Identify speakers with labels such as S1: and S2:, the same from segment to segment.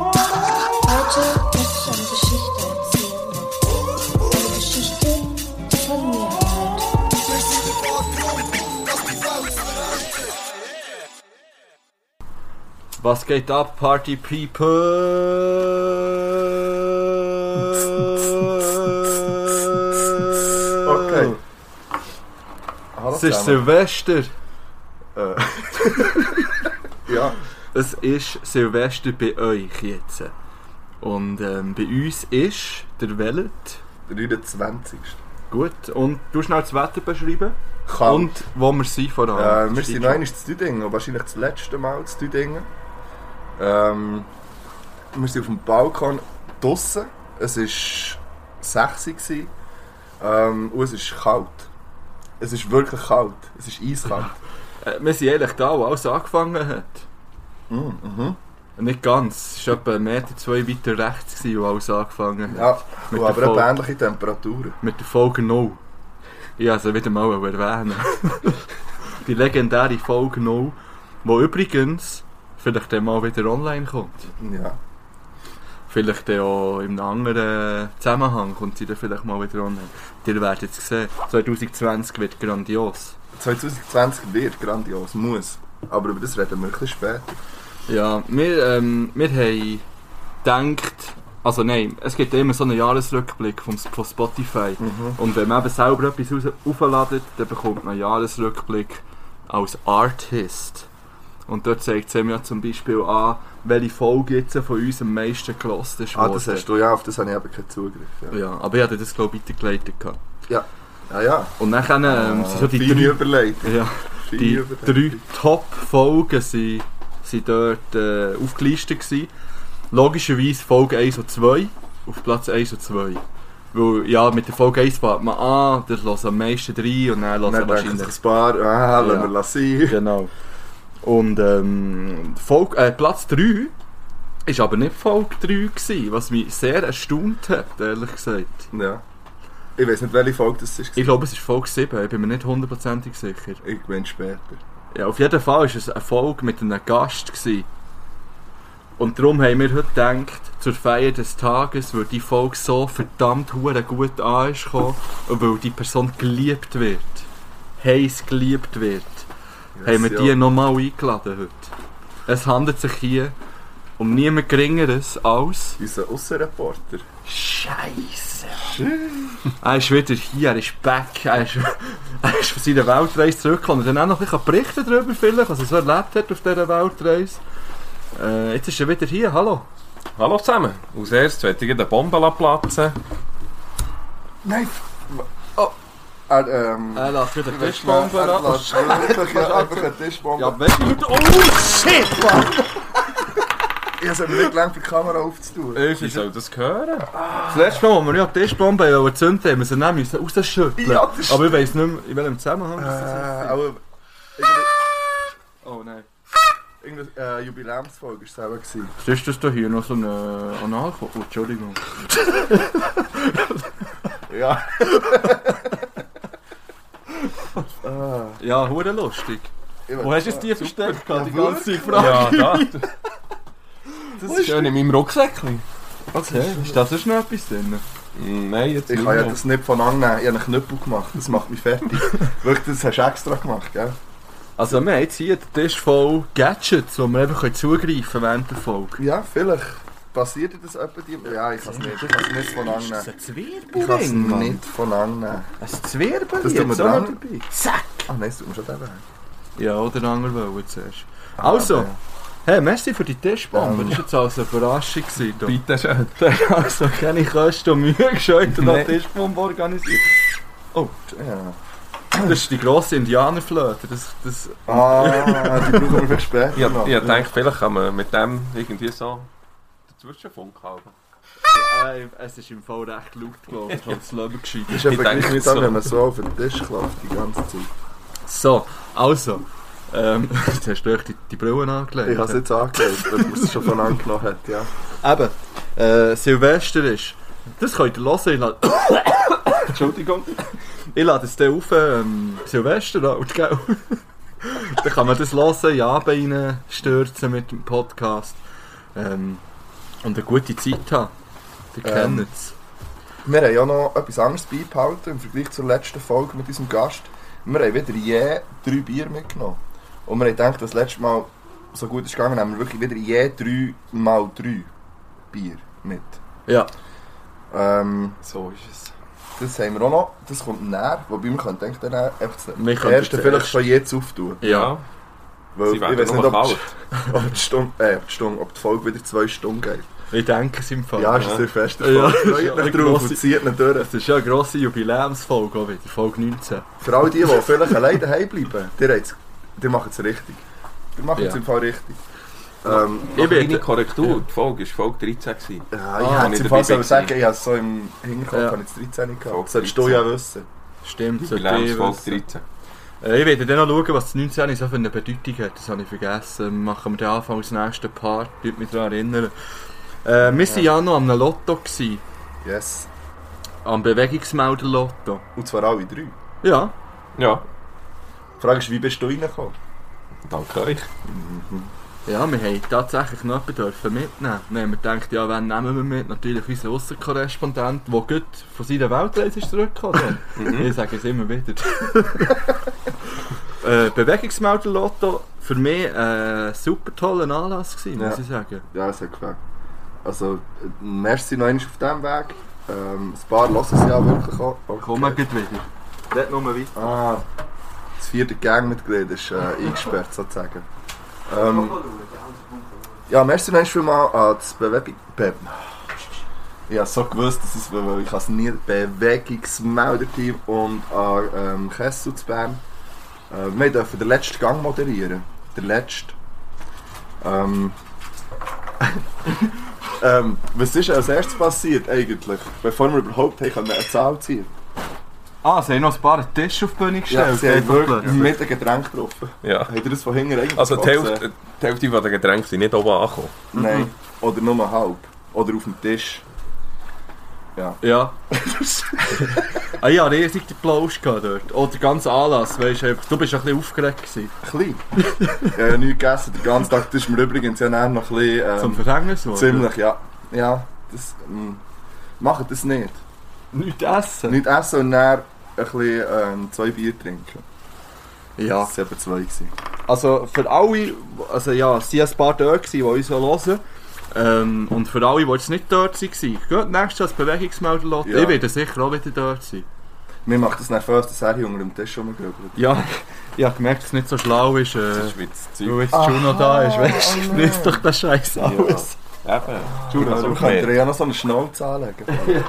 S1: Heute möchte ich eine Geschichte erzählen. Eine Geschichte, die von mir handelt.
S2: Was geht ab, Party People?
S3: Okay. Hallo
S2: Es ist
S3: zusammen.
S2: Silvester.
S3: Ja,
S2: Es ist Silvester bei euch jetzt. Und ähm, bei uns ist der Wellet.
S3: der 29.
S2: Gut. Und du schnell das Wetter beschreiben.
S3: Kalt.
S2: Und wo wir sind vor allem.
S3: äh, wir sind noch einmal zu Düdingen, wahrscheinlich das letzte Mal zu Düdingen. Ähm, wir sind auf dem Balkon draussen. Es war 6 Uhr. gewesen. Ähm, und es ist kalt. Es ist wirklich kalt. Es ist eiskalt.
S2: Äh, wir sind ehrlich da, wo alles angefangen hat. Mm, mhm. Nicht ganz. Es war etwa einen Meter, zwei weiter rechts, gewesen, wo alles angefangen hat.
S3: Ja,
S2: Mit
S3: und
S2: der
S3: aber eine
S2: Folge.
S3: ähnliche Temperaturen.
S2: Mit der Folge 0. Ja, also wieder mal erwähnen. die legendäre Folge 0, die übrigens vielleicht dann mal wieder online kommt.
S3: Ja.
S2: Vielleicht dann auch in einem anderen Zusammenhang kommt sie dann vielleicht mal wieder online. Ihr werdet es sehen. 2020 wird grandios.
S3: 2020 wird grandios, muss. Aber über das reden wir ein bisschen später.
S2: Ja, wir, ähm, wir haben gedacht, also nein, es gibt immer so einen Jahresrückblick vom, von Spotify. Und wenn man eben selber etwas raus- aufladet, dann bekommt man einen Jahresrückblick als Artist. Und dort zeigt es einem ja zum Beispiel an, welche Folge jetzt von uns am meisten gelost ist.
S3: Ah, das
S2: worden.
S3: hast du ja, auf das habe ich eben keinen Zugriff. Ja,
S2: Ja, aber ich hatte das, glaube ich, weitergeleitet. gehabt.
S3: ja, ja. ja. Ah,
S2: Und dann ähm, sind so die
S3: Feine
S2: drei,
S3: Überleitung.
S2: ja,
S3: Feine
S2: die
S3: Überleitung.
S2: drei Top-Folgen sind, sind dort äh, aufgelistet. Gewesen. Logischerweise Folge 1 und 2 auf Platz 1 und 2. Weil ja, mit der Folge 1 fängt man an, dann hören am meisten drei und dann hören
S3: Dann denken
S2: wahrscheinlich...
S3: sich ein paar, ah,
S2: Ja.
S3: lassen wir das sein.
S2: Genau. Und ähm, Folge, äh, Platz 3 ist aber nicht Folge 3 gewesen, was mich sehr erstaunt hat, ehrlich gesagt.
S3: Ja. Ich weiß nicht, welche Folge das war.
S2: Ich glaube, es ist Folge 7, ich bin mir nicht hundertprozentig sicher.
S3: Ich meine später.
S2: Ja, auf jeden Fall war es eine Folge mit einem Gast. Gewesen. Und darum haben wir heute gedacht, zur Feier des Tages, weil die Folge so verdammt hure gut an ist gekommen und weil die Person geliebt wird, heiß geliebt wird, haben wir
S3: ja.
S2: die nochmal eingeladen heute. Es handelt sich hier um niemand Geringeres als...
S3: Unser Aussenreporter.
S2: Scheiße. er ist wieder hier, er ist back, er ist, er ist von seiner Weltreise zurückgekommen. Er hat auch noch ein bisschen berichten darüber, vielleicht, was er so erlebt hat auf dieser Weltreise. Äh, jetzt ist er wieder hier, hallo.
S4: Hallo zusammen. Als erstes möchte ich eine Bombe lassen platzen.
S3: Nein! Oh! Er, ähm...
S2: Er lässt wieder
S3: Er lässt wirklich einfach eine Tischbombe.
S2: Oh, Ja, weg mit... Oh shit, Mann!
S3: Ich habe es mir nicht gelangt, die Kamera aufzutun.
S4: Ich soll das hören.
S2: Das letzte Mal, als wir ja die Tischbombe gezündet haben, mussten wir sie dann rausschütteln.
S3: Ja, das stimmt.
S2: Aber ich weiss nicht mehr, in welchem Zusammenhang das
S3: Äh,
S2: ist.
S3: aber...
S2: Oh nein.
S3: Irgendeine äh, Jubiläumsfolge war es eben. gewesen.
S2: Siehst du, dass du hier noch so einen Analkopf... Oh, Entschuldigung.
S3: Ja. Ah.
S2: Ja, hure lustig.
S3: Ich
S2: Wo
S3: weiß-
S2: hast du es dir versteckt? die
S3: wirklich.
S2: ganze Frage.
S4: Ja, da. Das ist schön in meinem Rucksäckchen.
S2: Okay, ist das sonst noch etwas drin?
S4: Nein, jetzt
S3: Ich
S4: nicht
S3: kann ja
S4: mehr.
S3: das nicht von annehmen. Ich habe einen Knüppel gemacht. Das macht mich fertig. Wirklich, das hast du extra gemacht, gell?
S2: Also wir haben jetzt hier den Tisch voll Gadgets, wo wir einfach können zugreifen können während der Folge.
S3: Ja, vielleicht. Passiert dir das etwa die... Ja, ich kann es nicht. Ich kann es nicht von annehmen.
S2: ein
S3: Ich kann es
S2: Zwirbelring,
S3: nicht von annehmen.
S2: Ein Zwirbel
S3: Das tun wir
S2: jetzt auch noch
S3: dran.
S2: dabei.
S3: Ah nein, das tut mir schon den Weg.
S2: Ja, oder andere wollen zuerst. Also,
S3: ja.
S2: hey, merci für die Tischbombe.
S3: Ähm.
S2: Das war jetzt also eine Überraschung. gewesen hier.
S4: Bitte schön.
S2: Also keine Kosten und Mühe gescheut und
S4: Nein.
S2: die Tischbombe organisiert.
S3: Ja.
S2: Das ist die grosse Indianerflöte. Das, das,
S3: Ah, die brauchen wir vielleicht später
S4: Ich, hab-
S3: noch.
S4: ich hab gedacht, vielleicht kann man mit dem irgendwie so dazwischen Funk halten.
S2: äh, es ist im Fall recht laut, glaube ich. Ich habe das Leben gescheit.
S3: Ist ja
S4: ich
S3: gleich
S4: denke
S3: nicht an,
S4: so.
S3: wenn man so auf den Tisch klopft die ganze Zeit.
S2: So, also. Ähm, jetzt hast du euch die, die Brille angelegt.
S3: Ich habe es jetzt angelegt, weil man es schon von angenommen hat, ja.
S2: Eben, äh, Silvester ist. Das könnt ihr hören. Ich la- Entschuldigung. Ich lade es dann auf ähm, Silvester, alt, gell? dann kann man das hören, ja, Beine stürzen mit dem Podcast. Ähm, und eine gute Zeit haben. Ihr
S3: Ähm.
S2: kennt es.
S3: Wir haben ja noch etwas anderes beibehalten im Vergleich zur letzten Folge mit unserem Gast. Wir haben wieder je drei Bier mitgenommen. Und wir haben gedacht, dass das letzte Mal so gut ist gegangen, haben wir wirklich wieder je drei mal drei Bier mit.
S2: Ja,
S3: Ähm,
S4: So ist es.
S3: das haben wir auch noch, das kommt näher, wobei wir können denken, dann äh, einfach das
S2: Wir können
S3: erste
S2: das
S3: vielleicht
S2: erste-
S3: schon jetzt auftun.
S2: ja.
S3: Weil
S4: Sie
S3: ich
S4: werden
S3: weiß nicht,
S4: nur
S3: ob,
S4: kalt.
S3: die- ob, die Stunde, äh, die Stunde, ob die Folge wieder zwei Stunden geht.
S2: Ich denke es im Fall.
S3: Ja, ist
S4: ja.
S3: sehr fest.
S2: Ja,
S3: Ja,
S2: ist ja
S3: Freut
S2: eine
S3: mich drauf
S2: grosse-
S3: und zieht ihn durch.
S2: Das ist ja eine grosse Jubiläumsfolge auch wieder, Folge 19.
S3: Für all die, die vielleicht allein daheim bleiben, die, haben's- die machen es richtig. Die machen es
S2: Ja.
S3: im Fall richtig. Ähm,
S4: Ich
S2: bin-
S4: bin eine Korrektur. Die Folge war Folge 13. Gewesen.
S3: ja,
S2: Ah,
S3: ich hätte
S4: nicht
S3: es im
S4: dabei
S3: Fall sollen
S4: gewesen.
S3: sagen, ich habe es so im Hinterkopf,
S2: Ja.
S3: ja. habe ich es 13 nicht gehabt.
S4: Folge
S3: Das solltest du ja
S4: 13.
S3: wissen.
S2: Stimmt, sollte ich wissen.
S4: Jubiläumsfolge 13.
S2: Äh, Ich werde dann noch schauen, was das 19 so für eine Bedeutung hat. Das habe ich vergessen. Ähm, Machen wir den Anfang als nächsten Part. Tut mich daran erinnern. Äh, wir waren ja noch am Lotto. Gewesen,
S3: Yes.
S2: am Bewegungsmelder-Lotto.
S3: Und zwar alle drei.
S2: Ja.
S4: Ja,
S3: Die Frage ist, wie bist du reingekommen?
S4: danke euch.
S2: Ja, wir haben tatsächlich noch jemanden dürfen mitnehmen. Wir haben gedacht, ja, wen nehmen wir mit? Natürlich unseren Aussenkorrespondent, der gut von seiner Weltreise ist zurückgekommen Mhm. Ich sage es immer wieder. äh, Bewegungsmelder-Lotto, für mich äh, ein super toller Anlass, gewesen, muss
S3: Ja.
S2: ich sagen.
S3: Ja, es hat gefällt. Also, äh, merci noch einmal auf diesem Weg. Ähm, ein paar lassen es ja wirklich an. Okay.
S2: Komm, okay. geht wieder. Nicht nur weiter.
S3: Ah, das vierte Gangmitglied ist äh, eingesperrt sozusagen. Ähm, ja, merci noch vielmals an das Bewegung... Be ich habe so gewusst, dass es, weil ich kann es nie Bewegungsmelder-Team und an ähm, Kessel zu Bern. Äh, wir dürfen den letzten Gang moderieren. Der letzte. Ähm, ähm, was ist als erstes passiert eigentlich, bevor wir überhaupt haben können eine Zahl ziehen
S2: Ah, sie haben noch ein paar einen Tisch auf die Bühne gestellt.
S3: ja, sie haben
S2: Einfach
S3: wirklich
S2: plötzlich.
S3: mit dem Getränk getroffen.
S4: Ja.
S3: Habt ihr das von hinten eigentlich
S4: Also die
S3: gesehen?
S4: Hälfte, die Hälfte der Getränke sind nicht oben angekommen.
S3: Nein. Oder nur halb. Oder auf dem Tisch. Ja.
S2: Ja. ah ja, riesig die Plausch gehabt dort. Oh, der ganze Anlass, weißt du, einfach- du bist ein bisschen aufgeregt gewesen.
S3: Klein. ich habe ja nichts gegessen den ganzen Tag. Das ist mir übrigens ja nachher noch ein
S2: Zum
S3: bisschen... Ähm,
S2: Verhängnis wurde.
S3: ziemlich, ja. Ja, das... mm, Macht das nicht.
S2: Nicht essen.
S3: Nicht essen und dann ein bisschen ähm, zwei Bier trinken.
S2: Ja.
S3: Das waren eben zwei. Gewesen.
S2: Also für alle, also ja, es waren ein paar dort, die uns hören. wollen. Ähm, und für alle, die jetzt nicht dort waren, geht nächstes Jahr das Bewegungsmelder lassen.
S3: Ja.
S2: Ich werde sicher auch wieder dort sein.
S3: Mir macht das nervös, dass er hier unter dem Tisch rumgrübelt.
S2: Ja, ich habe gemerkt, dass es nicht so schlau ist,
S4: Das
S2: äh,
S4: ist wie das Zeug.
S2: weil jetzt Juno da ist, weißt du,
S3: oh
S2: frisst doch den Scheiß alles.
S4: Eben.
S3: Entschuldigung, also,
S4: Also, okay.
S3: könnt ihr ja noch so eine Schnauze anlegen.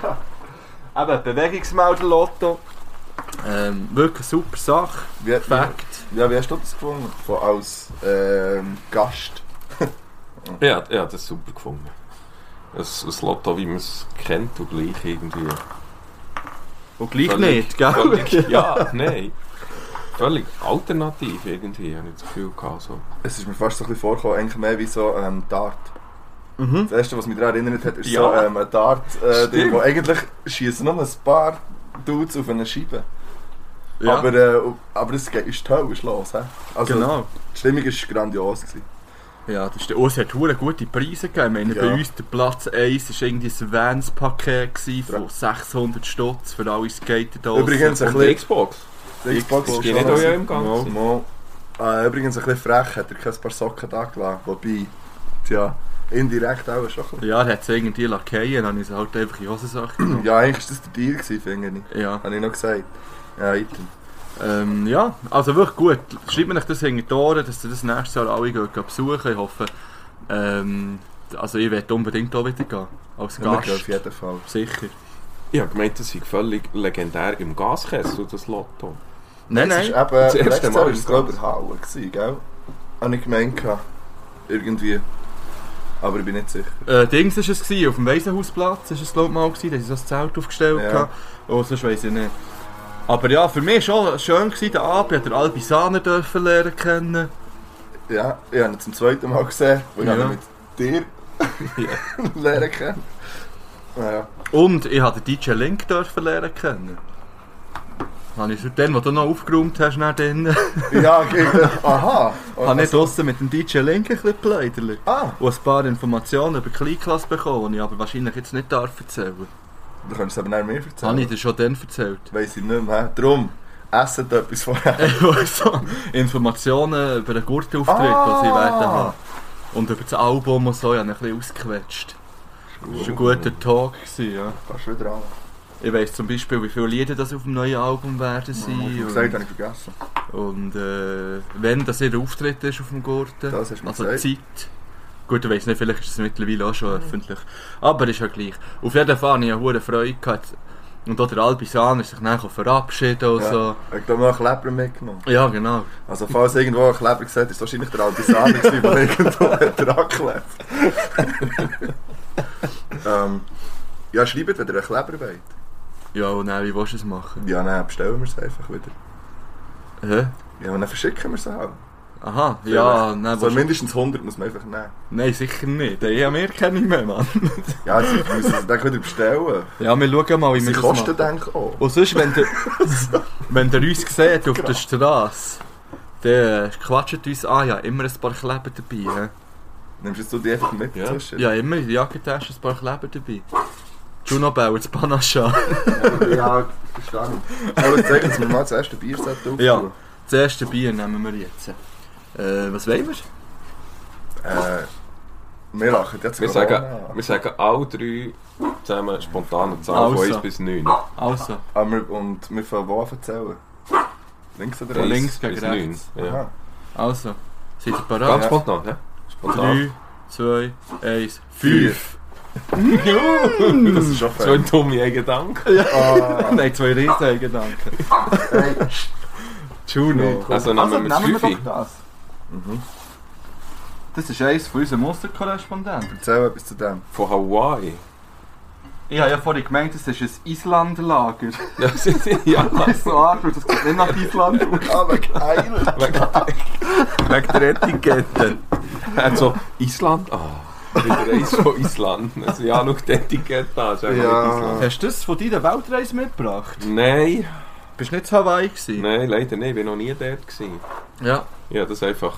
S2: Eben, Bewegungsmelder Lotto. Ähm, wirklich super Sache.
S3: Wie, wie,
S2: Fakt.
S3: Ja, wie hast du das gefunden? Von als ähm, Gast.
S4: Ja, ja, das ist super gefunden. Ein, ein Lotto, wie man es kennt und gleich irgendwie.
S2: Und gleich
S4: Völlig-
S2: nicht, gell?
S4: Völlig, ja, nein. Völlig alternativ irgendwie, habe ich das Gefühl gehabt. So.
S3: Es ist mir fast so ein bisschen vorgekommen, eigentlich mehr wie so ähm, Dart.
S2: Mhm.
S3: Das erste, was mich daran erinnert hat, ist so
S4: Ja.
S3: ähm, ein Dart, äh,
S4: Stimmt.
S3: Ding, wo eigentlich schießen nur ein paar Dudes auf eine Scheibe.
S2: Ja,
S3: Aber, äh, aber es geht- ist toll, ist los. He? Also,
S2: genau.
S3: Die Stimmung war grandios. Gewesen.
S2: Ja, das ist der, oh, es hat hure gute Preise gegeben. Ich meine,
S3: Ja.
S2: bei uns der Platz 1 war irgendwie ein Vans-Paket gewesen von
S3: Ja.
S2: 600 Stutz für alle Skater da
S3: Übrigens,
S2: draussen.
S3: ein
S4: Und die Xbox?
S3: Die Xbox
S4: Die
S3: ist
S4: nicht
S3: schon-
S4: auch im
S2: Mal.
S4: Gang.
S3: Mal. Äh, übrigens ein bisschen frech, hat er kein paar Socken da gelassen. Wobei, tja, indirekt auch schon ein bisschen.
S2: Ja, der hat es irgendwie lackiert, dann ist es halt einfach in die Hosensache genommen.
S3: Ja, eigentlich war das der Deal, gewesen, finde ich.
S2: Ja.
S3: Habe ich noch gesagt. Ja, Item.
S2: Ähm, ja, also wirklich gut. Schreibt mir nicht das hinter die Ohren, dass ihr das nächstes Jahr alle gehen, gehen besuchen Ich hoffe, ähm, also ich werde unbedingt auch wieder gehen. Als
S3: Ja,
S2: Gast.
S3: wir gehen auf jeden Fall.
S2: Sicher.
S4: Ich habe gemeint, das sei völlig legendär im Gaskessel, das Lotto.
S2: Nein,
S3: Das ist
S2: nein.
S3: eben,
S4: Das erste
S3: letztes
S4: Mal
S3: Jahr war
S4: ist
S3: es
S4: es
S3: glaube ich Halle, gewesen, gell? Habe ich gemeint gehabt. Irgendwie. Aber ich bin nicht sicher.
S2: Äh, Dings war es, gewesen, auf dem Waisenhausplatz war es glaub ich mal, gewesen. da haben sie so das Zelt aufgestellt.
S3: Ja.
S2: Ja. Oh, sonst weiss ich nicht. Aber ja, für mich war es schon schön, gewesen, der Abend, ich durfte den Albi Sahner dürfen lernen kennen.
S3: Ja, ich habe ihn zum zweiten Mal gesehen, weil
S2: Ja.
S3: ich habe ihn mit dir lernen können. Naja.
S2: Und ich durfte den DJ Link dürfen lernen kennen. Habe ich für den, den du noch aufgeräumt hast, nach denen,
S3: Ja, gegen- aha.
S2: habe ich draussen mit dem DJ Link ein bisschen Pläuderli.
S3: Ah,
S2: Und ein paar Informationen über die Kleinklasse bekommen, die ich aber wahrscheinlich jetzt nicht darf erzählen darf.
S3: du könntest es aber nicht mehr
S2: Habe ich
S3: erzählen.
S2: dir schon dann erzählt?
S3: Weiss ich nicht mehr. Drum, essen etwas vorher.
S2: also, Informationen über den Gurtauftritt, was
S3: Ah,
S2: ich werde haben. Und über das Album und so, ich habe ein bisschen ausgequetscht. Das war ein guter Talk. Gewesen, ja.
S3: Kannst du wieder an.
S2: Ich weiss zum Beispiel, wie viele Lieder das auf dem neuen Album werden sein.
S3: Wie gesagt, habe ich vergessen.
S2: Und äh, wenn das ihr Auftritt ist auf dem Gurten,
S3: Das hast du mir
S2: also
S3: gesagt.
S2: die Zeit. Gut, ich weiß nicht, vielleicht ist es mittlerweile auch schon öffentlich. Aber ist ja gleich. Auf jeden Fall hatte ich eine hohe Freude. Gehabt. Und auch der Albisan ist sich dann verabschiedet und
S3: Ja.
S2: so.
S3: Ich habe noch einen Kleber mitgenommen.
S2: Ja, genau.
S3: Also falls irgendwo ein Kleber gesagt ist, wahrscheinlich der Albisaner gewesen, der irgendwo hat er angeklebt. ähm, ja, schreibt, wenn ihr einen Kleber wollt.
S2: Ja, und dann, wie willst du es machen?
S3: Ja, nein, bestellen wir es einfach wieder.
S2: Hä?
S3: Ja, und dann verschicken wir es auch.
S2: Aha, ja,
S3: Vielleicht.
S2: nein,
S3: so,
S2: willst du...
S3: mindestens 100 muss man einfach nehmen.
S2: nein, sicher nicht. Ich habe mehr kenne ich mehr, Mann.
S3: Ja, also, wir müssen es dann wieder bestellen.
S2: Ja, wir schauen mal, wie wir
S3: Sie
S2: das
S3: kosten,
S2: machen.
S3: denke ich, auch.
S2: Und sonst, wenn Genau. der, wenn der uns sieht auf der Straße, dann äh, quatscht uns an, ja, immer ein paar Kleber dabei.
S3: Nimmst jetzt du die einfach mit?
S4: Ja.
S3: zwischen?
S2: He? Ja, immer in der Jackentasche ein paar Kleber dabei. Juno Bauer, das Panacha.
S3: ja, verstanden. Aber zeig uns mal das erste Bierset auf.
S2: Ja. Das erste Bier nehmen wir jetzt. Äh, was wollen wir?
S3: Äh, wir lachen jetzt
S4: Wir
S3: Corona
S4: sagen,
S3: an.
S4: wir sagen alle drei zusammen spontane Zahlen von
S2: Also.
S4: 1 bis 9.
S2: Also,
S3: Ah, wir, und wir fangen wo an erzählen? Links oder
S2: Von
S3: rechts?
S2: links gegen
S4: bis
S2: rechts.
S4: neun, Ja.
S3: Aha.
S2: also. Seid ihr
S4: Ganz
S2: bereit?
S4: spontan, ja? Spontan.
S2: 3, 2, 1,
S3: Fünf.
S2: 5.
S3: Das ist schon
S4: Zwei
S3: fair.
S4: dumme Gedanken.
S3: Ah,
S2: Nein, zwei riesige Gedanken.
S3: hey,
S2: Juno.
S4: Also nehmen wir das 5.
S2: das. Mhm. Das ist eins von unseren Musterkorrespondenten.
S3: erzähl etwas zu dem.
S4: Von Hawaii.
S2: Ich habe ja vorhin gemeint, das ist ein Islandlager.
S4: Ja, ja.
S2: Das ist so arg, weil das geht nicht nach Island.
S3: Ah, wegen Island.
S4: Wegen der Etikette. Also, Island? Ah, wieder eins von Island. Also, ja, schau die Etikette an, ist einfach
S3: Ja.
S4: nicht Island.
S2: Hast du das von deiner Weltreise mitgebracht?
S4: Nein,
S2: Bist du nicht zu Hawaii gewesen?
S4: nein, leider nicht. Ich war noch nie dort. Gewesen.
S2: Ja,
S4: Ja, das einfach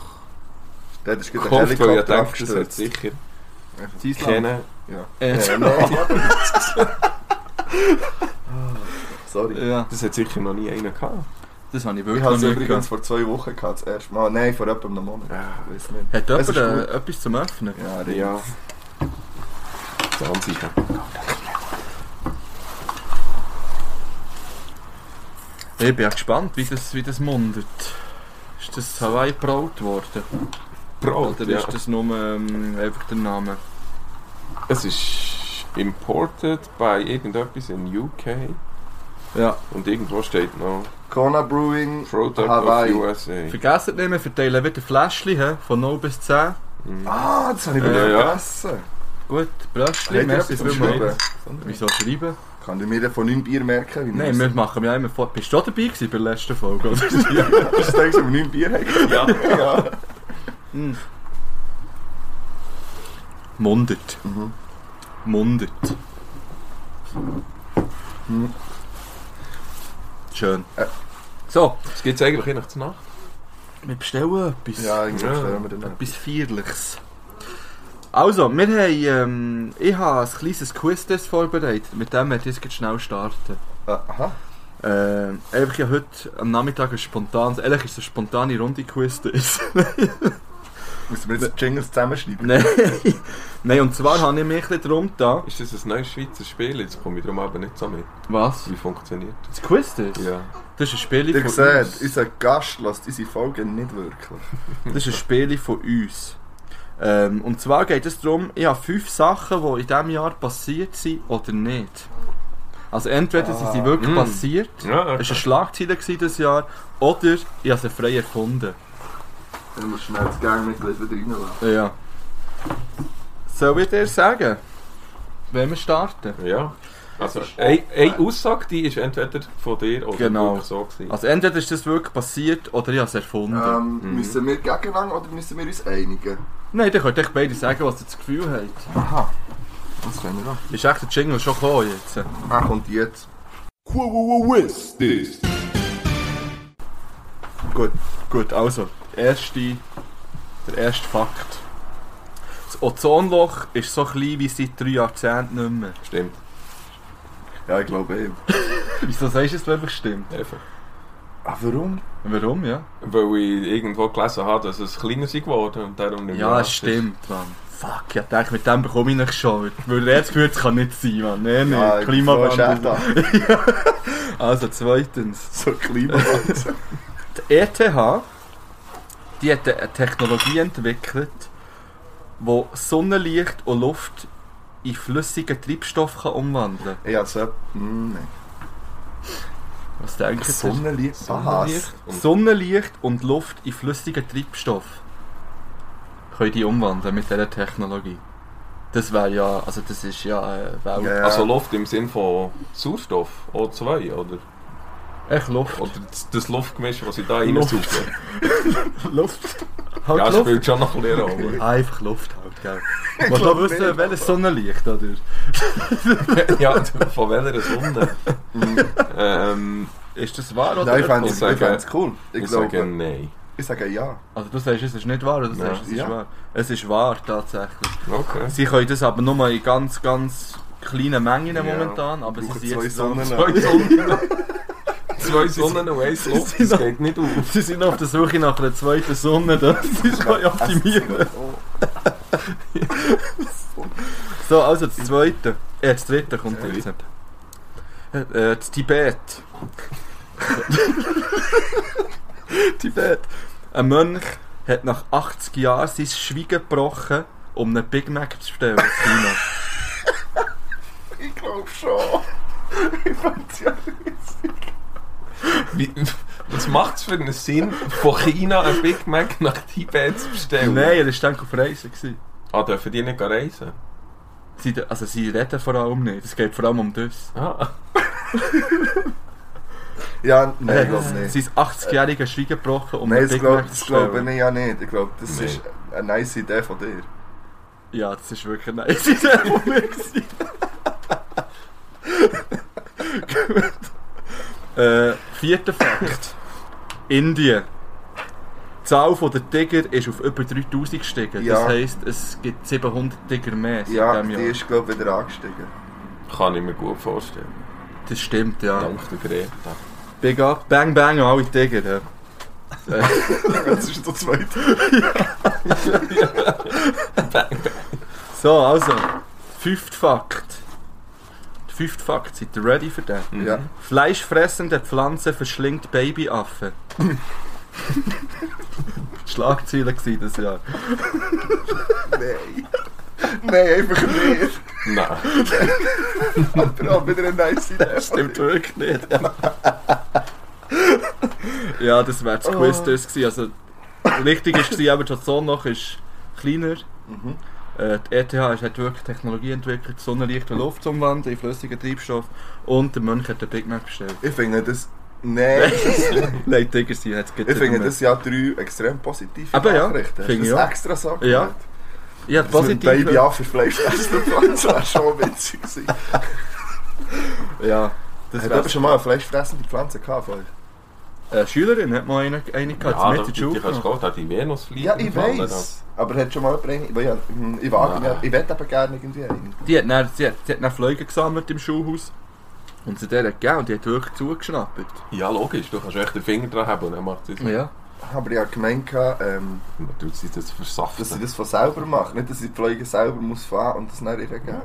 S3: Dort ist gerade ein
S4: gekauft, weil ich
S3: Helikopter
S4: denke, das hat
S3: abgestürzt.
S4: sicher
S2: zu Island.
S4: kennen.
S3: Ja.
S2: Äh,
S3: Äh, nein. Ah, Sorry.
S2: ja,
S4: Das hat sicher noch nie einer gehabt.
S2: das habe ich
S3: Ich
S2: wirklich
S3: habe es
S2: noch nie
S3: übrigens
S2: gehört.
S3: vor zwei Wochen gehabt, das erste Mal. Nein, vor etwa einem Monat.
S4: Ja,
S3: Ich weiß nicht.
S2: Hat
S3: Es
S2: jemand
S3: ist
S2: äh,
S3: gut.
S2: etwas zum Öffnen?
S3: Ja,
S4: ja. Zahnsicher.
S2: Ich bin ja gespannt, wie das, wie das mundet. Ist das Hawaii braut worden?
S4: Brot,
S2: Oder
S4: Oh, ja.
S2: ist das nur ähm, einfach der Name?
S4: Es ist imported bei irgendetwas in UK.
S2: Ja.
S4: Und irgendwo steht noch
S3: Kona Brewing.
S4: Product
S3: Hawaii.
S4: of USA.
S2: Vergessen nicht, wir verteilen wieder Fläschchen hä, von 0 bis 10.
S4: Mhm.
S3: Ah, das habe ich wieder
S4: Ja, ja.
S3: vergessen.
S2: Gut, Bröstchen,
S3: Habt ihr
S2: merci
S3: etwas zum
S2: vielmals.
S3: Schreiben?
S2: Wieso schreiben?
S3: Kann ich mir dann von 9 Bier merken? Wie
S2: Nein, wir machen ja immer vor. Bist du auch dabei gewesen bei der letzten Folge? Oder?
S3: das denkst, wenn wir 9 Bier haben.
S4: Ja.
S3: ja.
S2: Hm. Mundet.
S3: Mhm.
S2: Mundet.
S3: Hm.
S2: Schön.
S3: Ä-
S2: So,
S4: Was gibt es eigentlich nach Nacht?
S2: wir bestellen etwas.
S3: Ja, irgendwie
S4: Ja.
S3: stellen wir den ab.
S2: Etwas Feierliches. Also, wir haben, ähm, ich habe ein kleines Quiz vorbereitet. Mit dem werde ich jetzt gleich schnell starten.
S3: Ah, Aha.
S2: Äh, einfach ja heute am Nachmittag ein spontanes, ehrlich ist es eine spontane Runde Quiz.
S3: Müssen wir jetzt Jingles zusammenschneiden?
S2: Nein. Nein, und zwar habe ich mich ein bisschen drum da.
S4: Ist das ein neues Schweizer Spiel? Jetzt komme ich darum aber nicht so mit.
S2: Was?
S4: Wie funktioniert
S2: Das Quiz ist?
S4: das? Ja.
S2: Das ist ein Spiel
S3: Ihr
S2: von
S3: seht,
S2: uns.
S3: unser Gast lässt unsere Folgen nicht wirklich.
S2: Das ist ein Spiel von uns. Ähm, und zwar geht es darum, ich habe fünf Sachen, die in diesem Jahr passiert sind oder nicht. Also entweder sie sind wirklich
S4: Mm.
S2: passiert,
S4: ja
S2: es war eine Schlagzeile gewesen dieses Jahr, oder ich habe sie frei erfunden.
S3: Dann musst schnell das Gangmitglied wieder reinlassen.
S2: Ja. Soll ich dir sagen? Wenn wir starten.
S4: ja. Also, eine, eine Aussage, die ist entweder von dir oder
S2: Genau.
S4: wirklich so gewesen.
S2: Also entweder ist das wirklich passiert oder ich habe es erfunden.
S3: Ähm,
S4: Mhm.
S3: Müssen wir gegeneinander oder müssen wir uns einigen?
S2: Nein, dann könnt ihr euch beide sagen, was ihr das Gefühl habt.
S3: Aha. Das können wir auch.
S2: Ist echt der Jingle schon gekommen jetzt?
S3: Ah, kommt jetzt.
S5: Quo West is.
S3: Gut, gut, also, erste, der erste Fakt. Das Ozonloch ist so klein wie seit drei Jahrzehnten nicht mehr.
S4: Stimmt.
S3: Ja, ich glaube eben.
S2: Wieso sagst du es wirklich stimmt?
S4: Einfach.
S3: Ah, warum?
S2: Warum, ja?
S4: Weil ich irgendwo gelesen habe, dass es kleiner ist geworden und darum nicht mehr
S2: Ja,
S4: nass
S2: es
S4: ist.
S2: stimmt, Mann. Fuck, ich dachte, mit dem bekomme ich nicht schon. Weil er das Gefühl, das kann nicht sein, Mann. Nein, nein,
S3: Ja,
S2: Klimawandel.
S3: das ist echt
S2: Also, zweitens.
S3: So Klimawandel.
S2: Die ETH die hat eine Technologie entwickelt, wo Sonnenlicht und Luft in flüssigen Treibstoff kann umwandeln kann.
S3: ja, so... Mh, nein.
S2: Was denkst du?
S3: Sonnenlicht. Also,
S4: Sonnenlicht
S3: Was?
S4: und
S2: Sonnenlicht und Luft in flüssigen Treibstoff können die umwandeln mit dieser Technologie. Das wäre ja, also das ist ja äh, Welt.
S3: Ja.
S4: Also Luft im Sinn von Sauerstoff, O2, oder?
S2: Echt Luft.
S4: Oder das- das Luftgemisch, das ich da reinsauge.
S3: also,
S2: Luft. Halt
S4: Ja,
S2: Luft.
S4: spielt schon noch ein bisschen eine Rolle.
S2: Einfach Luft halt, gell. Was
S3: glaub
S2: da wissen,
S3: nicht.
S2: welches Sonnenlicht, oder?
S4: ja, von welcher Sonne? ähm,
S2: Ist das wahr, oder?
S3: Nein, ich fände es
S4: sage-
S3: cool. Ich,
S4: ich
S3: glaube,
S4: sage nein.
S3: ich sage ja.
S2: Also du sagst, es ist nicht wahr, oder du
S4: Nein.
S2: sagst, es ist
S3: Ja.
S2: wahr? Es ist wahr, tatsächlich.
S4: Okay.
S2: Sie können das aber nur in ganz, ganz kleinen Mengen
S3: Ja.
S2: momentan, aber
S3: Brauchen
S2: sie
S3: zwei
S2: sind jetzt noch-
S3: Sonnen.
S4: Zwei Sonnen. Zwei Sonnen und eins Luft, das genau. geht nicht auf.
S2: Sie sind auf der Suche nach einer zweiten Sonne, dass sie es können optimieren
S3: Oh.
S2: So, also das zweite. Äh, das dritte kommt
S4: Ja.
S2: jetzt nicht. Äh, das Tibet. Tibet. Ein Mönch hat nach 80 Jahren sein Schweigen gebrochen, um einen Big Mac zu bestellen. in China.
S3: Ich glaube schon. Ich fände es ja...
S4: Wie, was macht es für einen Sinn, von China ein Big Mac nach Tibet zu bestellen?
S2: Nein, er war dann auf Reisen. gewesen.
S4: Ah, dürfen die nicht reisen?
S2: Sie, also sie reden vor allem nicht. Es geht vor allem um das.
S4: Ah.
S3: Ja,
S2: Er
S3: nein, ich
S2: hat
S3: glaube nicht.
S2: Sein 80-jähriges Schweigen gebrochen, um
S3: Nein,
S2: einen
S3: das
S2: Big Mac
S3: glaube
S2: zu
S3: glaub
S2: bestellen.
S3: ich ja nicht. Ich glaube, das
S4: Nein.
S3: ist eine nice Idee von dir.
S2: Ja, das ist wirklich nein. Das ist einfach von mir. gewesen. Gut. äh, vierter Fakt. Indien. Die Zahl der Tiger ist auf über 3000 gestiegen. Das
S3: Ja.
S2: heisst, es gibt 700 Tiger mehr seit
S3: Ja,
S2: diesem Jahr.
S3: die ist, glaube ich, wieder angestiegen.
S4: Kann ich mir gut vorstellen.
S2: Das stimmt, ja.
S4: Dank der Greta.
S2: Big up, bang bang, an alle Tiger. Ja.
S3: Das ist der zweite.
S2: So, also, fünfter Fakt. Der fünfte Fakt, seid ihr ready für den?
S3: Ja.
S2: Fleischfressende Pflanze verschlingt Babyaffen. Schlagzeile war das Jahr.
S3: Nein. Nein, einfach nicht.
S4: Mhm. Nein,
S3: Aber auch wieder eine nice Idee.
S2: Stimmt wirklich nicht. ja, das wäre das Quiz das gewesen. Also, richtig ist gewesen, aber die Ozonloch ist kleiner.
S3: Mhm.
S2: Äh, die ETH ist- hat wirklich Technologie entwickelt, Sonnenlicht und Luft zu umwandeln in flüssigen Treibstoff. Und der Mönch hat den Big Mac bestellt.
S3: Ich finde das... Nein.
S2: Nein, Digger, sie hat
S3: Ich finde das dus, ja drei extrem positive
S2: Aber Ah, ja,
S3: Nachrichten. Hast du
S2: finde ich
S3: das
S2: auch.
S3: extra gesagt?
S2: Ja. Ja,
S3: Das mit
S2: positiv.
S3: Baby auch für Fleisch essen, das wäre schon witzig gewesen.
S2: Ja, das
S3: Hat
S2: wär's.
S3: jemand schon mal eine fleischfressende Pflanze gehabt? von euch?
S2: Eine Schülerin hat mal eine, eine gehabt,
S4: ja,
S2: mit
S4: die,
S2: der
S4: die kannst
S2: Schule.
S4: du da die Venus fliegen.
S3: Ja, ich weiß. Aber hat schon mal jemand... weil Ich, hm, ich wage
S4: Nein.
S3: mir... Ich wette aber gerne irgendwie einen.
S2: Die hat dann, sie hat, sie hat dann Flüge gesammelt im Schulhaus. Und sie der hat gegeben und die hat wirklich zugeschnappt.
S4: Ja, logisch, du kannst echt den Finger dran haben und dann macht sie es.
S2: Ja.
S3: Aber ich habe gemeint, ähm,
S4: Man tut sie das
S3: dass sie
S4: versaften.
S3: das von selber macht. Nicht, dass sie die Pflege selber muss fahren und das nicht ihr geben.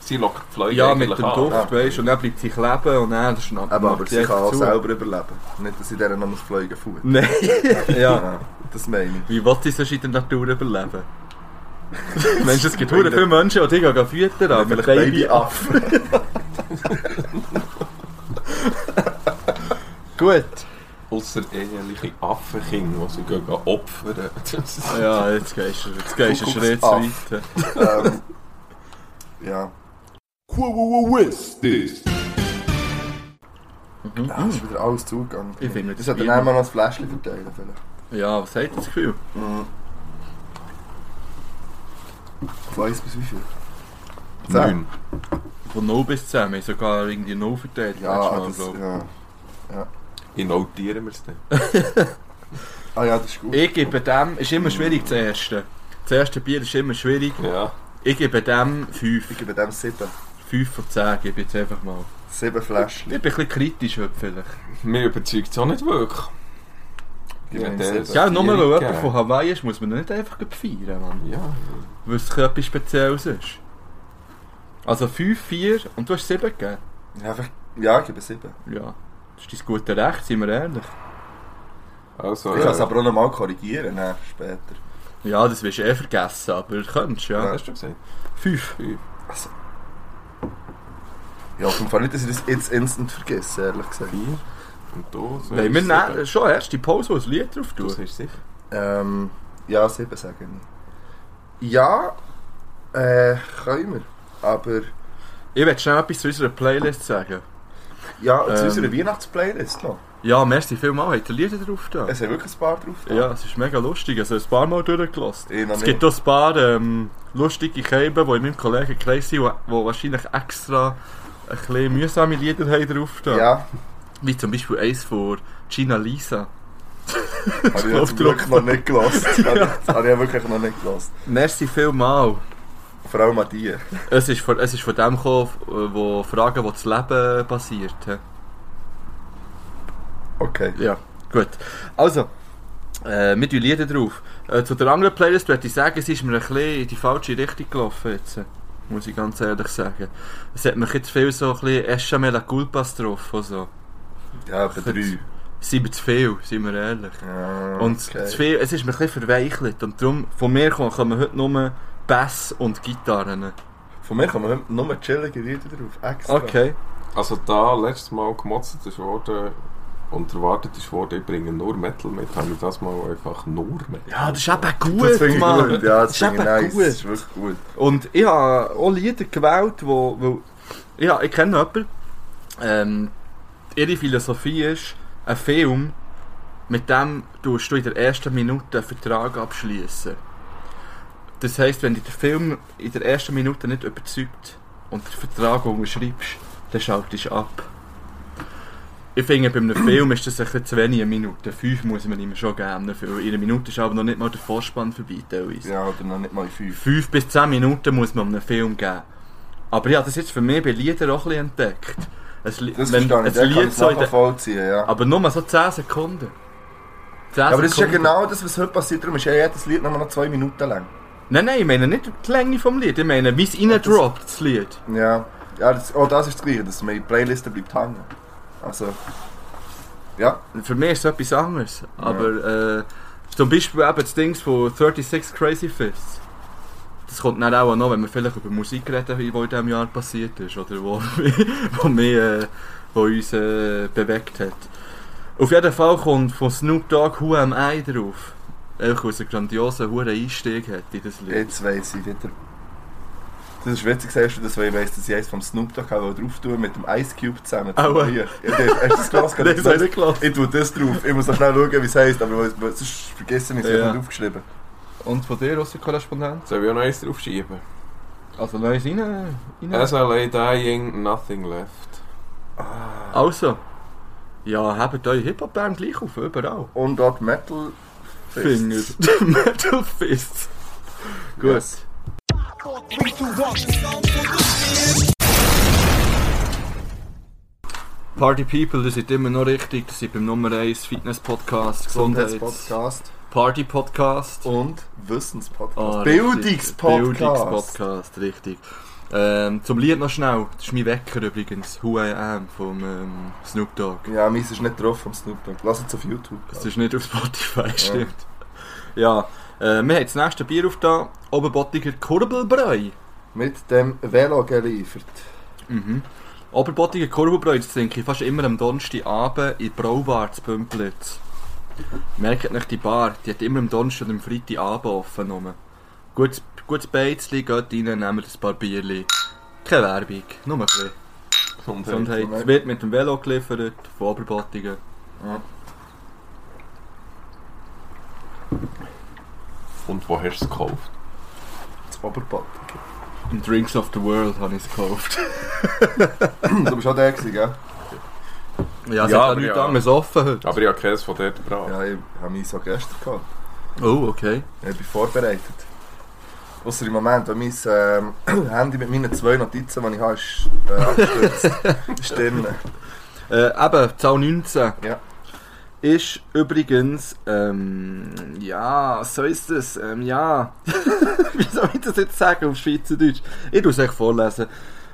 S4: Sie lockt die Fleuge
S2: Ja, mit dem
S4: an.
S2: Duft,
S3: ja.
S2: weißt du, und dann bleibt sie kleben und dann schnappt
S3: Aber,
S2: macht
S3: aber
S2: die
S3: sie
S2: echt
S3: kann auch
S2: zu.
S3: selber überleben. Nicht, dass sie deren noch muss Pflege fuhren.
S2: Nein. ja.
S3: Das meine
S2: Wie will sie sonst in der Natur überleben? Mensch, es gibt hure viele Menschen, die gehen füttern,
S3: ich.
S2: aber
S3: Vielleicht
S2: Baby ab.
S3: Babyaffen.
S2: Gut.
S4: Ausser eheliche Affenkinder, die sie gehen opfern. Das ist-
S2: Ja, jetzt gehst du, jetzt gehst du einen Schritt
S3: Kuckucksaff.
S2: weiter.
S3: ähm, ja.
S2: Mhm.
S3: Ah, Das ist wieder alles zugegangen.
S2: Ich finde, das
S3: das sollte
S2: Bier-
S3: dann mal noch ein Fläschchen verteilen. Vielleicht.
S2: Ja, was hat das Gefühl?
S3: Mhm. Von 1 bis wie viel?
S4: Neun.
S2: Von 0 bis 10, wir haben sogar irgendwie 0 verteilt.
S3: Ja,
S2: letztes Mal,
S3: das,
S2: glaub ich.
S3: ja.
S4: Wie notieren wir es denn?
S3: Ah ja, das ist gut.
S2: Ich gebe dem, ist immer schwierig, das erste. Das erste Bier ist immer schwierig.
S4: Ja.
S2: Ich gebe dem 5.
S3: Ich gebe dem sieben.
S2: 5 von 10 gebe ich jetzt einfach mal.
S3: Sieben
S2: Ich
S3: Fläschchen.
S2: bin ein bisschen kritisch heute vielleicht.
S4: Mir überzeugt es auch nicht wirklich.
S3: Ja,
S4: Wenn
S3: ich
S4: der
S3: sehe
S4: das
S3: das.
S2: Ja, nur weil
S4: Bier
S2: jemand
S4: gegeben-
S2: von Hawaii ist, muss man nicht einfach feiern, Mann.
S4: Ja.
S2: Weil es etwas Spezielles ist. Also 5, 4 und du hast 7 gegeben.
S3: Ja, einfach- Ja, ich gebe sieben.
S2: Ja. Dus Das ist dein gutes Recht, sind wir ehrlich.
S4: Also,
S3: Ich kann es
S4: äh,
S3: aber auch nochmal korrigieren, ne, später.
S2: Ja, das wirst du eh vergessen, aber du könntest, ja.
S4: hast du gesagt?
S2: 5.
S4: Fünf.
S3: Ja, auf jeden Fall nicht, dass ich das jetzt instant vergesse, ehrlich gesagt.
S4: Vier. Und du? so
S2: Nein, wir
S4: ist sieben.
S2: nehmen schon erst die Pause, wo ein Lied drauf
S4: Du
S2: tut.
S4: sagst sicher.
S3: Ähm, ja, sieben sage ich. Ja, äh, können wir. Aber
S2: Ich will schnell etwas zu unserer Playlist sagen.
S3: ja, zu
S2: Ähm.
S3: unserer Weihnachtsplaylist noch.
S2: Ja, merci vielmals, hat ihr Lieder drauf da?
S3: Es sind wirklich ein paar drauf.
S2: Ja, es ist mega lustig, also ein paar Mal durchgelassen.
S3: Ich noch
S2: Es
S3: nicht.
S2: gibt auch ein paar ähm, lustige Käben, die in meinem Kollegenkreis sind, die wahrscheinlich extra ein bisschen mühsame Lieder haben drauf da.
S3: Ja,
S2: Wie zum Beispiel eins von Gina Lisa.
S3: habe ich jetzt
S2: Knopfdruck.
S3: wirklich noch nicht gelassen. Habe ich wirklich noch nicht gelassen.
S2: Merci vielmal.
S3: Vor allem an die.
S2: Es ist von, es ist von dem gekommen, äh, wo Fragen, die das Leben basiert haben.
S3: Okay.
S2: Ja, gut. Also, äh, mit den Lieder drauf. Äh, zu der anderen Playlist würde ich sagen, es ist mir ein bisschen in die falsche Richtung gelaufen jetzt. Muss ich ganz ehrlich sagen. Es hat mich jetzt viel so ein bisschen Escha me la Culpas getroffen. Also.
S3: Ja, etwa drei.
S2: Sind wir zu viel, sind wir ehrlich.
S3: Ja,
S2: Und
S3: okay.
S2: zu viel, es ist mir ein bisschen verweichelt. Und darum, von mir kommen, kommen heute nur Bass und Gitarren.
S3: Von mir kommen heute nur chillige Lieder drauf. Extra.
S2: Okay.
S4: Also da letztes Mal gemotzt ist worden und erwartet ist worden, ich bringe nur Metal mit, habe ich das Mal einfach nur Metal.
S2: Ja, das ist eben
S3: Das
S2: gut,
S3: finde ich
S2: Mann.
S3: gut. Ja,
S2: Das
S3: das
S2: ist
S3: finde ich
S2: eben
S3: nice.
S2: gut.
S3: Das ist wirklich gut.
S2: Und ich habe auch Lieder gewählt, wo, wo ja, ich kenne jemanden, ähm, ihre Philosophie ist, ein Film, mit dem tust du in der ersten Minute einen Vertrag abschließen. Das heisst, wenn dich der Film in der ersten Minute nicht überzeugt und den Vertrag unterschreibst, dann schaltest du ab. Ich finde, bei einem Film ist das ein bisschen zu wenig, eine Minute. Fünf muss man ihm schon geben. Weil in einer Minute ist aber noch nicht mal der Vorspann vorbei, teilweise.
S3: Ja, oder noch nicht mal fünf.
S2: 5 bis 10 Minuten muss man einem Film geben. Aber ich habe das jetzt für mich bei Liedern auch ein bisschen entdeckt. Es,
S3: Das verstehe ich.
S2: ein
S3: Den kann
S2: Lied
S3: ich
S2: so in der, Ah,
S3: nachvollziehen, ja.
S2: aber nur so 10 Sekunden. 10
S3: Ja, aber das ist ja genau das, was heute passiert. Darum ist ja jedes Lied nochmal noch zwei Minuten lang.
S2: Nein, nein, ich meine nicht die Länge vom Lied. Ich meine, wie es reindroppt, das Lied.
S3: Ja. ja das, oh, das ist das Gleiche, dass meine Playliste bleibt hängen. Also. Ja.
S2: Für mich ist es etwas anderes. Aber äh, zum Beispiel eben das Ding von 36 Crazy Fists. Das kommt dann auch noch, wenn wir vielleicht über Musik reden, die in diesem Jahr passiert ist oder wo, wo, mich, äh, wo uns äh, bewegt hat. Auf jeden Fall kommt von Snoop Dogg «Who am I» drauf. Einfach weil es einen grandiosen hohen Einstieg hat in das Lied.
S3: Jetzt weiss ich wieder. Das ist witzig, sagst du das, weil ich weiss, dass ich eins vom Snoop Dogg auch drauf tue mit dem Ice Cube zusammen.
S2: Aua.
S3: Hier. Ja, das- Hast du das Glas
S2: Das habe ich nicht gelassen.
S3: Ich tue das drauf. Ich muss noch schnell schauen, wie es heisst, aber ich weiß- sonst vergesse ich es, ich habe
S2: Ja.
S3: es nicht aufgeschrieben.
S2: Und von dir aus der Korrespondent?
S4: Soll ich auch noch eins draufschieben?
S2: Also neues rein. rein.
S4: SLA Dying, Nothing Left.
S2: Also, ja, habt eure Hip-Hop-Band gleich auf, überall.
S3: Und dort Metal.
S2: Finger. Metal Fists. Gut.
S3: Yes.
S2: Party People, das sind immer noch richtig. Das sind beim Nummer 1 Fitness-Podcast, Gesundheits-Party-Podcast.
S3: Gesundheitspodcast und Wissenspodcast.
S2: Ah, richtig.
S3: Bildungspodcast.
S2: Bildungspodcast, richtig. Ähm, zum Lied noch schnell. Das ist mein Wecker übrigens. Who I Am vom ähm, Snoop Dogg.
S3: Ja, meins ist nicht drauf vom Snoop Dogg. Lass uns auf YouTube.
S2: Es ist nicht auf Spotify, stimmt. Ja, äh, wir haben das nächste Bier auf da. Oberbottiger Kurbelbräu.
S3: Mit dem Velo geliefert.
S2: Mhm. Oberbottiger Kurbelbräu das trinke ich fast immer am Donnerstagabend in der Braubar zu Pümplitz. Merkt nicht die Bar, die hat immer am Donnerstag und am Freitagabend offen. Rum. Gutes, gutes Beizli, geht rein, nehmen ein paar Bierli. Keine Werbung, nur ein bisschen. Gesundheit. Es wird mit dem Velo geliefert, von Oberbottingen.
S4: Und wo hast du es gekauft?
S3: Das Oberbad.
S2: Im Drinks of the World habe ich es gekauft.
S3: du bist auch der gewesen, gell?
S2: Ja, es
S4: Ja,
S2: hat ja
S4: aber
S2: nichts
S4: ja.
S2: anderes offen heute.
S4: Aber ich habe keines von dort gebracht.
S3: Ja, ich habe meins auch gestern gehabt.
S2: Oh, okay.
S3: Ich bin vorbereitet. Ausser im Moment, weil mein ähm, Handy mit meinen zwei Notizen, die ich habe, ist äh, abgestürzt. Stimmt.
S2: Äh, eben, Zahl 19.
S3: Ja.
S2: Ist übrigens, ähm, ja, so ist es, ähm, ja. Wie soll ich das jetzt sagen auf Schweizerdeutsch? Ich tue es euch vorlesen.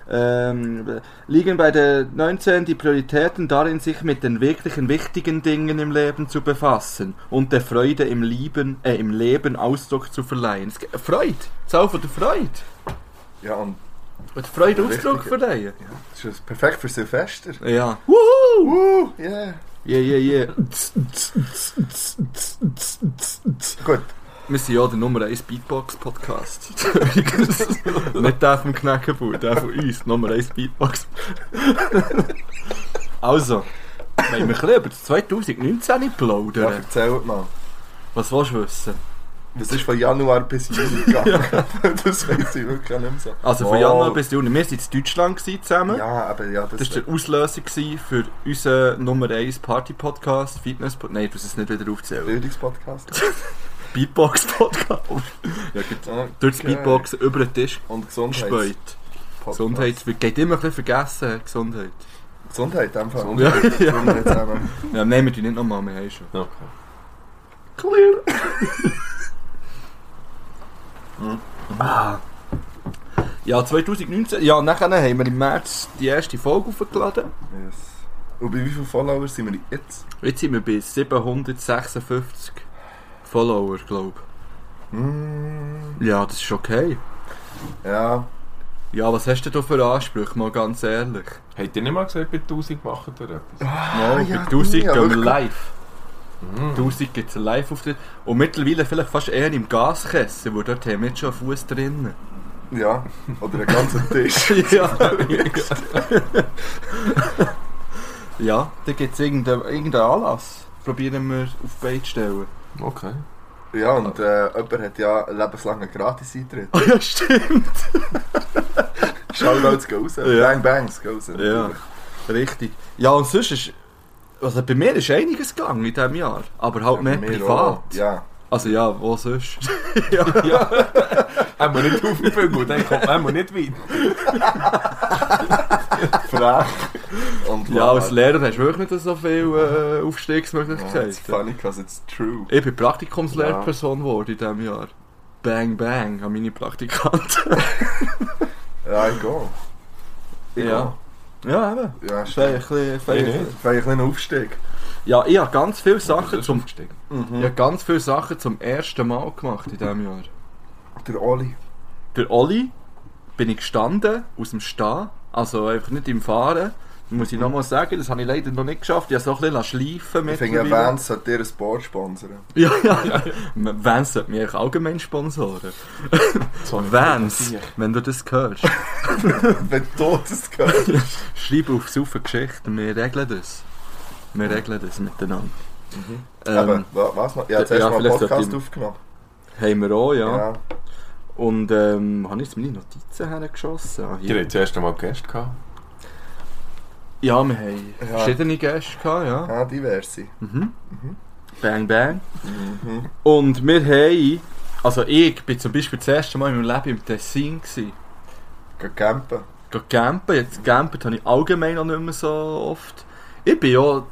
S2: Ähm, liegen bei der 19 die Prioritäten darin, sich mit den wirklichen wichtigen Dingen im Leben zu befassen und der Freude im, Lieben, äh, im Leben Ausdruck zu verleihen. Es gibt- Freude! Zahl von der Freude!
S3: Ja, und
S2: Und Freude Ausdruck
S3: Richtige-
S2: verleihen!
S3: das ist perfekt für Silvester.
S2: Ja. Wuhu!
S3: Uh, yeah.
S2: Yeah, yeah, yeah.
S3: Gut.
S2: Wir sind ja der Nummer 1 Beatbox-Podcast. Nicht der vom Knäckebull, der von uns, Nummer 1 Beatbox. also, wollen wir ein bisschen über das 2019
S3: Ja,
S2: plaudern?
S3: erzählt mal.
S2: Was willst du wissen?
S3: Was ist von Januar bis Juni gegangen? das weiß ich wirklich nicht mehr so.
S2: Also von
S3: Oh.
S2: Januar bis Juni, wir waren in Deutschland gewesen zusammen.
S3: Ja, aber ja, das,
S2: Das war der Auslöser gewesen für unseren Nummer 1 Party-Podcast, Fitness... Nein, du musst es nicht wieder aufzählen.
S3: Bildungspodcast.
S2: Beatbox-Podcast. ja, gut. Durch das
S3: Okay.
S2: Beatboxen über den Tisch
S3: Und Gesundheit.
S2: gespäut. Gesundheit wird- geht immer ein bisschen vergessen, Gesundheit.
S3: Gesundheit einfach.
S4: Gesundheit.
S2: ja.
S3: Gesundheit zusammen.
S2: ja, nehmen wir die nicht nochmal, wir haben schon.
S4: Okay.
S2: Clear! ah. Ja, 2019, ja, nachher haben wir im März die erste Folge aufgeladen.
S3: Yes. Und bei wie vielen Followern sind wir jetzt?
S2: Jetzt sind wir bei 756 Follower, glaube
S3: Mm,
S2: ich. Ja, das ist okay.
S3: ja,
S2: Ja, was hast du da für Ansprüche, mal ganz ehrlich?
S4: Habt ihr nicht mal gesagt, bei 1000 machen wir etwas?
S2: Ah,
S3: ja,
S2: bei 1000
S3: ja,
S2: gehen wir
S3: wirklich.
S2: live.
S4: Mhm.
S2: 1000 gibt es live auf der. Und mittlerweile vielleicht fast eher im Gaskessel, wo dort haben wir jetzt schon einen Fuß drinnen.
S3: ja. Oder einen ganzen Tisch.
S2: ja. ja, da gibt es irgendeinen irgendeinen Anlass. Probieren wir auf die Beine zu stellen.
S4: Okay.
S3: Ja, und äh, jemand hat ja einen lebenslangen Gratis-Eintritt.
S2: Oh ja, stimmt.
S3: Shoutouts gehen raus.
S2: Ja.
S3: Bang Bangs gehen raus.
S2: Ja, richtig. Ja, und sonst ist. Also bei mir ist einiges gegangen in diesem Jahr. Aber halt mehr
S3: Mir
S2: privat.
S3: auch. Ja.
S2: Also ja, wo sonst?
S4: Ja. Haben wir nicht auf den Bügel, dann kommt man nicht weit.
S3: Frech. Und
S2: Ja, als
S3: leer.
S2: Lehrer hast du wirklich nicht so viele äh, Aufstiegsmöglichkeiten.
S3: It's funny, because it's true.
S2: Ich bin Praktikumslehrperson geworden in diesem Jahr. Bang Bang an meine Praktikanten.
S3: Ja, ich gehe. Ich
S2: Ja. Ja, eben.
S3: gehe. Ja,
S2: Das war ein
S3: stimmt.
S2: bisschen-
S4: Ich
S2: vielleicht-
S4: nicht.
S3: Vielleicht ein Aufstieg.
S2: Ja, ich habe ganz viele Sachen
S4: Das ist
S2: zum, Mhm.
S4: aufgestiegen.
S2: ich habe ganz viele Sachen zum ersten Mal gemacht in diesem Jahr.
S3: Der Oli.
S2: Der Olli bin ich gestanden, aus dem Stehen, also einfach nicht im Fahren. Muss ich nochmal sagen, das habe ich leider noch nicht geschafft. Ich habe so ein bisschen schleifen
S3: Ich finde ja, Vans sollte dir ein Board sponsern.
S2: Ja, ja, ja. Vans sollte mich eigentlich allgemein sponsoren.
S4: So
S2: Vans, wenn du das hörst.
S3: Wenn du das gehört
S2: Schreib auf Saufen Geschichten, wir regeln das. Wir regeln das miteinander. Ähm,
S3: Mhm. Eben, wa- was noch?
S2: ja,
S3: Ja, jetzt hast du mal einen
S2: vielleicht sollte
S3: Podcast
S2: ich-
S3: aufgenommen.
S2: haben wir auch, ja.
S3: Ja.
S2: Und ähm, habe ich jetzt meine Notizen hergeschossen? Ah,
S4: Ihr
S2: hier.
S4: habt das erste Mal Gäste gehabt.
S2: Ja, wir haben äh,
S3: Ja.
S2: verschiedene Gäste gehabt, ja.
S3: Ah, diverse.
S2: Bang Bang. Und wir haben, also ich bin zum Beispiel das erste Mal in meinem Leben im Tessin gewesen.
S3: Gehen campen.
S2: Geh campen, jetzt gecampt habe ich allgemein auch nicht mehr so oft. Ich bin ja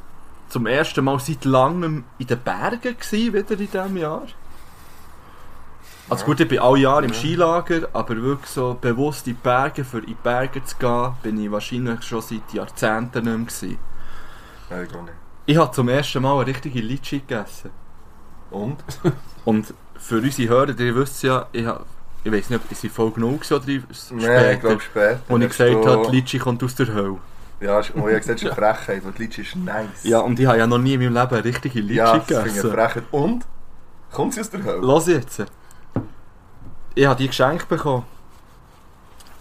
S2: zum ersten Mal seit langem in den Bergen gewesen, wieder in diesem Jahr. Also gut, ich bin alle Jahre im Skilager, aber wirklich so bewusst in die Berge, für in die Berge zu gehen, bin ich wahrscheinlich schon seit Jahrzehnten nicht mehr gewesen.
S3: Nein, ich glaube nicht.
S2: Ich habe zum ersten Mal eine richtige Litschi gegessen.
S3: Und?
S2: Und für unsere Hörer, die wissen ja, ich, hab- ich weiß nicht, ob es in Folge 0 war oder in-
S3: Nein, ich
S2: später,
S3: glaube später.
S2: wo ich
S3: hast
S2: gesagt
S3: du-
S2: habe, die Litschi kommt aus der Hölle.
S3: Ja, ist- oh, ich habe gesagt, es ist eine Frechheit, weil die Litschi ist nice.
S2: Ja, und ich habe ja noch nie in meinem Leben eine richtige Litschi
S3: ja das finde ich eine
S2: gegessen.
S3: Frechheit. Und? Kommt sie aus der Hölle?
S2: Lass jetzt. Ich habe die geschenkt bekommen.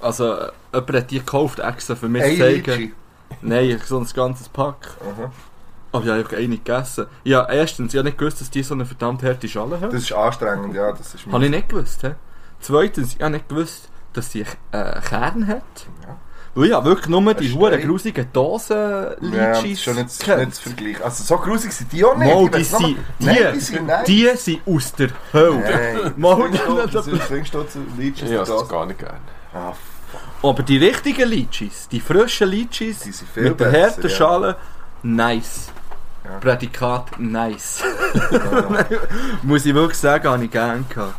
S2: Also, äh, jemand hat die gekauft extra für mich
S3: Hey,
S2: zu zeigen.
S3: Litschi.
S2: Nein, so ein ganzes Pack.
S3: Aha.
S2: Aber ich habe einfach eine gegessen. Ja, erstens, ich habe nicht gewusst, dass die so eine verdammt harte Schale haben.
S3: Das ist anstrengend, ja, das ist
S2: Habe ich nicht gewusst. He? Zweitens, ich habe nicht gewusst, dass sie einen Kern hat.
S3: Ja.
S2: Weil ich habe wirklich nur die
S3: Ein
S2: huren
S3: Stein.
S2: grusigen Dosen
S3: Ja, das
S2: Litschis
S3: ist schon nicht,
S2: gekannt.
S3: nicht zu vergleichen. Also so grusig sind die auch nicht.
S2: Mal,
S3: Ich
S2: die
S3: weiss noch mal-
S2: sind, die,
S3: Nein, die sind nein.
S2: die sind aus der Hölle.
S3: Nein.
S2: Mal,
S3: Trinkst du- Trinkst du zu Leitsch aus
S4: Ich
S3: der
S4: hasse es
S3: Dose?
S4: gar nicht gerne.
S3: Ah,
S2: Aber die richtigen Litschis, die frischen Litschis,
S3: Die sind viel
S2: mit der
S3: besser,
S2: harten
S3: ja.
S2: Schale, nice.
S3: Ja.
S2: Prädikat nice. Muss ich wirklich sagen, habe ich gerne gehabt.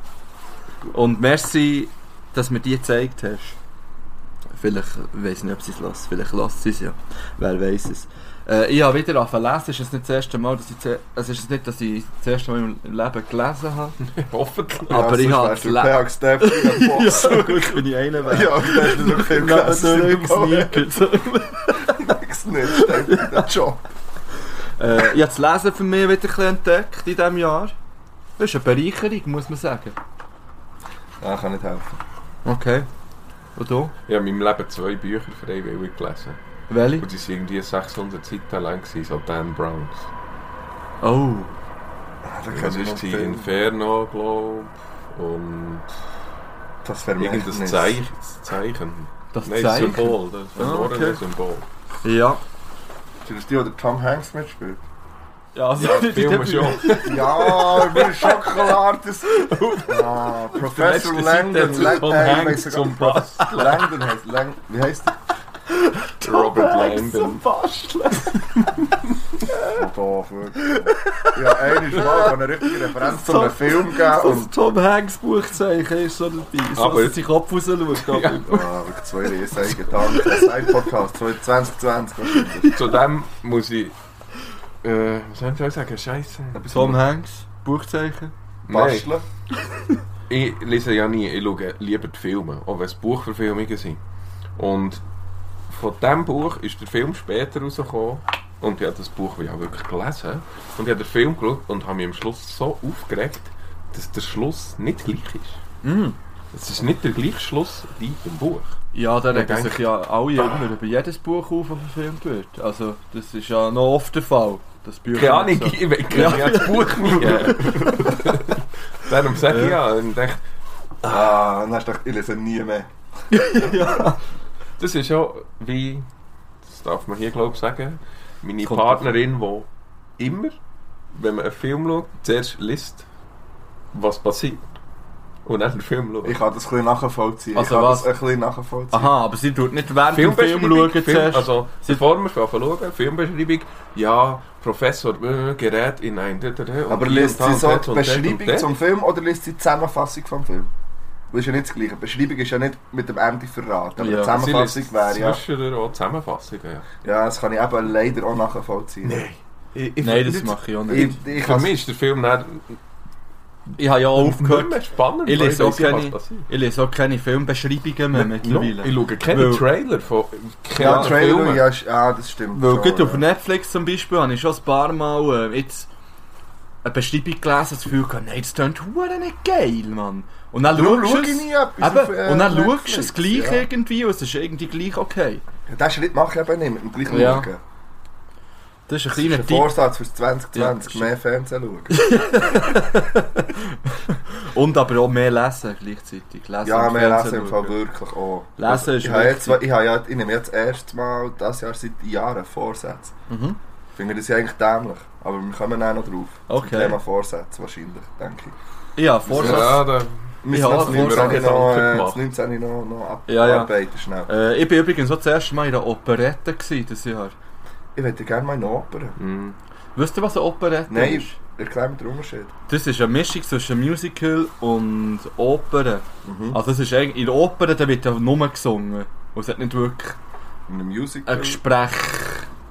S2: Und merci, dass du mir die gezeigt hast. Vielleicht, ich weiß nicht, ob sie es lässt. Vielleicht lässt sie es ja. Wer weiß es. Äh, ich habe wieder angefangen zu lesen. Es ist nicht das erste Mal, dass ich, zu- es ist nicht, dass ich das erste Mal im Leben gelesen habe.
S4: Hoffentlich.
S3: ja,
S2: aber ich
S3: sonst
S2: habe
S3: wärst
S2: es
S3: du Berg Steffi in der Box.
S2: gut, bin ich einer weg.
S3: Ja, du hast so viel
S2: Genau, Natürlich
S3: gelesen.
S2: Sneakers.
S3: Nix nicht, steht in der Job.
S2: Äh, ich habe das Lesen für mich wieder ein bisschen entdeckt in diesem Jahr. Das ist eine Bereicherung, muss man sagen.
S3: Ah, kann nicht helfen.
S2: Okay. Und du?
S4: Ich habe in meinem Leben zwei Bücher freiwillig gelesen.
S2: Welche?
S4: Und die waren irgendwie 600 Seiten lang, gewesen, so Dan Browns.
S2: Oh.
S3: Ah, da
S4: Das
S3: können wir noch
S4: ist die
S3: viel-
S4: Inferno, glaube ich. Und
S3: Das vermeidet
S4: irgendein Zeichen. das Zeichen. Ah,
S2: Das
S4: Nein, das
S2: Zeichen.
S4: Symbol. Das verlorene
S2: okay.
S4: Symbol.
S2: Ja.
S3: Sind das die, die der Tom Hanks mitspielt?
S2: Ja, also
S4: Ja, das Film ist ja.
S3: Ja, über Schokolade. dus- Ah, Professor
S4: Letzte
S3: Langdon.
S4: Seite
S3: Lang-
S4: Tom
S3: äh, ich
S4: Hanks
S3: weiss sogar-
S4: zum Bass.
S3: Langdon heißt Lang. Wie heißt der?
S4: Robert Langdon.
S3: Oh, doof, wirklich. Ja, eines Mal kann eine richtige Referenz zu einem Film geben und
S2: Tom Hanks Buchzeichen ist schon dabei.
S4: So, dass
S2: sich Kopf rausschaut.
S4: Ja.
S3: Ah, wirklich zwei Riesen eingetan. Das ist ein Podcast, 2020 wahrscheinlich.
S4: Zu dem muss ich. Äh, was soll ich euch sagen? Scheiße.
S2: Tom Hanks Buchzeichen.
S4: Nein,
S3: Basteln.
S4: ich lese ja nie. Ich schaue lieber die Filme, auch wenn es Buchverfilmungen sind. Und von diesem Buch ist der Film später rausgekommen. Und ich habe das Buch ja wirklich gelesen. Und ich habe den Film geschaut und habe mich am Schluss so aufgeregt, dass der Schluss nicht gleich ist.
S2: Hm.
S4: Es ist nicht der gleiche Schluss wie im Buch.
S2: Ja, da
S4: Ja,
S2: regen
S4: denk-
S2: sich ja alle immer über jedes Buch auf, das verfilmt wird. Also, das ist ja noch oft der Fall. Das Bücher
S4: Keine Ahnung,
S2: so-
S4: ich kenne ja das Buch nie. Darum sage ich ja. Und denke,
S3: Ah, dann hast du gedacht, ich lese nie mehr.
S4: Das ist ja wie, das darf man hier glaube ich sagen, meine
S2: Kommt
S4: Partnerin, die immer, wenn man einen Film schaut, zuerst liest, was passiert. Und dann den Film schaut.
S3: Ich kann das ein bisschen nachvollziehen.
S2: Also
S3: ich kann
S2: was?
S3: das ein bisschen nachvollziehen.
S2: Aha, aber sie tut nicht während dem Film
S4: Filmbeschreibung,
S2: schauen
S4: Film,
S2: zuerst.
S4: also
S2: Sie-
S4: bevor wir anfangen schauen, Filmbeschreibung, ja, Professor äh, gerät in ein... d- d- d- und
S3: Aber
S4: hier
S3: liest
S4: und
S3: sie
S4: da und
S3: so
S4: dort
S3: die
S4: und dort und
S3: Beschreibung
S4: dort.
S3: zum Film oder liest sie die Zusammenfassung vom Film? Das ist ja nicht das Gleiche. Beschreibung ist ja nicht mit dem Ende verraten. Aber
S2: Ja,
S3: die
S4: Sie
S3: Zusammenfassung
S4: liest
S3: wäre ja.
S4: Zwischendurch auch Zusammenfassungen, ja.
S3: Ja, das kann ich eben leider auch nachvollziehen.
S4: Ich,
S2: Nein, das mache ich auch nicht.
S3: Ich, ich
S4: Für
S3: kann
S4: mich ist der Film dann
S2: Ich habe ja auch
S4: nicht
S2: aufgehört.
S4: mehr spannend,
S2: Ich lese
S4: weil
S2: auch
S4: weiss ja, was
S2: keine-
S4: passiert.
S2: Ich lese auch keine Filmbeschreibungen mehr mittlerweile.
S4: Ich schaue keine
S2: Weil-
S4: Trailer von keine
S3: ja,
S4: Ahnung,
S3: Trailer,
S4: Filme.
S3: ja, sch- ah, das stimmt.
S2: Weil
S3: schon,
S2: gerade auf
S3: ja.
S2: Netflix zum Beispiel habe ich schon ein paar Mal äh, jetzt eine Beschreibung gelesen, das Gefühl gehabt, nein, das klingt hure nicht geil, Mann. Und dann
S3: Darum
S2: schaust du
S3: schaue ich
S2: es,
S3: nie etwas auf,
S2: eben,
S3: äh,
S2: und dann
S3: Netflix,
S2: schaust du es gleich
S3: ja.
S2: irgendwie und es ist irgendwie gleich okay.
S3: Den Schritt mache ich eben nicht mit dem gleichen
S2: Ja.
S3: Schauen.
S2: Das ist ein
S3: Das ist
S2: kleiner
S3: ein
S2: Tipp.
S3: Vorsatz für
S2: Ja, das
S3: 2020,
S2: ist-
S3: mehr Fernsehen schauen.
S2: Und aber auch mehr lesen gleichzeitig. Lesen
S3: Ja,
S2: und
S3: wir lesen
S2: Fernsehen
S3: im Fall
S2: schauen.
S3: wirklich auch.
S2: Lesen
S3: Also,
S2: ist
S3: ich habe jetzt,
S2: wichtig.
S3: ich habe ja, ich nehme jetzt das erste Mal dieses Jahr seit Jahren Vorsätze.
S2: Mhm.
S3: Ich finde das ja eigentlich dämlich, aber wir kommen auch noch drauf. Zum
S2: Okay.
S3: Thema Vorsätze wahrscheinlich, denke ich.
S2: Ja, Vorsatz.
S4: Ja, da,
S3: Wir
S2: Ja,
S3: müssen ja, das 19
S4: Vorsätze
S3: noch,
S4: haben
S3: äh,
S4: wir
S3: das
S4: gemacht.
S3: 19 noch, noch ab-
S2: genau Ja, ja.
S3: abarbeiten, schnell.
S2: Äh, ich bin übrigens auch das erste Mal in einer Operette gewesen dieses Jahr.
S3: Ich hätte gerne mal eine Oper.
S4: mh,
S2: Wisst ihr, was eine Operette
S3: Nein.
S2: ist?
S3: Erklär mir den Unterschied.
S2: Das ist eine Mischung zwischen Musical und Oper.
S3: Mhm.
S2: Also das ist eigentlich, in der Oper da wird ja nur gesungen. Und es hat nicht wirklich
S3: Eine Musical.
S2: ein Gesprächpart.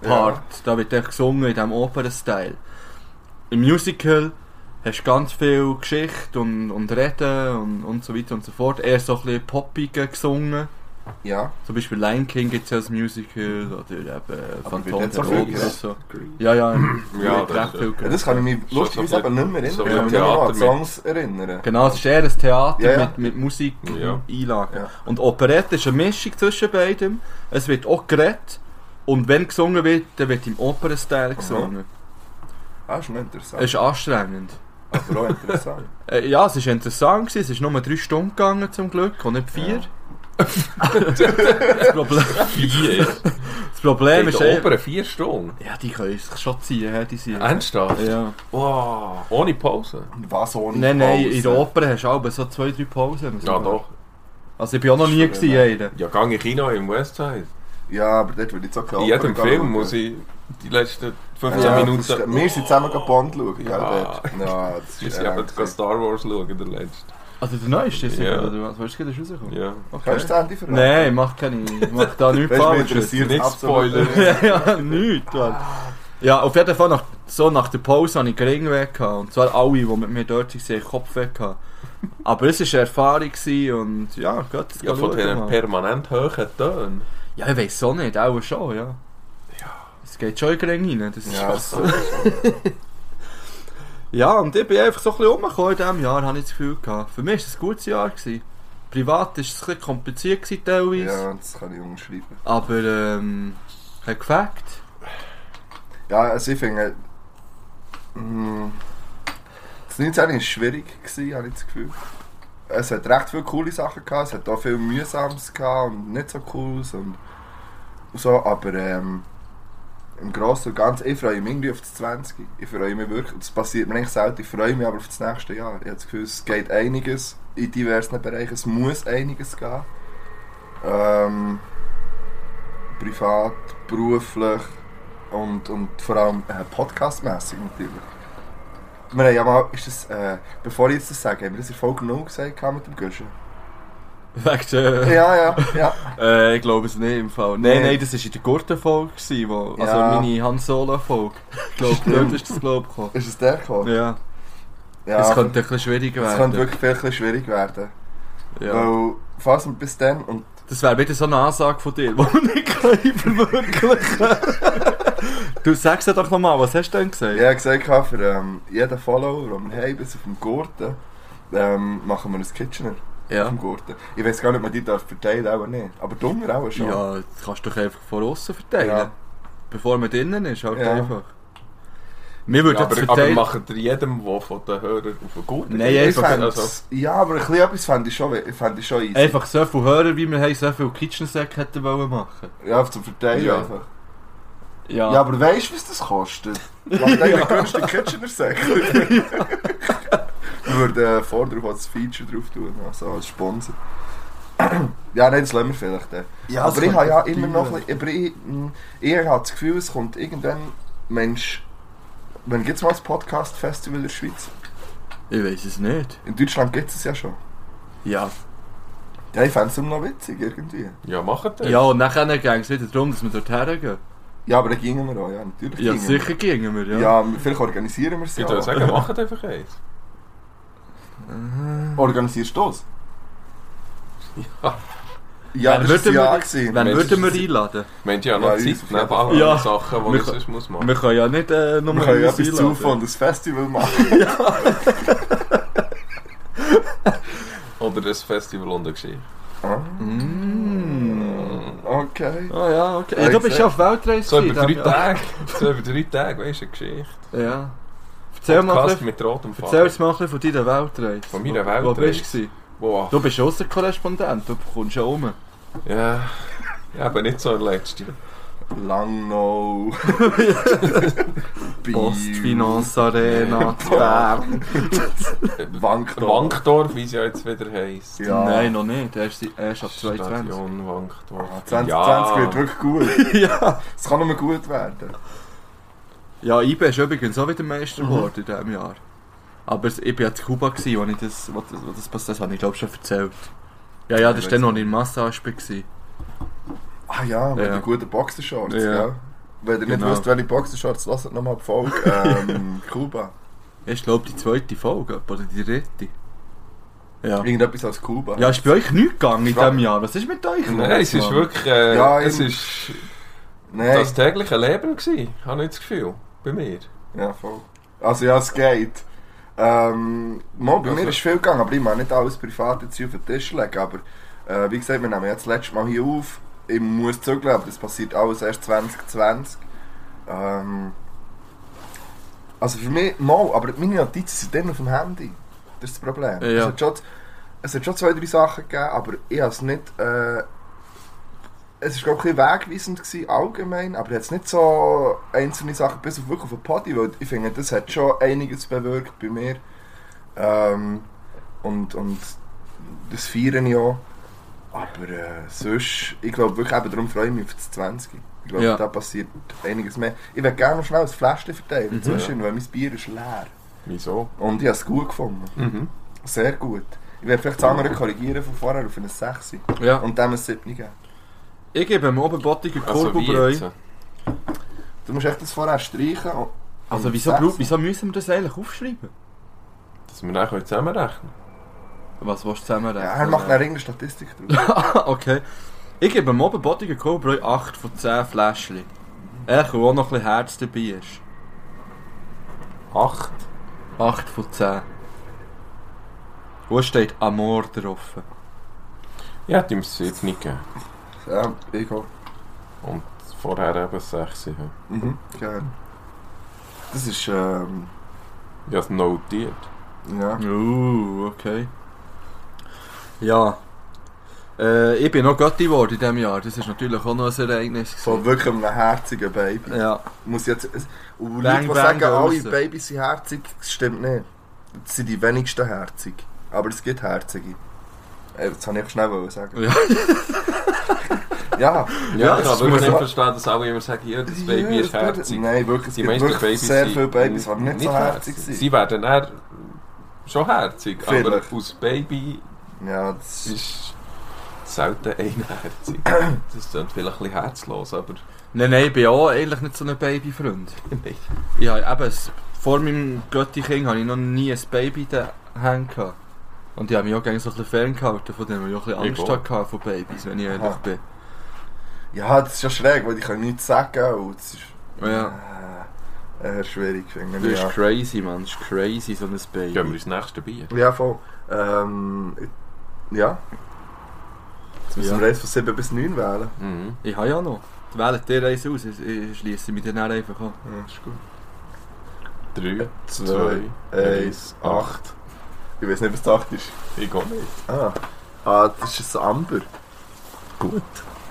S3: Ja.
S2: Da wird dann gesungen in diesem Opernstyle. Im Musical hast du ganz viel Geschichte und, und Reden und, und so weiter und so fort. Eher so ein bisschen poppiger gesungen.
S3: Ja.
S2: Zum Beispiel Lion King gibt es ja als Musical oder eben
S3: wird
S2: Phantom
S3: jetzt
S2: der
S3: auch viel
S2: Oper.
S3: gesungen?
S2: So. Ja, ja,
S4: Ja,
S2: ja,
S4: das
S2: recht
S4: ist-
S2: viel
S3: ja. Das kann ich mich
S4: So-
S3: lustigerweise
S4: so-
S3: eben nicht mehr
S2: so-
S3: erinnern.
S4: so-
S3: ich kann mich nur noch an
S4: Theater-
S3: Songs erinnern.
S2: Genau, es ist eher ein Theater
S3: Ja, ja.
S2: Mit, mit Musik
S4: Ja.
S2: und Einlagen.
S3: Ja.
S2: Und Operette ist eine Mischung zwischen beidem. Es wird auch geredet und wenn gesungen wird, dann wird im Opernstil gesungen.
S3: Ah, ist noch
S2: Es
S3: interessant.
S2: ist anstrengend.
S3: Aber auch interessant.
S2: Äh, ja, es war interessant, gewesen. es ist nur drei Stunden gegangen zum Glück und nicht vier.
S3: Ja.
S2: Das Problem,
S4: Vier?
S2: das Problem
S4: In
S2: ist
S4: der
S2: eh-
S4: Oper Ah. vier Stunden?
S2: Ja, die können sich schon ziehen, hä, die sind.
S4: Ernsthaft?
S2: Ja.
S4: Wow, ohne Pause?
S3: Was ohne
S2: Nein, nein,
S3: Pause?
S2: in der Oper hast du auch so zwei, drei Pausen.
S4: Ja, doch.
S2: Also ich bin auch noch nie gewesen, einer.
S4: Ja, gang nou in Kino im Westside.
S3: Ja, aber dort würde ich jetzt auch keine
S4: In
S3: Oper
S4: jedem
S3: gehen.
S4: Film muss ich die letzten 15
S3: Ja,
S4: Minuten...
S3: das ist- Wir sind zusammen oh. Bond schauen, gell,
S4: Ja.
S3: dort. Ja, das
S4: Wir
S3: ist
S4: sind eben
S3: ernst.
S4: gerade Star Wars schauen, der letzte.
S2: Also der neueste ist
S4: Ja.
S2: ja. oder was? Weißt du, das rausgekommen?
S4: Ja.
S2: Okay.
S3: Kannst du das Handy verraten?
S2: Nein, mach keine. Mach da nichts
S3: Weißt du, mich
S2: falsch.
S3: interessiert
S4: Nichts
S3: absolut
S4: spoilern.
S3: nicht.
S2: ja, ja, nichts. Mann. Ja, auf jeden Fall, nach, so nach der Pause hatte ich Ring weg. gehabt. Und zwar alle, die mit mir dort waren, haben Kopf weg. gehabt. Aber es war eine Erfahrung gewesen und ja, Gott, das
S4: Ja,
S2: geht
S4: von
S2: gut,
S4: diesen
S2: Mann.
S4: permanent hohen Tönen.
S2: Ja, ich weiß auch nicht, auch schon, ja. Es geht schon in den Ring rein. Das ist
S3: Ja,
S2: was.
S3: so.
S2: Ja, und ich bin einfach so ein bisschen rumgekommen in diesem Jahr, habe ich das Gefühl gehabt. Für mich war es ein gutes Jahr. Gewesen. Privat war es ein bisschen kompliziert gewesen, teilweise.
S3: Ja, das kann ich umschreiben.
S2: Aber, ähm, hat gefällt.
S3: Ja, also ich finde... mm, Das 19 war schwierig, gewesen, habe ich das Gefühl. Es hat recht viele coole Sachen gehabt, es hat auch viel Mühsames gehabt und nicht so cooles und und so, aber ähm, im Großen und Ganzen, ich freue mich irgendwie auf das 20. Ich freue mich wirklich, das passiert mir eigentlich selten, ich freue mich aber auf das nächste Jahr. Ich habe das Gefühl, es geht einiges in diversen Bereichen, es muss einiges gehen. Ähm, privat, beruflich und, und vor allem äh, podcastmässig natürlich. Wir haben ja mal, ist das, äh, bevor ich jetzt das sage, haben wir das in Folge 0 gesagt gehabt mit dem Göschen?
S2: Wegen der-
S3: Ja, ja, ja.
S2: Äh, ich glaube es nicht im Fall. Nein,
S3: Nee.
S2: nein, das war in der Gurtenfolge, gewesen, wo, also
S3: Ja.
S2: meine Han Solo-Folge. Ich glaube, dort ist das glaub, gekommen.
S3: Ist es der gekommen?
S2: Ja,
S3: Ja,
S2: es könnte ein bisschen schwierig
S3: es
S2: werden.
S3: könnte wirklich viel ein bisschen schwierig werden.
S2: ja.
S3: Weil, falls wir bis dann und
S2: Das wäre bitte so eine Ansage von dir, die wir nicht können verwirklichen Du sagst doch nochmal, was hast du denn gesagt?
S3: ich habe gesagt, habe, für ähm, jeden Follower, den wir haben, bis auf den Gurten, ähm, machen wir ein Kitchener auf
S2: Ja.
S3: dem Gurten. Ich weiß gar nicht, ob man die darf verteilen darf, aber nicht. Aber dummer auch schon.
S2: Ja, das kannst du doch einfach von außen verteilen.
S3: Ja.
S2: Bevor man drinnen ist, halt
S3: Ja.
S2: einfach. Mir würde
S4: Ja,
S2: jetzt
S4: aber, aber
S2: verteilen.
S4: macht ihr jedem, der von den Hörern auf einen guten
S2: Nein,
S3: Ich
S2: einfach,
S3: fänd's-
S4: also-
S3: ja, aber ein bisschen etwas fände ich schon, we- fände ich schon easy.
S2: einfach so viele Hörer, wie wir haben, so viele Kitchen-Säcke hätten wollen machen.
S3: Ja, zum Verteilen
S4: Ja.
S3: einfach. Ja, aber weißt du, was das kostet? Was denkt der günstige Kitchener-Säckchen? Wir würden äh, vorne drauf als Feature drauf tun, also als Sponsor. ja, nein, das lassen wir vielleicht. Äh.
S2: Ja,
S3: aber
S2: das
S3: ich habe ja
S2: könnte
S3: immer noch ein
S2: dauern.
S3: bisschen, aber ich, mh, ich habe das Gefühl, es kommt irgendwann, Mensch, wann gibt es mal ein Podcast-Festival in der Schweiz?
S2: Ich weiß es nicht.
S3: In Deutschland gibt es es ja schon.
S2: Ja.
S3: Ja, ich fände es immer noch witzig irgendwie.
S4: Ja, macht das.
S2: Ja, und nachher ging es wieder darum, dass wir dort hergehen.
S3: Ja, aber dann gingen wir auch, ja, natürlich
S2: Ja,
S3: gingen
S2: sicher gingen wir,
S3: Wir.
S2: ja.
S3: Ja, vielleicht organisieren wir es
S4: Ich
S3: ja.
S4: würde
S3: auch.
S4: sagen, macht einfach eins.
S3: Organisierst du das?
S4: Ja.
S3: Ja,
S2: Wann
S3: das war
S2: würden
S3: ja
S2: wir-
S3: gewesen.
S2: Wann
S4: Mensch,
S2: würden wir
S4: das-
S2: einladen?
S4: Meint ja
S3: Ja,
S4: noch
S3: uns
S4: Zeit,
S3: auf jeden
S4: neben allen
S2: Fall. Ja.
S4: Sachen, die
S2: Wir
S4: ich
S2: können-
S4: sonst muss machen
S2: Wir können ja nicht äh, nur
S3: Wir können ja
S2: uns
S3: etwas
S2: einladen.
S3: zu und ein Festival machen.
S4: Oder ein Festival und eine Geschichte.
S2: Mm.
S3: Ah, Okay.
S2: Ah ja, okay.
S3: Ja,
S2: Ja, du bist
S3: ich
S2: ja auf Weltreise.
S4: So über drei
S2: gewesen, dann-
S4: Tage. So über drei Tage, weißt du, eine Geschichte.
S2: Ja. Erzähl mal, ein
S4: Podcast
S2: bisschen-
S4: mit rotem
S2: erzähl
S4: Faden.
S2: uns mal ein bisschen von deiner Weltreise.
S4: Von meiner
S2: Wo, wo
S4: Weltreise?
S2: bist du? gewesen?
S4: Wow.
S2: Du bist Außenkorrespondent, du kommst ja um.
S4: Ja. Ja, aber nicht so ein letzter.
S3: Langnau. Biel.
S2: Postfinance Arena,
S3: Ja.
S2: Bern.
S3: Wankdorf.
S4: Wankdorf, wie es ja jetzt wieder heisst.
S3: Ja.
S2: Nein, noch nicht. Er ist, er ist ab 22.
S4: Station Wankdorf.
S3: 2020 Ah, wird wirklich gut.
S2: ja.
S3: Es kann nur gut werden.
S2: Ja, IB ist übrigens auch wieder Meister geworden in diesem Jahr. Aber es- ich war ja zu Kuba, gewesen, als ich das, wo das, wo das passiert das habe ich glaube schon erzählt. Ja, ja, das
S3: Ich
S2: war dann
S3: weiß
S2: noch in Massage. Gewesen.
S3: Ah ja, mit
S2: Ja.
S3: den guten Boxershorts.
S2: Ja.
S3: Ja. Wenn ihr nicht
S2: Genau.
S3: wisst, welche Boxershorts, lasst nochmal die Folge. Ähm, Kuba.
S2: Ich glaube die zweite Folge, oder die dritte. Ja.
S3: Irgendetwas aus Kuba.
S2: Ja, ist bei euch nichts gegangen in
S3: Fra-
S2: diesem Jahr. Was ist mit euch los?
S4: Nein, es ist
S2: Mann?
S4: wirklich. Äh,
S3: Ja,
S4: es
S3: im-
S4: ist
S3: Nein.
S4: das tägliche Leben, gewesen, habe ich das Gefühl. Bei mir.
S3: Ja, voll. Also ja, es geht. Ähm, mal, bei mir
S4: Also-
S3: ist viel gegangen, aber ich mag nicht alles privat jetzt hier auf den Tisch legen. Aber äh, wie gesagt, wir nehmen jetzt das letzte Mal hier auf. Ich muss zügeln, aber das passiert alles erst 2020. Ähm, also für mich, mal, aber meine Notizen sind dann auf dem Handy. Das ist das Problem.
S2: Ja.
S3: Das hat schon das- es hat schon zwei, drei Sachen gegeben, aber ich habe es nicht. Äh, es war, glaube ich, ein bisschen wegweisend gewesen, allgemein, aber jetzt nicht so einzelne Sachen bis auf wirklich auf den Party, weil ich finde, das hat schon einiges bewirkt bei mir. Ähm, und, und das feiern ja. Aber äh, sonst, ich glaube wirklich, eben darum freue ich mich auf das 20. Ich glaube,
S2: Ja.
S3: da passiert einiges mehr. Ich würde gerne noch schnell ein Fläschchen verteilen,
S2: Mhm.
S3: zwischen, weil mein Bier ist leer.
S4: Wieso?
S3: Und ich habe es gut gefunden.
S4: Mhm.
S3: Sehr gut. Ich werde vielleicht das andere korrigieren von vorher auf eine 6.
S2: Ja.
S3: Und dem ein 7 geben.
S2: Ich gebe dem Oberbottiger
S4: Also wie
S2: Kurbelbräu.
S4: jetzt?
S3: Du musst echt das vorher streichen. und-
S2: also wieso,
S3: Sechs.
S2: brau- wieso müssen wir das eigentlich aufschreiben?
S4: Dass wir dann können zusammenrechnen
S2: Was willst du zusammenrechnen?
S3: Ja, er macht dann irgendeine Statistik drauf.
S2: okay. Ich gebe dem Oberbottiger Kurbelbräu 8 von 10 Fläschchen. Echt, wo auch noch ein bisschen Herz dabei ist.
S4: Acht.
S2: 8 von 10. Wo steht Amor drauf?
S4: Ja, die müssen jetzt nicht geben.
S3: ja, ich auch.
S4: Und vorher eben sechs. Ja.
S3: Mhm, gerne. Das ist, ähm,
S4: Ich habe es notiert.
S3: ja.
S2: Uh, okay. Ja. Äh, ich bin noch Götti geworden in dus diesem Jahr. Das ist natürlich auch noch ein Ereignis.
S3: Von
S2: gewesen.
S3: wirklich einem herzigen Baby.
S2: Ja.
S3: Muss jetzt, es-
S2: Bang,
S3: und Leute, die
S2: bang,
S3: sagen,
S2: da
S3: alle
S2: raus.
S3: Babys sind herzig, das stimmt nicht. Das sind die wenigsten herzig. Aber es gibt herzige. Äh, Das wollte ich schnell wollen sagen.
S2: Ja.
S3: ja.
S2: Ja,
S4: Ja, ich
S2: das
S4: kann wirklich
S3: muss
S4: nicht
S3: man-
S4: verstehen, dass alle immer sagen, ja, das Baby
S3: Ja,
S4: ist
S3: das-
S4: herzig.
S3: Nein, wirklich. Es
S4: Die
S3: gibt
S4: meisten
S3: wirklich
S4: Babys
S3: sehr
S4: sind
S3: viele Babys, die nicht, so herzig sind.
S4: Sie werden eher schon herzig, aber
S3: Vielleicht.
S4: aus Baby
S3: Ja, das ist...
S4: ist selten einherzig. Das klingt vielleicht ein bisschen herzlos, aber
S2: Nein, nein, ich bin auch eigentlich nicht so ein Babyfreund.
S4: nein.
S2: Ich habe eben, s- vor meinem Götti-Kind habe ich noch nie ein Baby in den Händen gehabt. Und ich habe mich auch gerne so ein bisschen ferngehalten von dem, weil ich auch ein
S4: Ich
S2: bisschen
S4: auch.
S2: Angst hatte von Babys, wenn ich ehrlich
S3: Aha.
S2: bin.
S3: Ja, das ist ja schräg, weil ich kann nichts sagen und es ist...
S2: Oh Ja.
S3: Äh, eher schwierig, finde
S2: Das
S3: ich.
S2: ist
S3: Ja.
S2: crazy, man. Das ist crazy, so ein Baby.
S4: Gehen wir ins nächste Bier.
S3: ja, voll. Ähm... Ja. Jetzt müssen
S2: Ja.
S3: wir eins von 7 bis 9 wählen.
S4: Mhm.
S2: Ich habe ja noch. Wählt dir eins aus, ich- ich schließe mich dann einfach an.
S3: Ja, ist gut.
S4: Drei,
S3: Zwei,
S4: zwei,
S3: eins,
S4: eins,
S3: acht.
S4: acht.
S3: Ich weiß nicht, was das ist.
S4: Ich gehe nicht.
S3: Ah. Ah, das ist ein Amber.
S4: Gut.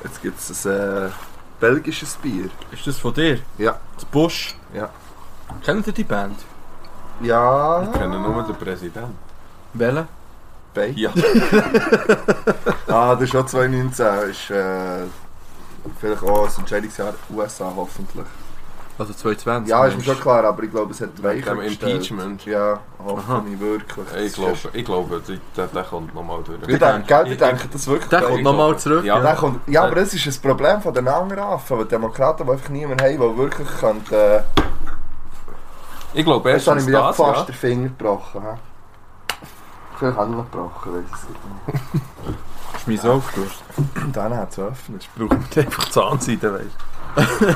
S3: Jetzt gibt es ein äh, belgisches Bier.
S2: Ist das von dir?
S3: Ja.
S2: Das Busch?
S3: Ja.
S2: Kennt ihr die Band?
S3: Ja.
S4: Ich kenne nur den Präsidenten.
S2: Welche?
S3: Bacon.
S4: Ja.
S3: Ah, das ist auch 2019. Ist äh, vielleicht auch ein Entscheidungsjahr USA hoffentlich.
S2: Also 220.
S3: Ja, ist mir schon klar, aber ich glaube, es hat
S4: Mit
S3: weicher
S4: dem
S3: gestellt.
S4: Impeachment.
S3: Ja, hoffe
S2: Aha.
S3: ich wirklich.
S4: Ich glaube, ich glaube der, der- der kommt nochmal durch.
S3: Ich
S2: Ich
S3: denke,
S2: denke-
S3: gell, ich
S4: ich
S3: denke das wirklich.
S2: Der kommt nochmal zurück.
S4: Ja.
S3: Der kommt, ja, aber das ist ein Problem von den anderen Affen, weil die Demokraten, die einfach niemanden haben, der wirklich könnte... Äh,
S4: Ich glaube,
S3: Jetzt habe ich
S4: erstens
S3: mir ja
S4: das,
S3: fast
S4: ja.
S3: den Finger gebrochen. hä? Vielleicht habe ich noch gebrochen, weiß ich nicht.
S2: Ist mein Sauf durch.
S3: Und dann hat es öffnet.
S4: Braucht einfach Zahnseide, weißt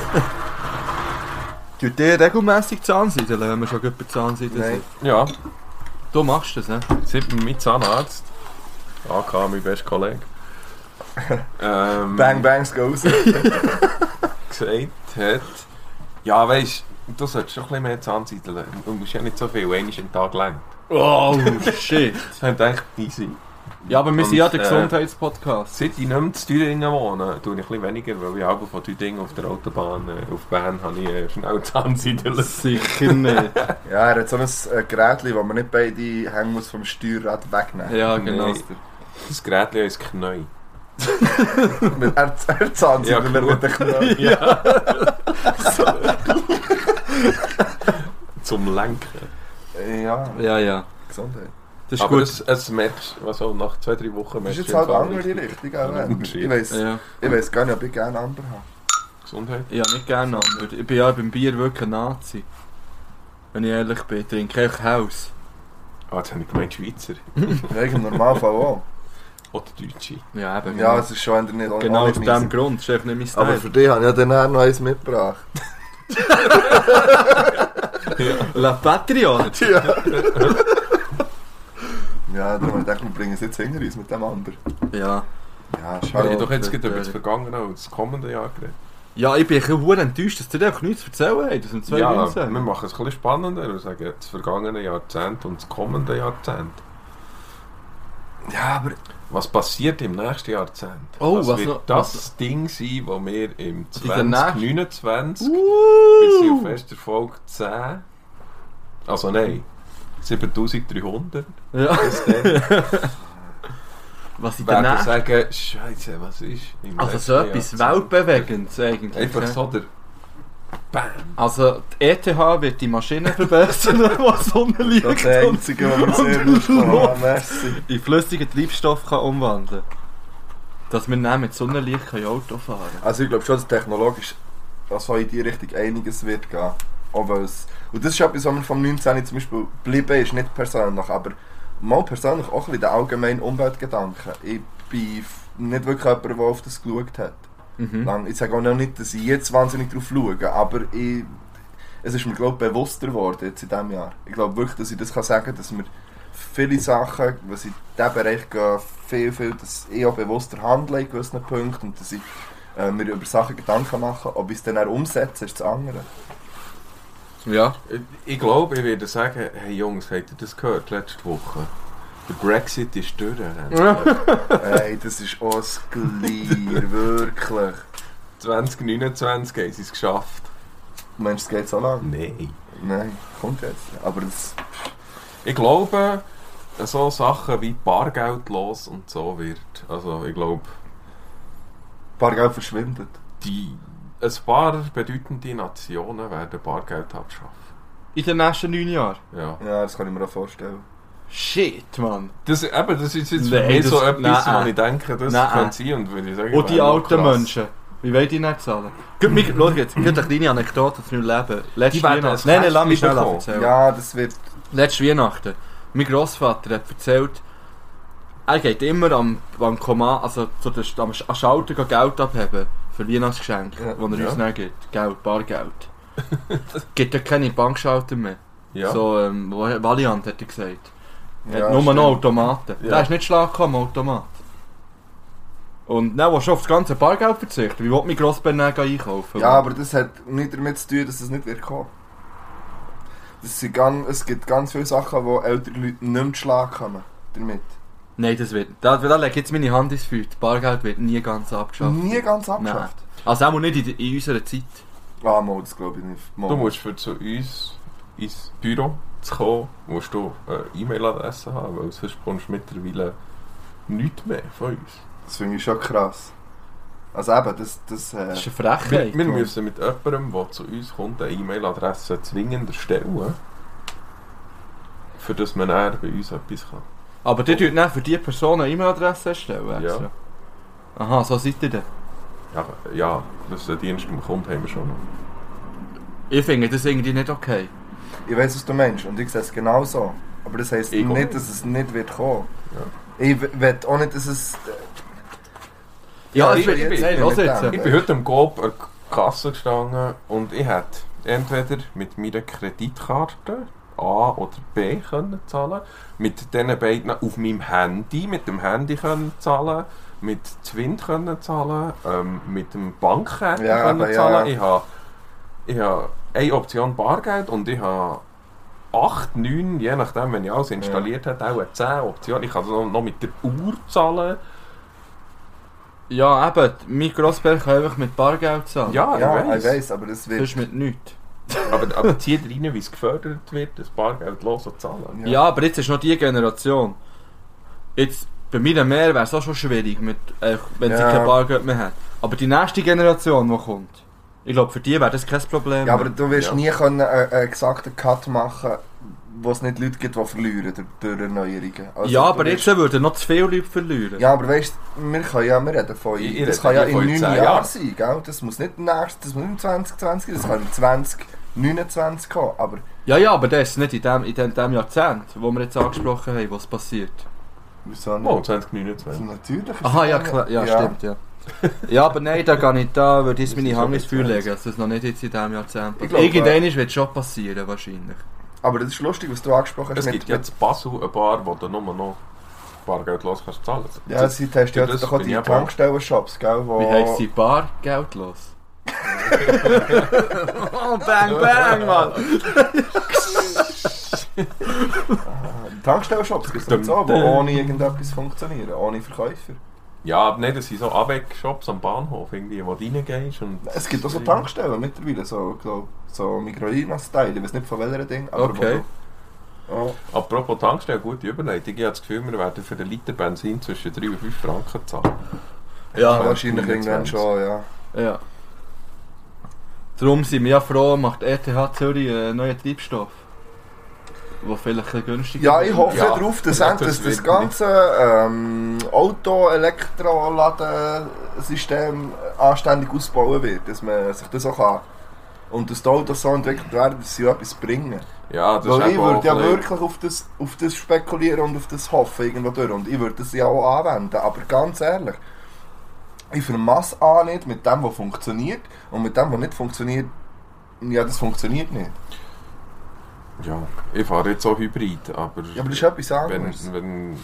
S2: Tut ihr regelmässig Zahnseide, wenn wir schon gut bei Zahnseide
S3: Nein.
S2: sind?
S4: du. Ja,
S2: Du machst das, ne?
S4: seit mein Zahnarzt, AK, mein bester Kollege, ähm,
S3: Bang Bangs gehen raus.
S4: gesagt hat, ja weisst, du solltest schon ein bisschen mehr Zahnseide lernen. Du musst ja nicht so viel, einmal am Tag lang.
S2: Oh, shit.
S4: Das fängt eigentlich easy.
S2: Ja, aber wir sind
S4: Und,
S2: ja der
S4: äh,
S2: Gesundheitspodcast.
S4: Seit ich nicht mehr in Thüringen wohne, tue ich ein bisschen weniger, weil ich halb von Thüringen auf der Autobahn äh, auf Bern habe ich äh, schnell Zahnseide lassen.
S2: Sicher nicht.
S3: Ja, er hat so ein äh, Gerät, das man nicht beide Hängen muss vom Steuerrad wegnehmen
S2: ja, genau.
S4: Nein. Das Gerät ist Knäuel.
S3: Mit er, er zahnt sich
S4: Ja,
S3: immer
S4: genau.
S3: mit den Knöcheln.
S4: Ja. Zum Lenken.
S3: Ja,
S2: Ja, ja.
S3: Gesundheit.
S2: Das ist
S4: Aber
S2: gut.
S4: es, es merkst also nach zwei, drei Wochen
S3: Das ist jetzt
S4: merkst du
S3: halt
S4: im Fall
S3: andere die
S4: richtig.
S3: Richtung. aber
S4: Ein
S3: Ich
S4: Unterschied.
S3: weiß
S2: ja.
S3: ich weiss gar nicht, ob ich gerne Amber habe.
S4: Gesundheit.
S2: ja, nicht gerne, aber ich bin ja beim Bier wirklich ein Nazi. Wenn ich ehrlich bin, ich trinke ich Haus.
S4: Ah, jetzt habe ich gemeint Schweizer.
S3: Nein, im Normalfall auch.
S4: Oder Deutsche.
S2: Ja, eben.
S3: Ja,
S2: genau.
S3: es ist schon eher nicht
S2: genau
S3: auch
S2: aus
S3: nicht
S2: diesem
S3: mies.
S2: Grund. Das ist einfach nicht mein
S3: Aber
S2: Style.
S3: für dich habe ich ja dann auch noch eins mitgebracht.
S2: La Patria, oder?
S3: Ja, darum dachte ich, wir bringen es jetzt hinter uns mit dem Amber.
S2: Ja.
S3: Ja,
S4: Habe ich
S3: schade.
S4: doch jetzt
S2: das
S4: gerade über das
S2: wäre-
S4: vergangene und das kommende Jahr geredet.
S2: Ja, ich bin ein bisschen verdammt enttäuscht, dass dir einfach nichts zu erzählen habt aus dem
S4: Ja,
S2: 2019.
S4: wir machen es ein bisschen spannender und sagen das vergangene Jahrzehnt und das kommende Jahrzehnt.
S3: Ja, aber
S4: Was passiert im nächsten Jahrzehnt?
S2: Oh,
S4: das
S2: was
S4: wird
S2: noch-
S4: das
S2: was-
S4: Ding sein, das wir
S2: In
S4: im
S2: der nächsten-
S4: 2029 Wir sind auf
S2: Uh!
S4: erster Folge 10. Also nein, 7300.
S2: Ja. Was in der
S4: Werden
S2: Nacht?
S4: sagen, Scheiße, was ist? im
S2: Also so
S4: letzten
S2: etwas
S4: Jahr-
S2: weltbewegendes eigentlich.
S4: Einfach
S2: ne?
S4: so der. Bam!
S2: Also die ETH wird die Maschine verbessern, was Sonnenlicht
S3: das ist der einzige, den ich
S2: und
S3: sehr lustig
S2: Luft.
S3: habe. Ah, Merci.
S2: in flüssigen Treibstoff kann umwandeln Dass wir dann mit Sonnenlicht können Auto fahren können.
S3: Also ich glaube schon, dass technologisch also in die Richtung einiges wird gehen. Auch weil es- und das ist etwas, was mir vom 19. zum Beispiel geblieben ist, nicht persönlich, aber mal persönlich auch ein bisschen der allgemeine Umweltgedanke. Ich bin f- nicht wirklich jemand, der auf das geschaut hat.
S2: Mhm.
S3: Lang- Ich sage auch noch nicht, dass ich jetzt wahnsinnig drauf schaue, aber ich, es ist mir glaube ich, bewusster geworden jetzt in diesem Jahr. Ich glaube wirklich, dass ich das kann sagen kann, dass mir viele Sachen, was in diesem Bereich gehen, viel, viel, dass ich auch bewusster handle in gewissen Punkten und dass ich äh, mir über Sachen Gedanken mache. Ob ich es dann auch umsetze, ist das andere.
S2: Ja.
S4: Ich glaube, ich würde sagen, hey Jungs, habt ihr das gehört letzte Woche? Der Brexit ist durch.
S3: Ey, das ist auch das Glier, wirklich.
S4: 2029 haben sie es geschafft.
S3: Mensch, es geht so lang.
S4: Nein.
S3: Nein, kommt jetzt. Aber das,
S4: Ich glaube, so Sachen wie bargeldlos und so wird. Also ich glaube,
S3: Bargeld verschwindet.
S4: die, ein paar bedeutende Nationen werden Bargeld abschaffen.
S2: In den nächsten neun Jahren.
S4: Ja.
S3: Ja, das kann ich mir auch vorstellen.
S2: Shit, Mann.
S4: Das, eben, das ist jetzt
S2: Nein,
S4: für mich
S2: das-
S4: so etwas,
S2: nein.
S4: wo ich denke, das
S2: Nein.
S4: könnte sein und würde ich sagen,
S2: Und die
S4: wäre noch
S2: alten
S4: krass.
S2: Menschen. Wie wollen die nicht zahlen? Gib mir, schau jetzt, gib eine kleine Anekdote aus meinem Leben. Letzte
S4: Die werden
S2: Weihnachten.
S4: ein
S2: Nein, nein, lass mich
S4: Kästchen
S2: schnell
S4: bekommen.
S2: erzählen.
S3: Ja, das wird
S2: Letzte Weihnachten. Mein Grossvater hat erzählt, er geht immer am, am Komma, also zu der, am Sch- am Schalter gehen Geld abheben für Weihnachtsgeschenke,
S3: Ja.
S2: ja. die er
S4: Ja.
S2: uns dann gibt. Geld, Bargeld. gibt ja keine Bankschalter mehr.
S4: Ja.
S2: So, ähm, wo- Valiant hat er gesagt. Er
S3: Ja,
S2: hat Äh, nur
S3: stimmt.
S2: noch Automaten.
S4: Ja.
S2: Der ist nicht schlaggekommen, Automat. Und dann willst du auf das ganze Bargeld verzichten. Wie will mein Grossbär dann einkaufen?
S3: Ja, aber das hat nichts damit zu tun, dass es nicht wird kommen. Das sind ganz, es gibt ganz viele Sachen, wo ältere Leute nicht mehr zu Schlag kommen damit.
S2: Nein, das wird... Da, da lege ich jetzt meine Hand ins Feuer. Das Bargeld wird nie ganz abgeschafft.
S3: Nie ganz abgeschafft.
S2: Also auch nicht in, in unserer Zeit.
S3: Ah, mal, das glaube ich nicht. Mal.
S4: Du musst für zu uns ins Büro zu kommen, musst du eine E-Mail-Adresse haben, weil sonst kommst du mittlerweile nichts mehr von uns.
S3: Das finde ich schon krass. Also eben, das... das äh,
S2: Das ist eine
S4: Wir,
S2: Frechheit.
S4: wir müssen mit jemandem, der zu uns kommt, eine E-Mail-Adresse zwingend erstellen, für das man dann bei uns etwas kann.
S2: Aber die tut dann für diese Person eine E-Mail-Adresse erstellen.
S4: Ja.
S2: extra. Aha, so seid ihr denn.
S4: Ja, ja dass der Dienst beim Kunden haben wir schon noch.
S2: Ich finde das irgendwie nicht okay.
S3: ich weiß, was du meinst und ich sehe es genau so. Aber das heisst
S4: Ich auch
S3: nicht,
S4: nicht.
S3: dass es nicht wird kommen. Ich w- will auch nicht, dass es... Äh,
S2: Ja,
S4: ich
S2: ich bin...
S4: bin- ich bin-
S2: Nein, los jetzt.
S4: Ich bin heute am Coop an der Kasse gestanden und ich hätte entweder mit meiner Kreditkarte A oder B können zahlen mit diesen beiden auf meinem Handy, mit dem Handy können zahlen mit Twint können zahlen ähm, mit dem Bankkarte
S3: Ja,
S4: können
S3: aber ja.
S4: zahlen. Ich habe ich habe eine Option Bargeld und ich habe 8, 9, je nachdem, wenn ich alles installiert habe, auch 10 Optionen. Ich kann also noch mit der Uhr zahlen.
S2: Ja, eben. Mein Grossbär kann einfach mit Bargeld zahlen.
S4: Ja,
S3: ja,
S4: Ah, ich
S3: ich
S4: weiß.
S3: weiß, aber das wird...
S2: Sonst mit nichts.
S4: Aber, aber zieht rein, wie es gefördert wird, das Bargeld los zu zahlen.
S2: Ja. aber jetzt ist noch die Generation. Jetzt, bei mir mehr wäre es auch schon schwierig, mit, äh, wenn sie
S3: Ja.
S2: kein Bargeld mehr hat. Aber die nächste Generation, die kommt, ich glaube, für die wäre das kein Problem.
S3: Ja, aber du wirst
S4: Ja.
S3: nie können äh, einen, einen exakten Cut machen, wo es nicht Leute gibt, die verlieren durch, durch Erneuerungen. Also,
S2: ja,
S3: du
S2: aber
S3: wirst-
S2: jetzt würden noch zu viele Leute verlieren.
S3: Ja, aber weißt du, wir können ja, wir reden von,
S4: Ich- ich
S3: das kann
S4: rede
S3: ja
S4: hier
S3: in
S4: von
S3: 9
S4: 10
S3: Jahren
S4: Jahren.
S3: sein, gell? Das muss nicht nächstes, das muss nicht 2020 sein, das kann in 2029 kommen, aber
S2: Ja, ja, aber das ist nicht in dem, in dem, dem Jahrzehnt, wo wir jetzt angesprochen haben, was passiert.
S3: wieso nicht?
S4: Oh,
S3: Das
S4: 2029.
S3: ist natürlich.
S2: Aha, ja, klar, ja, stimmt, ja. Ja, aber nein, da kann ich da, würde ich jetzt meine Hand ins Feuer legen, dass das noch nicht jetzt in diesem Jahrzehnt passiert.
S3: Ich glaube, äh,
S2: Irgendwann wird es schon passieren, wahrscheinlich.
S3: Aber das ist lustig, was du angesprochen hast
S4: Es gibt jetzt Basel ein Bar, wo du nur noch Bargeld los kannst zahlen.
S3: Ja, sie testen ja
S4: das
S3: jetzt doch auch
S4: bin
S3: die
S4: ich aber-
S3: Tankstellen-Shops, gell? Wo
S2: Wie heisst sie? Bar geldlos. oh, bang, bang, Mann!
S3: Tankstellshops gibt es
S4: Dum,
S3: jetzt auch, die ohne irgendetwas funktionieren, ohne Verkäufer.
S4: Ja, aber nein, das sind so Abwegshops am Bahnhof, irgendwie, wo du reingehst und...
S3: Es gibt auch so Tankstellen mittlerweile, so, glaub, so Migroina-Style, ich weiß nicht von welcher Ding, aber
S2: Okay.
S3: wo du, oh,
S4: Apropos Tankstellen, gute Überleitung. Ich habe das Gefühl, wir werden für einen Liter Benzin zwischen 3 und 5 Franken zahlen.
S2: Ja,
S3: wahrscheinlich irgendwann
S4: 25.
S3: schon, ja.
S2: ja. Darum sind wir ja froh, macht ETH Zürich einen neuen Treibstoff. Der vielleicht ein bisschen günstiger
S3: Ja,
S2: ist.
S3: ich hoffe
S4: Ja,
S3: darauf, dass,
S4: ja,
S3: end-
S4: das
S3: dass das
S4: wird
S3: ganze ähm, Auto-Elektro-Laden-System äh, anständig ausbauen wird, dass man sich das auch kann. Und dass die Autos so entwickelt werden, dass sie auch etwas bringen.
S4: Ja, das
S3: Weil
S4: Also ist
S3: ich
S4: eben auch
S3: würde ja
S4: ein bisschen-
S3: wirklich auf das, auf das spekulieren und auf das hoffen irgendwo durch. Und ich würde das ja auch anwenden. Aber ganz ehrlich, ich vermasse auch nicht mit dem, was funktioniert. Und mit dem, was nicht funktioniert, ja, das funktioniert nicht.
S4: Ja, ich fahre jetzt auch Hybrid, aber...
S3: Ja, aber das ist etwas anderes.
S4: wenn, ne? wenn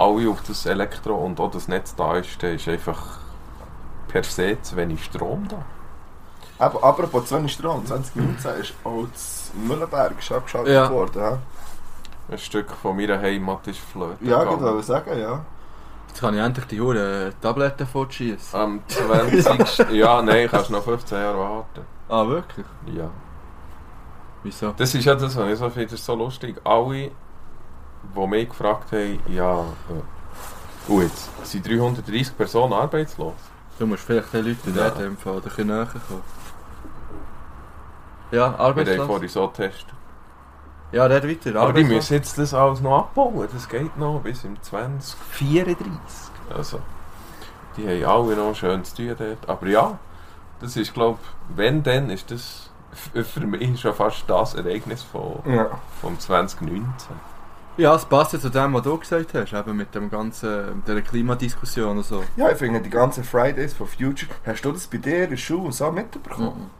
S4: alle auf das Elektro und auch das Netz da ist, dann ist einfach per se zu wenig Strom da.
S3: Aber apropos 20 Strom, 2019 ist auch das Müllenberg ist abgeschaltet
S2: Ja.
S3: worden. Ja,
S4: Ein Stück von meiner Heimat ist flöten.
S3: ja genau. gut,
S4: gegangen.
S3: wollte ich sagen, ja.
S2: Jetzt kann ich endlich die Hure Tabletten fortschießen.
S4: Am 20. ja, nein, kannst noch 15 Jahre warten.
S2: Ah, wirklich?
S4: Ja.
S2: Wieso?
S4: Das ist ja das, was ich so finde, das ist so lustig. Alle, die mich gefragt haben, ja, äh, gut, sind 330 Personen arbeitslos?
S2: Du musst vielleicht den Leuten
S4: Ja.
S2: ja. in dem Fall oder ein bisschen näher kommen. Ja,
S4: Wir haben
S2: arbeitslos.
S4: vorhin so getestet.
S2: Ja, red weiter.
S4: Aber die
S2: arbeitslos.
S4: müssen jetzt das alles noch abbauen. Das geht noch bis im 2034. Also, die haben alle noch schön zu tun dort. Aber ja, das ist, glaube wenn dann, ist das f- für mich schon fast das Ereignis von,
S3: ja.
S4: vom 2019.
S2: Ja, es passt ja zu dem, was du gesagt hast, eben mit dem ganzen, mit dieser Klimadiskussion und so.
S3: Ja, ich finde die ganzen Fridays von Future. Hast du das bei dir in der Schule und so mitbekommen?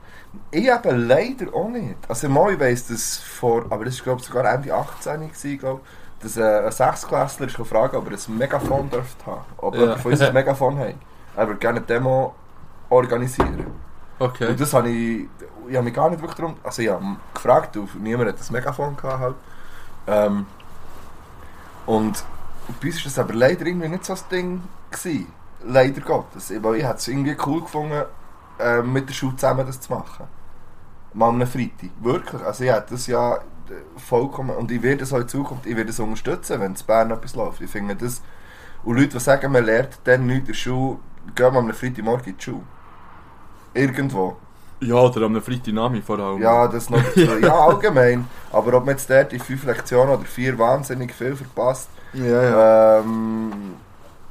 S3: Ich eben leider auch nicht. Also mal, ich weiss das vor, aber das war glaube ich sogar Ende 18 gewesen, glaub, dass äh, ein Sechsklässler ist gefragt, ob er ein Megafon dürfte haben. Ob
S2: Ja.
S3: jemand von uns ein Megafon hat. Er würde gerne eine Demo organisieren.
S2: Okay.
S3: Und das habe ich, ich habe mich gar nicht wirklich darum, also ich habe gefragt, auf, niemand hat das Megafon gehabt halt. Ähm, und bei uns war das aber leider irgendwie nicht so das Ding gewesen. Leider Gottes. Ich- Weil ich hätte es irgendwie cool gefunden, ähm, mit der Schule zusammen das zu machen. Mal am Freitag. Wirklich. Also ich hätte das ja äh, vollkommen, und ich werde es auch in Zukunft, ich werde es unterstützen, wenn es in Bern etwas läuft. Ich finde das, und Leute, die sagen, man lernt dann nichts in der Schule, gehen wir am Freitagmorgen in die Schule. Irgendwo.
S2: Ja, oder am Freitagnami vor allem.
S3: Ja, das noch dazu. ja, allgemein. Aber ob man jetzt dort in fünf Lektionen oder vier wahnsinnig viel verpasst,
S2: ja,
S3: ähm,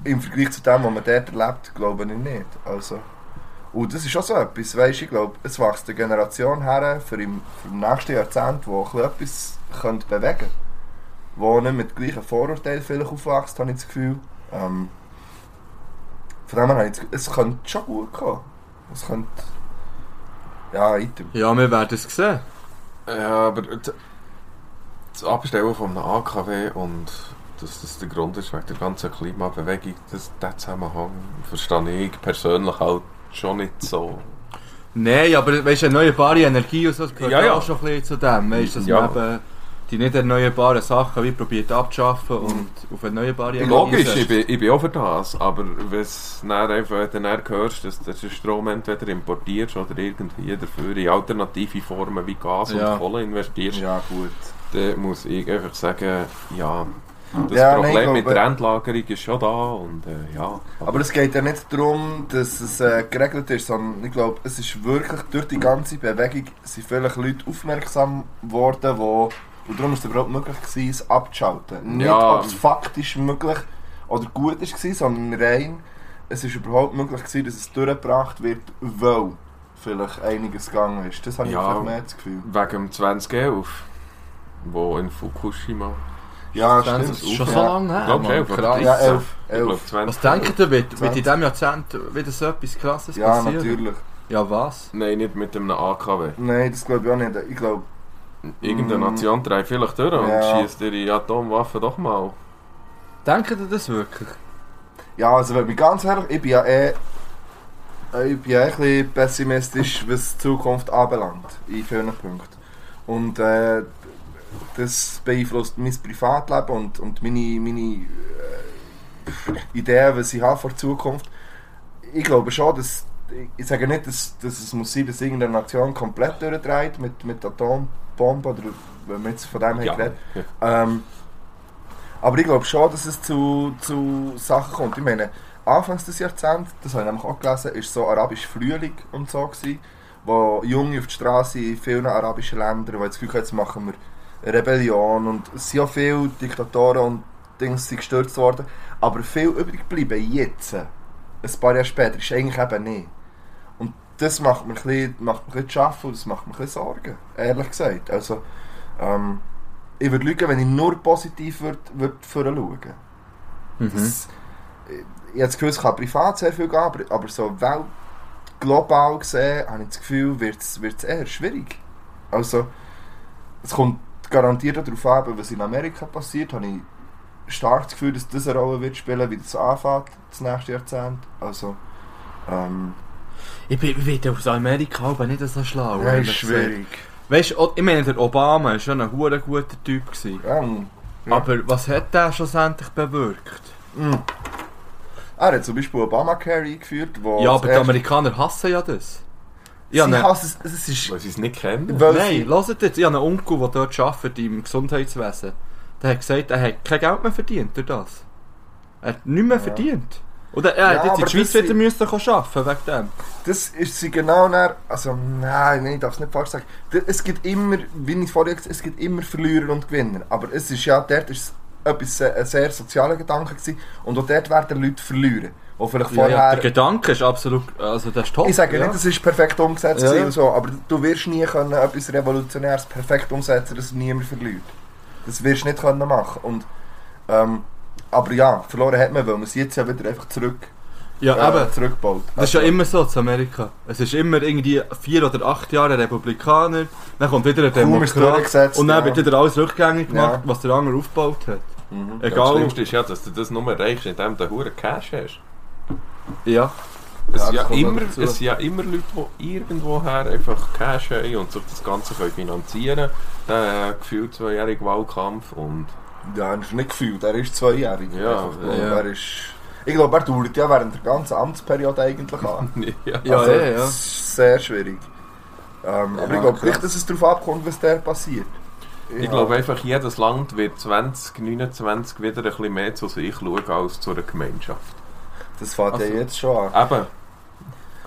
S3: im Vergleich zu dem, was man dort erlebt, glaube ich nicht. Also, und das ist auch so etwas, weißt, ich glaube, es wächst eine Generation her für im, für im nächsten Jahrzehnt, wo ein bisschen etwas könnte bewegen könnte. Wo nicht mit gleichen Vorurteilen vielleicht aufwächst, habe ich das Gefühl. Ähm, von dem her habe ich das Gefühl, es könnte schon gut kommen. Es könnte... Ja, item.
S2: Ja, wir werden es sehen.
S4: Ja, aber d- das Abstellen von einem AKW und dass das der Grund ist wegen der ganzen Klimabewegung, das, der Zusammenhang verstehe ich persönlich halt schon nicht so.
S2: Nein, aber weißt du, erneuerbare Energie und so, das gehört
S4: Ja, ja.
S2: auch schon ein bisschen zu dem. Weißt du, dass
S4: Ja.
S2: man eben die nicht erneuerbaren Sachen wie probiert abzuschaffen und auf erneuerbare Energie
S4: Logisch, ich
S2: setzt.
S4: bin, ich bin auch für das, aber wenn es dann einfach wenn du dann hörst, dass du den Strom entweder importierst oder irgendwie dafür in alternative Formen wie Gas
S2: Ja.
S4: und Kohle investierst,
S3: Ja, gut.
S4: dann muss ich einfach sagen, ja, das
S3: Ja, nein,
S4: Problem
S3: ich
S4: mit
S3: glaube-
S4: der Endlagerung ist schon da und äh, ja.
S3: Aber es geht ja nicht darum, dass es äh, geregelt ist, sondern ich glaube, es ist wirklich durch die ganze Bewegung sind vielleicht Leute aufmerksam geworden, wo und darum ist es überhaupt möglich gewesen, es abzuschalten. Nicht,
S4: Ja.
S3: ob es faktisch möglich oder gut ist gewesen, sondern rein, es ist überhaupt möglich gewesen, dass es durchgebracht wird, weil vielleicht einiges gegangen Dus ist. Das habe ich
S4: Ja.
S3: vielleicht mehr das Gefühl.
S4: Wegen dem 2011, wo in Fukushima.
S3: Ja,
S2: Das
S3: stimmt.
S2: ist schon so
S3: ja.
S2: lange her.
S4: Glaub
S2: Mann.
S4: elf oder
S2: Krass.
S4: dreizehn.
S3: Ja, elf.
S4: Ich glaube
S3: elf.
S4: 20.
S2: Was denkt ihr, wird, wird in
S3: Zwanzig.
S2: diesem Jahrzehnt wieder so etwas Krasses
S3: Ja,
S2: passieren?
S3: natürlich.
S2: Ja, was?
S4: Nein, nicht mit einem AKW.
S3: Nein, das glaube ich auch nicht. Ich glaube,
S4: Irgendeine
S3: Mm.
S4: Nation dreht vielleicht durch und
S3: Ja.
S4: schießt ihre Atomwaffen doch mal.
S2: Denkt ihr das wirklich?
S3: Ja, also wenn ich ganz ehrlich, ich bin ja eh, äh, ich bin ja eh ein bisschen pessimistisch, was die Zukunft anbelangt, in vielen Punkten. Und äh, Das beeinflusst mein Privatleben und, und meine, meine äh, Ideen, was ich habe für die Zukunft. Ich glaube schon, dass. Ich sage nicht, dass, dass es muss sein, dass irgendeine Nation komplett durchdreht mit, mit Atombomben oder wenn wir jetzt von dem
S4: Ja.
S3: haben geredet. Ähm, aber ich glaube schon, dass es zu, zu Sachen kommt. Ich meine, anfangs des Jahrzehnts, das habe ich nämlich auch gelesen, ist so arabisch Frühling und so gewesen, wo Junge auf die Straße in vielen arabischen Ländern, die jetzt Gefühl haben, jetzt machen wir Rebellion und es sind ja viele Diktatoren und Dings sind gestürzt worden, aber viel übrig geblieben jetzt, ein paar Jahre später, ist eigentlich eben nicht. Und das macht mir ein bisschen, macht mir ein bisschen zu schaffen und das macht mir ein bisschen Sorgen, ehrlich gesagt. Also, ähm, ich würde lügen, wenn ich nur positiv würd, würd schauen würde.
S2: Mhm.
S3: Das- Ich habe das Gefühl, es kann privat sehr viel gehen, aber, aber so welt, global gesehen, habe ich das Gefühl, wird es eher schwierig. Also, es kommt garantiert auch darauf an, was in Amerika passiert. Habe ich stark das Gefühl, dass das eine Rolle wird spielen, wie das anfängt, das nächste Jahrzehnt. Also, ähm,
S2: Ich bin, ich bin aus Amerika aber nicht so schlau.
S3: ja, ist
S2: ehrlich gesagt.
S3: schwierig.
S2: Weißt du, ich meine, der Obama war schon ein hure guter Typ. Gewesen.
S3: Ja, mm. Ja.
S2: Aber was hat der schlussendlich bewirkt?
S3: Mm. Er hat zum Beispiel Obamacare eingeführt, wo
S2: ja,
S3: das
S2: aber die
S3: erste-
S2: Amerikaner hassen ja das.
S3: Sie
S2: Ja, ne,
S3: hassen es, es ist...
S4: Weil sie es nicht kennen.
S3: Weil
S2: nein,
S3: sie,
S2: hört jetzt, ich habe einen Onkel, der dort arbeitet im Gesundheitswesen. Der hat gesagt, er hat kein Geld mehr verdient durch das. Er hat nichts mehr verdient. Oder er
S3: Ja,
S2: hat jetzt in
S3: aber
S2: der Schweiz
S3: das
S2: wieder müssen arbeiten wegen dem.
S3: das ist sie genau nach... Also, nein, nein, ich darf es nicht falsch sagen. D- Es gibt immer, wie ich vorher gesagt habe, es gibt immer Verlierer und Gewinner. Aber es ist ja, dort ist es etwas, sehr- ein sehr sozialer Gedanke gewesen. Und auch dort werden Leute verlieren. Die vielleicht
S2: Ja,
S3: vorher...
S2: ja, der Gedanke ist absolut, also das ist top.
S3: Ich sage
S2: ja.
S3: nicht, es ist perfekt umgesetzt
S2: Ja.
S3: gewesen und so, aber du wirst nie können etwas Revolutionäres perfekt umsetzen, dass niemand verliert. Das wirst du nicht können machen. Und, ähm, aber ja, verloren hat man, weil man es jetzt ja wieder einfach zurück,
S2: Ja,
S3: äh,
S2: eben.
S3: zurückbaut.
S2: Das ist ja immer so in Amerika. Es ist immer irgendwie vier oder acht Jahre ein Republikaner, dann kommt wieder ein
S3: Kaum ist
S2: Demokrat
S3: durchgesetzt,
S2: und dann
S3: ja.
S2: wird wieder alles rückgängig gemacht,
S3: Ja.
S2: was der andere aufgebaut hat.
S3: Mhm.
S4: Das
S2: Egal.
S4: Schlimmste ist ja, dass du das nur erreichst, indem du einen hohen Cash hast.
S2: Ja,
S4: Es,
S3: Ja,
S4: sind
S3: das
S4: ja
S3: kommt
S4: immer,
S3: noch dazu.
S4: es sind ja immer Leute, die irgendwoher einfach Cash haben und sich das Ganze können finanzieren können. Äh, gefühlt zweijähriger Wahlkampf und...
S3: Ja, das ist nicht gefühlt, er ist zweijährig.
S4: Ja,
S3: Einfach, und
S2: ja.
S3: Er ist, ich glaube, er dauert ja während der ganzen Amtsperiode eigentlich an. Also,
S4: ja.
S2: Ja, ja, ja.
S3: es ist Sehr schwierig. Ähm, aber ich glaube
S4: krass.
S3: nicht, dass es darauf abkommt, was der passiert.
S4: Ich glaube einfach, jedes Land wird 2029 wieder ein bisschen mehr zu sich schauen als zu einer Gemeinschaft.
S3: Das fängt
S2: Also-
S3: ja jetzt schon an.
S4: Eben,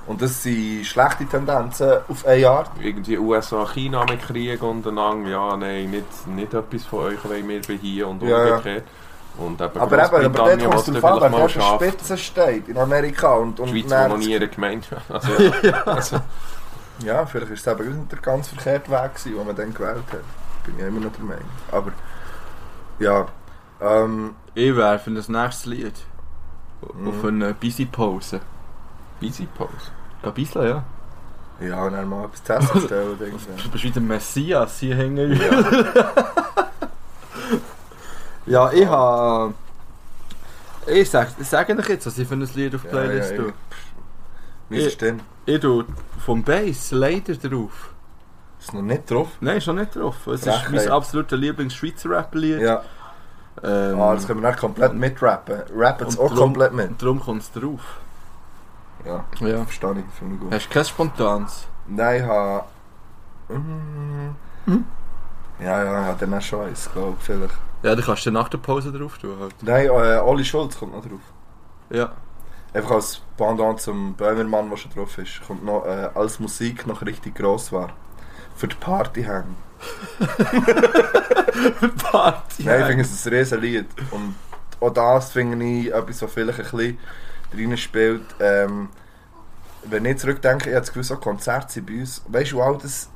S3: Und das sind schlechte Tendenzen auf ein Jahr.
S4: irgendwie USA, China mit Krieg untereinander, ja, nein, nicht, nicht etwas von euch wollen wir bei hier und
S3: Ja, ja.
S4: umgekehrt. Und eben
S3: Aber eben, aber dort
S4: Großbritannien,
S3: kommst du
S4: was
S3: drauf an,
S4: vielleicht
S3: wer
S4: mal
S3: dort an der
S4: schafft.
S3: Spitze steht in Amerika. Und, und
S4: Die Schweiz,
S3: dann-
S4: die noch nie eine Gemeinschaft also, ja. also,
S3: Ja, vielleicht ist es eben der ganz verkehrte Weg, gewesen, den man dann gewählt hat. Bin ich immer noch der Meinung. Aber, ja. Ähm,
S2: ich wäre für das nächste Lied.
S3: Mhm.
S2: Auf eine busy Pause.
S4: Busy Pose.
S2: Ja, bisschen, ja.
S3: ja, und dann mal etwas zu essen stellen. denke ich.
S2: Du bist wie der Messias hier hängen. Ja, ja ich habe. Ich sage ich sag euch jetzt, was ich für ein Lied auf die
S3: Ja,
S2: Playlist
S3: ja,
S2: tue.
S3: ich- Wie ist es denn?
S2: Ich tue vom Bass leider drauf.
S3: Ist noch nicht drauf?
S2: Nein, schon nicht drauf. Es ist
S3: Frechheit.
S2: mein absoluter Lieblings-Schweizer Rap-Lied.
S3: Ja,
S2: Ähm,
S3: ah, das können wir nicht komplett mitrappen. Rappen es
S2: Und
S3: auch
S2: drum-
S3: komplett mit.
S2: und darum kommt es drauf.
S3: Ja,
S2: Ja.
S3: verstehe ich. Finde ich gut.
S2: Hast du kein Spontanes?
S3: Nein, ich habe.
S2: Hm?
S3: Mm. Ja, ja, ja, dann auch schon eins, glaube ich, vielleicht.
S2: Ja, dann kannst du nach der Pause drauf tun. Halt.
S3: Nein, äh, Oli Schulz kommt noch drauf.
S2: Ja.
S3: Einfach als Pendant zum Böhmermann, der schon drauf ist, kommt noch, äh, als Musik noch richtig gross war. Für die Party hängen.
S2: Party!
S3: Nein, ich finde es ein riesen Lied. Und auch das finde ich etwas, was vielleicht ein bisschen drin spielt. Ähm, wenn ich zurückdenke, ich habe das Gefühl, so Konzerte sind bei uns. Weißt du, all das.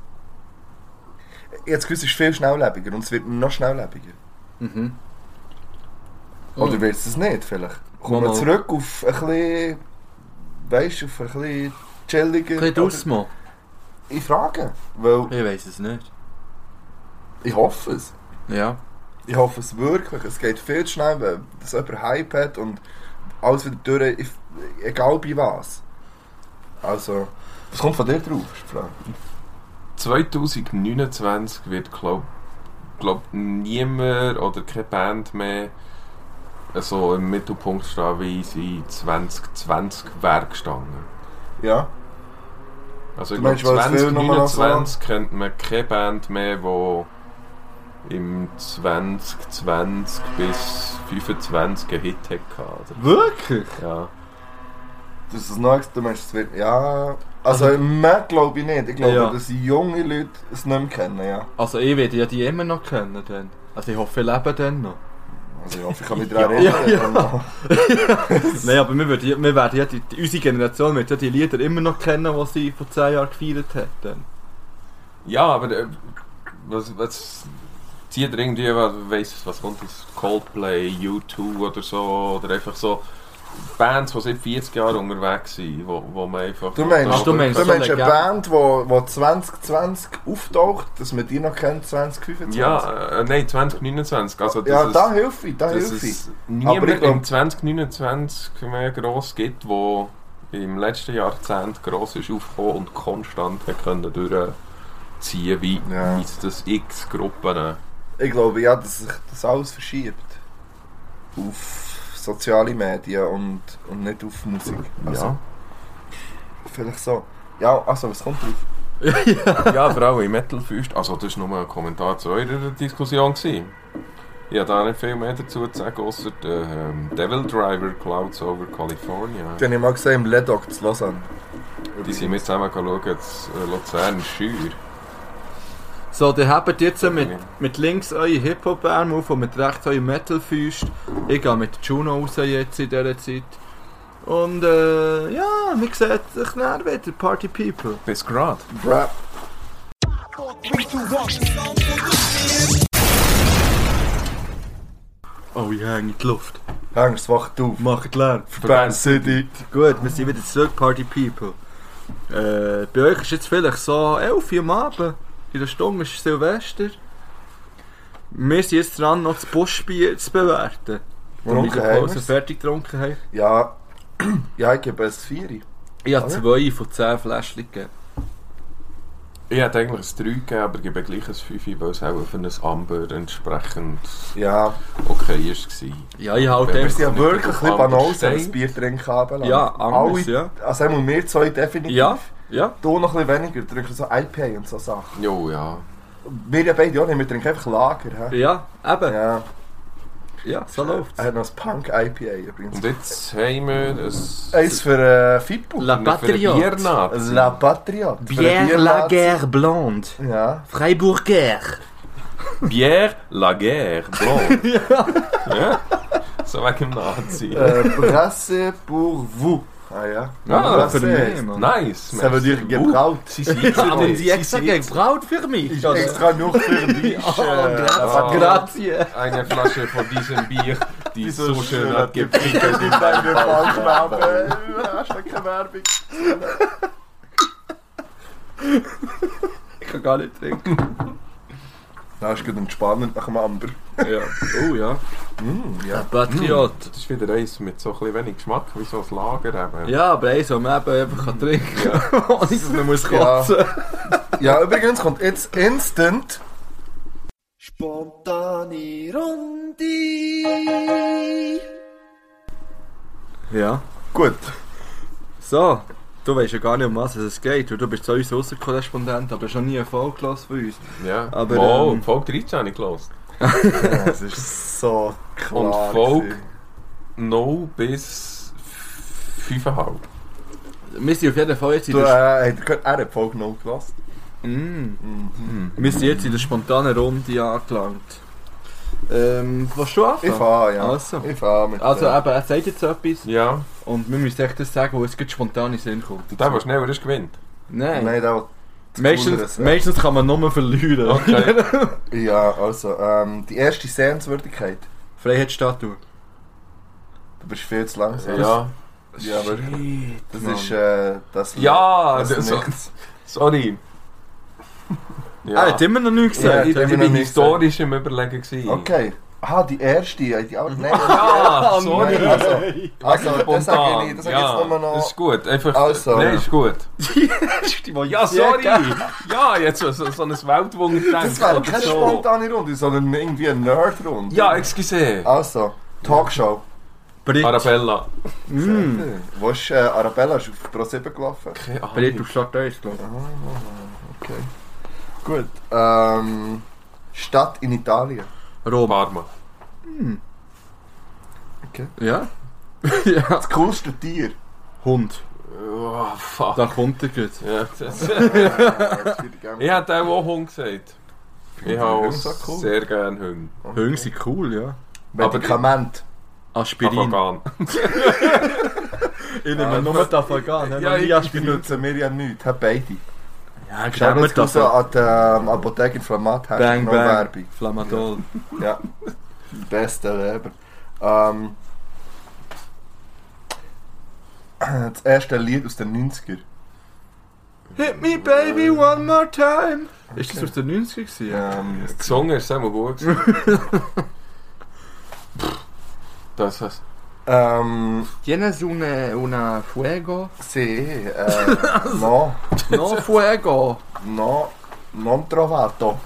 S3: Ich habe das Gefühl, es ist viel schnelllebiger und es wird noch schnelllebiger.
S2: Mhm.
S3: Oder willst du es nicht vielleicht?
S2: Mal,
S3: Kommen wir
S2: mal.
S3: zurück auf ein bisschen, weißt, auf ein bisschen chilliger...
S2: Ein bisschen Dusmo.
S3: Ich frage, weil
S2: Ich weiß es nicht.
S3: ich hoffe es.
S2: Ja.
S3: Ich hoffe es wirklich. Es geht viel zu schnell, weil das jemand Hype hat und alles wieder durch, ich, egal bei was. Also, was kommt von dir drauf, ist die Frage.
S4: 2029 wird, glaube glaube niemand oder keine Band mehr so im Mittelpunkt stehen, wie sie 2020 wäre gestanden.
S3: Ja.
S4: Also ich
S3: Du
S4: glaube
S3: meinst, weil es viel nochmal
S4: 2029 kennt man keine Band mehr, die im 2020 bis 25 einen Hit hatte. oder?
S2: Wirklich?
S4: Ja.
S3: Das ist noch, du meinst, es wird. Ja. Also, im Moment glaube ich nicht. Ich glaube,
S2: Ja.
S3: dass junge Leute es nicht mehr kennen, ja.
S2: Also ich werde ja die immer noch kennen dann. Also ich hoffe, ich lebe dann noch.
S3: Also, ich hoffe, ich kann mich daran erinnern.
S2: Ja, Nein, aber wir, würden, ja- wir werden ja, die, die, unsere Generation wird ja die Lieder immer noch kennen, die sie vor 10 Jahren gefeiert hat. Dann.
S4: Ja, aber äh, was, was zieht ihr irgendwie, was, weiss, was kommt aus Coldplay, U2 oder so, oder einfach so Bands, die seit 40 Jahren unterwegs sind, wo, wo man einfach...
S3: Du meinst,
S2: Ach, du meinst
S3: du
S2: so
S3: meinst eine
S2: Legende.
S3: Band, die wo, wo 2020 auftaucht, dass man die noch kennt, 2025?
S4: Ja, äh, nein, 2029, also das
S3: Ja,
S4: ist...
S3: da helfe ich, da
S4: dass
S3: helfe ich.
S4: es niemand
S3: Aber ich glaub-
S4: im 2029 mehr gross gibt, wo im letzten Jahrzehnt gross ist aufgekommen und konstant hat können durchziehen wie,
S3: Ja.
S4: wie es das äh, x Gruppen...
S3: Ich glaube ja, dass sich das alles verschiebt. Auf soziale Medien und, und nicht auf Musik. Also,
S4: Ja.
S3: Vielleicht so. Ja, also, was kommt drauf?
S4: Ja, vor allem in Metalfüst. Also, das war nur ein Kommentar zu eurer Diskussion. Gewesen. Ich habe da nicht viel mehr dazu zu sagen, außer der ähm, Devil Driver Clouds over California.
S3: Die habe ich mal gesehen im Ledoc zu Lausanne.
S4: Die sind wir zusammen schauen, das äh, Luzern Schür.
S2: So, dann habt ihr jetzt mit, mit links eure Hip-Hop-Arme auf und mit rechts eure Metal-Füße. Ich gehe mit Juno raus jetzt in dieser Zeit. Und äh, ja, wir sehen sich näher wieder, Party People.
S4: Bis gerade.
S3: Bra
S2: Oh, ich hänge in die Luft.
S3: Hängst, wach auf.
S2: Macht Lärm.
S3: Bern City.
S2: Gut, wir sind wieder zurück, Party People. Äh, bei euch ist jetzt vielleicht so 11 Uhr am Abend. In der Stunde ist Silvester. Wir sind jetzt dran, noch das Buschbier zu bewerten. Wo wir
S3: Getrunken haben
S2: Pause
S3: wir's.
S2: fertig getrunken haben.
S3: Ja, ja, ich gebe es 4.
S2: Ich habe
S3: Oder?
S2: zwei von 10 Fläschchen gegeben.
S4: Ich hätte eigentlich ein 3 gegeben, aber ich gebe gleich ein 5, weil es auch für ein Amber entsprechend
S3: Ja,
S4: okay war.
S2: Ja, ich halte
S4: Wenn
S3: wir
S2: dem.
S3: sind ja
S4: nicht
S3: wirklich ein
S4: auf
S3: bisschen
S4: Amber
S3: Banause, wenn
S4: stehen.
S3: das Bier trinken haben.
S2: Ja, anders,
S3: Alle,
S2: ja.
S3: Also einmal wir zwei definitiv.
S2: Ja, ja.
S3: Du noch ein bisschen weniger, du trinkst so IPA und so Sachen.
S4: Jo, ja.
S3: Wir ja beide auch nicht, wir trinken einfach Lager. He?
S2: Ja, eben. Ja,
S3: Ja. Äh,
S2: so läuft's.
S3: Er hat noch ein Punk IPA übrigens.
S4: Und jetzt haben wir ein...
S3: Eins für äh, Fitbull.
S2: La Patriote.
S3: La Patriot. Für eine Biernazi.
S2: Blonde.
S3: Ja.
S2: Freiburger.
S4: Pierre Laguerre, blond. ja. So wegen dem Nazi.
S3: Äh, Brasse pour vous. Ah ja.
S4: Ah,
S2: für mich, Mann.
S4: Nice.
S3: Das haben wir dir gebraut.
S4: Sie sind
S2: Haben
S4: alle
S2: Sie extra gebraut für mich?
S3: Ist extra noch für dich. äh,
S2: Oh,
S4: Ah.
S2: grazie. grazie.
S4: eine Flasche von diesem Bier, die so schön hat
S3: Ich
S4: gepickt.
S3: bin bei mir falsch Werbung. Hast du keine Werbung?
S2: Ich kann gar nicht trinken.
S3: Na, ist gut entspannend nach dem Amber.
S2: Ja. Oh ja.
S3: Mm, ja.
S2: Patriot.
S4: Das ist wieder eins mit so ein bisschen wenig Geschmack, wie so ein Lager eben.
S2: Ja, aber eins, wo man eben einfach kann trinken kann. Ohne dass man muss
S3: Ja.
S2: kotzen.
S3: ja, übrigens kommt jetzt Instant.
S5: Spontani Rundi.
S2: Ja.
S3: Gut.
S2: So. Du weißt ja gar nicht, um was es geht. weil Du bist zwar unser Aussenkorrespondent, aber du hast noch nie einen Fall gelassen von uns.
S4: ja.
S2: Aber,
S4: Wow,
S2: ähm,
S4: Folge 13 habe ich gelesen.
S3: Es ist so klar.
S4: Und Folk?
S3: gewesen.
S4: 0 bis 5,5.
S2: Wir sind auf jeden Fall jetzt in
S3: Du,
S2: der
S3: äh, hat, er hat die Folge noch gelassen.
S2: Mm. Wir sind jetzt in der spontanen Runde angelangt. Ähm, willst du
S3: Ich
S2: anfangen?
S3: fahre, ja.
S4: Oh,
S2: Also.
S3: Ich fahre mit
S2: Also
S3: äh,
S2: eben, er sagt jetzt etwas
S4: Ja.
S2: und wir müssen echt das sagen, wo es gerade spontan in den Sinn kommt.
S4: Und der, der schneller ist, gewinnt.
S2: Nein.
S3: Nein, da
S2: meistens, meistens kann man nur verlieren.
S4: Okay.
S3: Ja, also, ähm, die erste Sehenswürdigkeit.
S2: Freiheitsstatue.
S3: Du bist viel zu langsam.
S4: ja.
S3: Ja, aber-
S4: Shit,
S3: Das
S4: Mann.
S3: ist, äh, das...
S4: Ja,
S3: das
S4: das
S3: ist
S4: so,
S3: nichts.
S4: sorry.
S2: Ah, er hat immer noch nichts
S3: Ja,
S2: gesagt.
S3: ich-
S4: Ich
S3: Haben wir
S4: bin
S3: noch nicht
S4: historisch im Überlegen. Gewesen.
S3: Okay. Oh, Ah, die erste, die alte. Nein,
S4: Ah,
S3: sorry.
S4: sorry.
S3: also, das sage ich nicht. Das sage ich
S4: ja,
S3: jetzt nur
S4: Das
S3: noch.
S4: ist gut. Einfach,
S3: Also.
S4: Nein, ist gut. ja, sorry. Ja, jetzt so, so, so ein Weltwunder
S3: Das wäre keine spontane Runde, sondern irgendwie eine Nerd-Runde.
S4: Ja, excuse.
S3: Also, Talkshow.
S2: Brit,
S4: Arabella. Hmm.
S3: Wo ist äh, Arabella? Ist auf Pro 7 gelaufen?
S4: Keine Ahnung.
S2: Brit auf Stadt 1, glaube ich.
S3: Okay. Gut. Ähm, Stadt in Italien.
S2: Roma.
S4: Parma.
S2: Ja? ja.
S3: Das coolste Tier.
S2: Hund.
S4: Oh, fuck.
S2: Da kommt er gut.
S4: Ja, das, ich
S3: ja.
S4: hätte auch, auch Hund gesagt. Ich
S3: den
S4: habe
S3: Hund so cool.
S4: sehr gerne Hunde.
S2: Höhen sind cool, ja.
S3: Medikament.
S2: Aspirin.
S4: Papagan.
S2: Ich nehme nur die Afagan, ja,
S4: Ja, ich-
S2: nie
S3: Die
S2: Aspirin.
S3: nutzen wir ja nicht, haben beide.
S2: Ja,
S3: Schau
S2: genau,
S3: jetzt
S2: das.
S3: raus an die ähm, Apotheke in Flamat, hast
S2: Bang,
S3: noch
S2: bang.
S3: Werbung.
S2: Flamadol.
S3: Ja. Beste Leber. Ähm, das erste Lied aus den 90er.
S2: Hit me baby one more time. Ist das aus den 90 gewesen?
S3: Ähm,
S4: Gesungen ist immer gut. gewesen. das heißt.
S3: ähm,
S2: Tienes una, una fuego.
S3: sie, äh, no,
S2: No fuego.
S3: no, non trovato.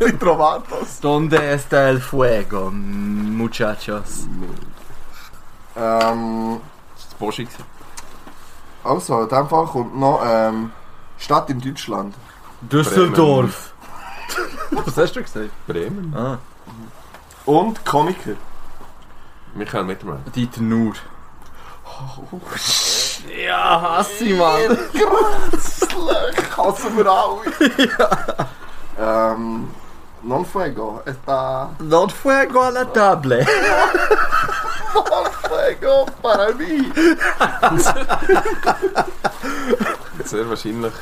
S3: Die Trovatos.
S2: Donde está el fuego, muchachos?
S3: Ähm,
S4: Das Boschi gewesen.
S3: also, in dem Fall kommt noch ähm, Stadt in Deutschland.
S2: Düsseldorf. Was hast du gesagt?
S4: Bremen.
S2: Ah,
S3: Und Komiker.
S4: Michael Mittermann.
S2: Dieter Nur. Ja, hasse ich, Mann.
S3: Schlecht, hassen wir alle. ähm, non fuego, está
S2: No fuego a la table.
S3: non fuego para mí.
S4: Sehr wahrscheinlich.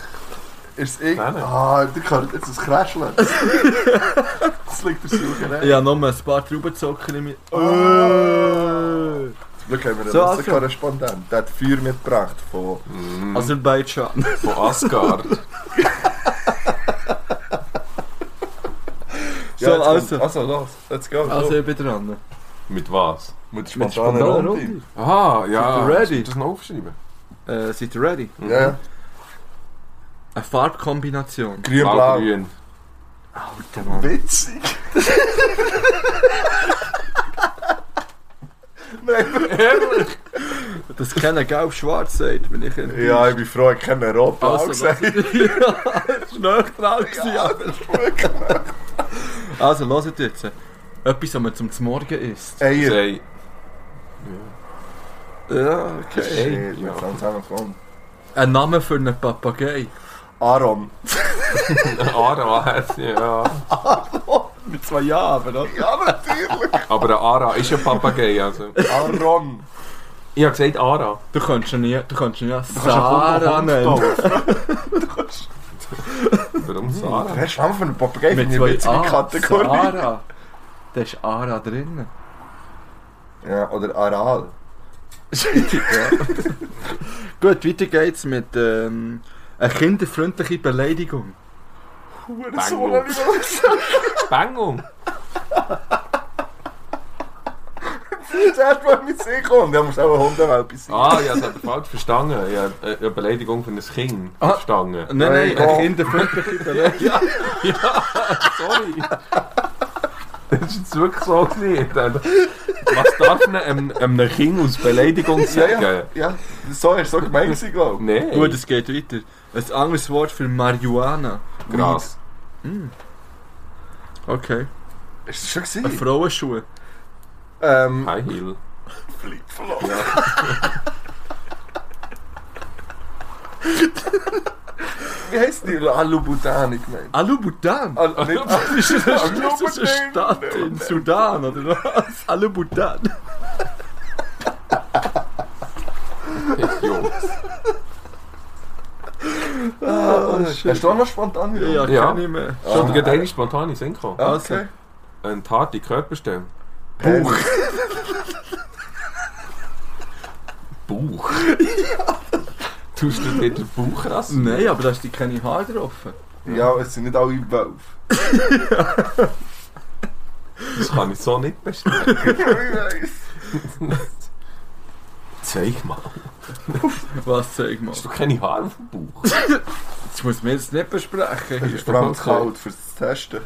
S3: Ist ich.
S4: Nein, nein.
S3: Ah, der kann jetzt ein Crashlen. das liegt der Suche, ne?
S2: Ich habe noch ein paar Traubenzocker in mir.
S3: Oh. Zum Glück haben wir einen
S2: So,
S3: so,
S2: also.
S3: Korrespondent. Der hat Feuer mitgebracht von
S4: Mm,
S2: Aserbaidschan.
S4: von Asgard.
S2: So,
S3: jetzt kommt-
S2: also.
S3: Also, los, let's go.
S2: Also,
S3: go.
S2: ich bin dran.
S4: Mit was?
S3: mit
S2: Mit
S3: spontaner
S2: spontaner
S3: Runde.
S2: Runde.
S4: Ah, ja.
S2: Sind wir ready?
S4: Das noch aufschreiben.
S2: Äh, seid ihr ready?
S4: Mhm.
S3: Ja,
S2: Eine Farbkombination.
S3: grün-blau.
S4: Grün.
S2: Alter, Mann.
S3: Witzig. Nein,
S2: Das kennen gelb-schwarz sagt, bin ich in
S3: ja, ich bin froh, ich kenne Rot
S2: Also,
S3: also, gesagt.
S2: Ja, das war nahe dran. gewesen,
S3: Ja,
S2: aber- Also, hört jetzt. Etwas, was man zum Morgen isst.
S3: Eier.
S4: Sei.
S2: Ja,
S3: Shit,
S4: Ja.
S3: wir haben zusammengekommen.
S2: Ein Name für einen Papagei.
S3: Aaron.
S4: Ara, ja.
S2: Mit zwei Jahren, oder?
S3: Ja, natürlich.
S4: Aber ein Ara ist ein Papagei. Also.
S3: Aaron.
S4: Ich habe gesagt Ara.
S2: Du kannst ja nie, du kannst ja nie Sarah
S3: Sarah
S2: nennen.
S4: Warum
S3: Sarah.
S4: Sarah?
S3: Hast du einfach einen Papagei
S2: Mit
S3: finde ich
S2: zwei
S3: witzige
S2: A.
S3: Kategorie?
S2: Sarah. Da ist Ara drin.
S3: Ja, oder Aral.
S2: Gut, weiter geht's mit ähm, einer kinderfreundlichen Beleidigung.
S4: so habe Bangung.
S3: Zuerst mal mit See kommen, dann musst du auch ein Hundewelpe sein.
S4: Ah, ich habe es falsch verstanden. Ich habe äh, eine Beleidigung für ein Kind
S2: Ah.
S4: verstanden.
S2: Nein, nein,
S3: Nein,
S2: eine
S3: oh.
S2: kinderfreundliche Beleidigung.
S4: Sorry. Das ist jetzt wirklich so gewesen. Was darf man einem, einem Kind als Beleidigung
S3: Ah, ja,
S4: sagen?
S3: ja, ja. So hast du so gemeint, gewesen, glaub ich.
S4: Nein.
S2: Gut, es geht weiter. Ein anderes Wort für Marihuana.
S4: Gras.
S2: Okay.
S3: Ist das schon
S2: Eine
S3: gewesen?
S2: Frauenschuhe.
S3: Ähm,
S4: High Heel.
S3: Flipflop. Wie heisst die? Alubutani gemeint.
S2: Alubutan.
S3: Al nicht
S2: Ah, Das ist eine, das ist eine
S3: Alubutan.
S2: Stadt in Sudan, oder was? Alubutan.
S4: Jo.
S2: Oh,
S3: Hast du auch noch spontan wieder?
S2: Ja,
S4: Ja.
S2: ja. kann ich mehr.
S4: Schon gerade eine spontane Sinko.
S3: Ah,
S2: Also.
S3: okay.
S4: Eine harte Körperstelle.
S3: Buch.
S4: Bauch. Tust du dir den Bauch rassen?
S2: Nein, aber da ist die keine Haare drauf.
S3: Ja, es sind nicht alle Wölfe.
S4: Das kann ich so nicht bestätigen. Zeig mal.
S2: Was zeig mal?
S4: Hast du keine Haare auf dem Bauch?
S2: Das muss man jetzt nicht besprechen.
S3: Es ist vor allem zu kalt fürs Testen.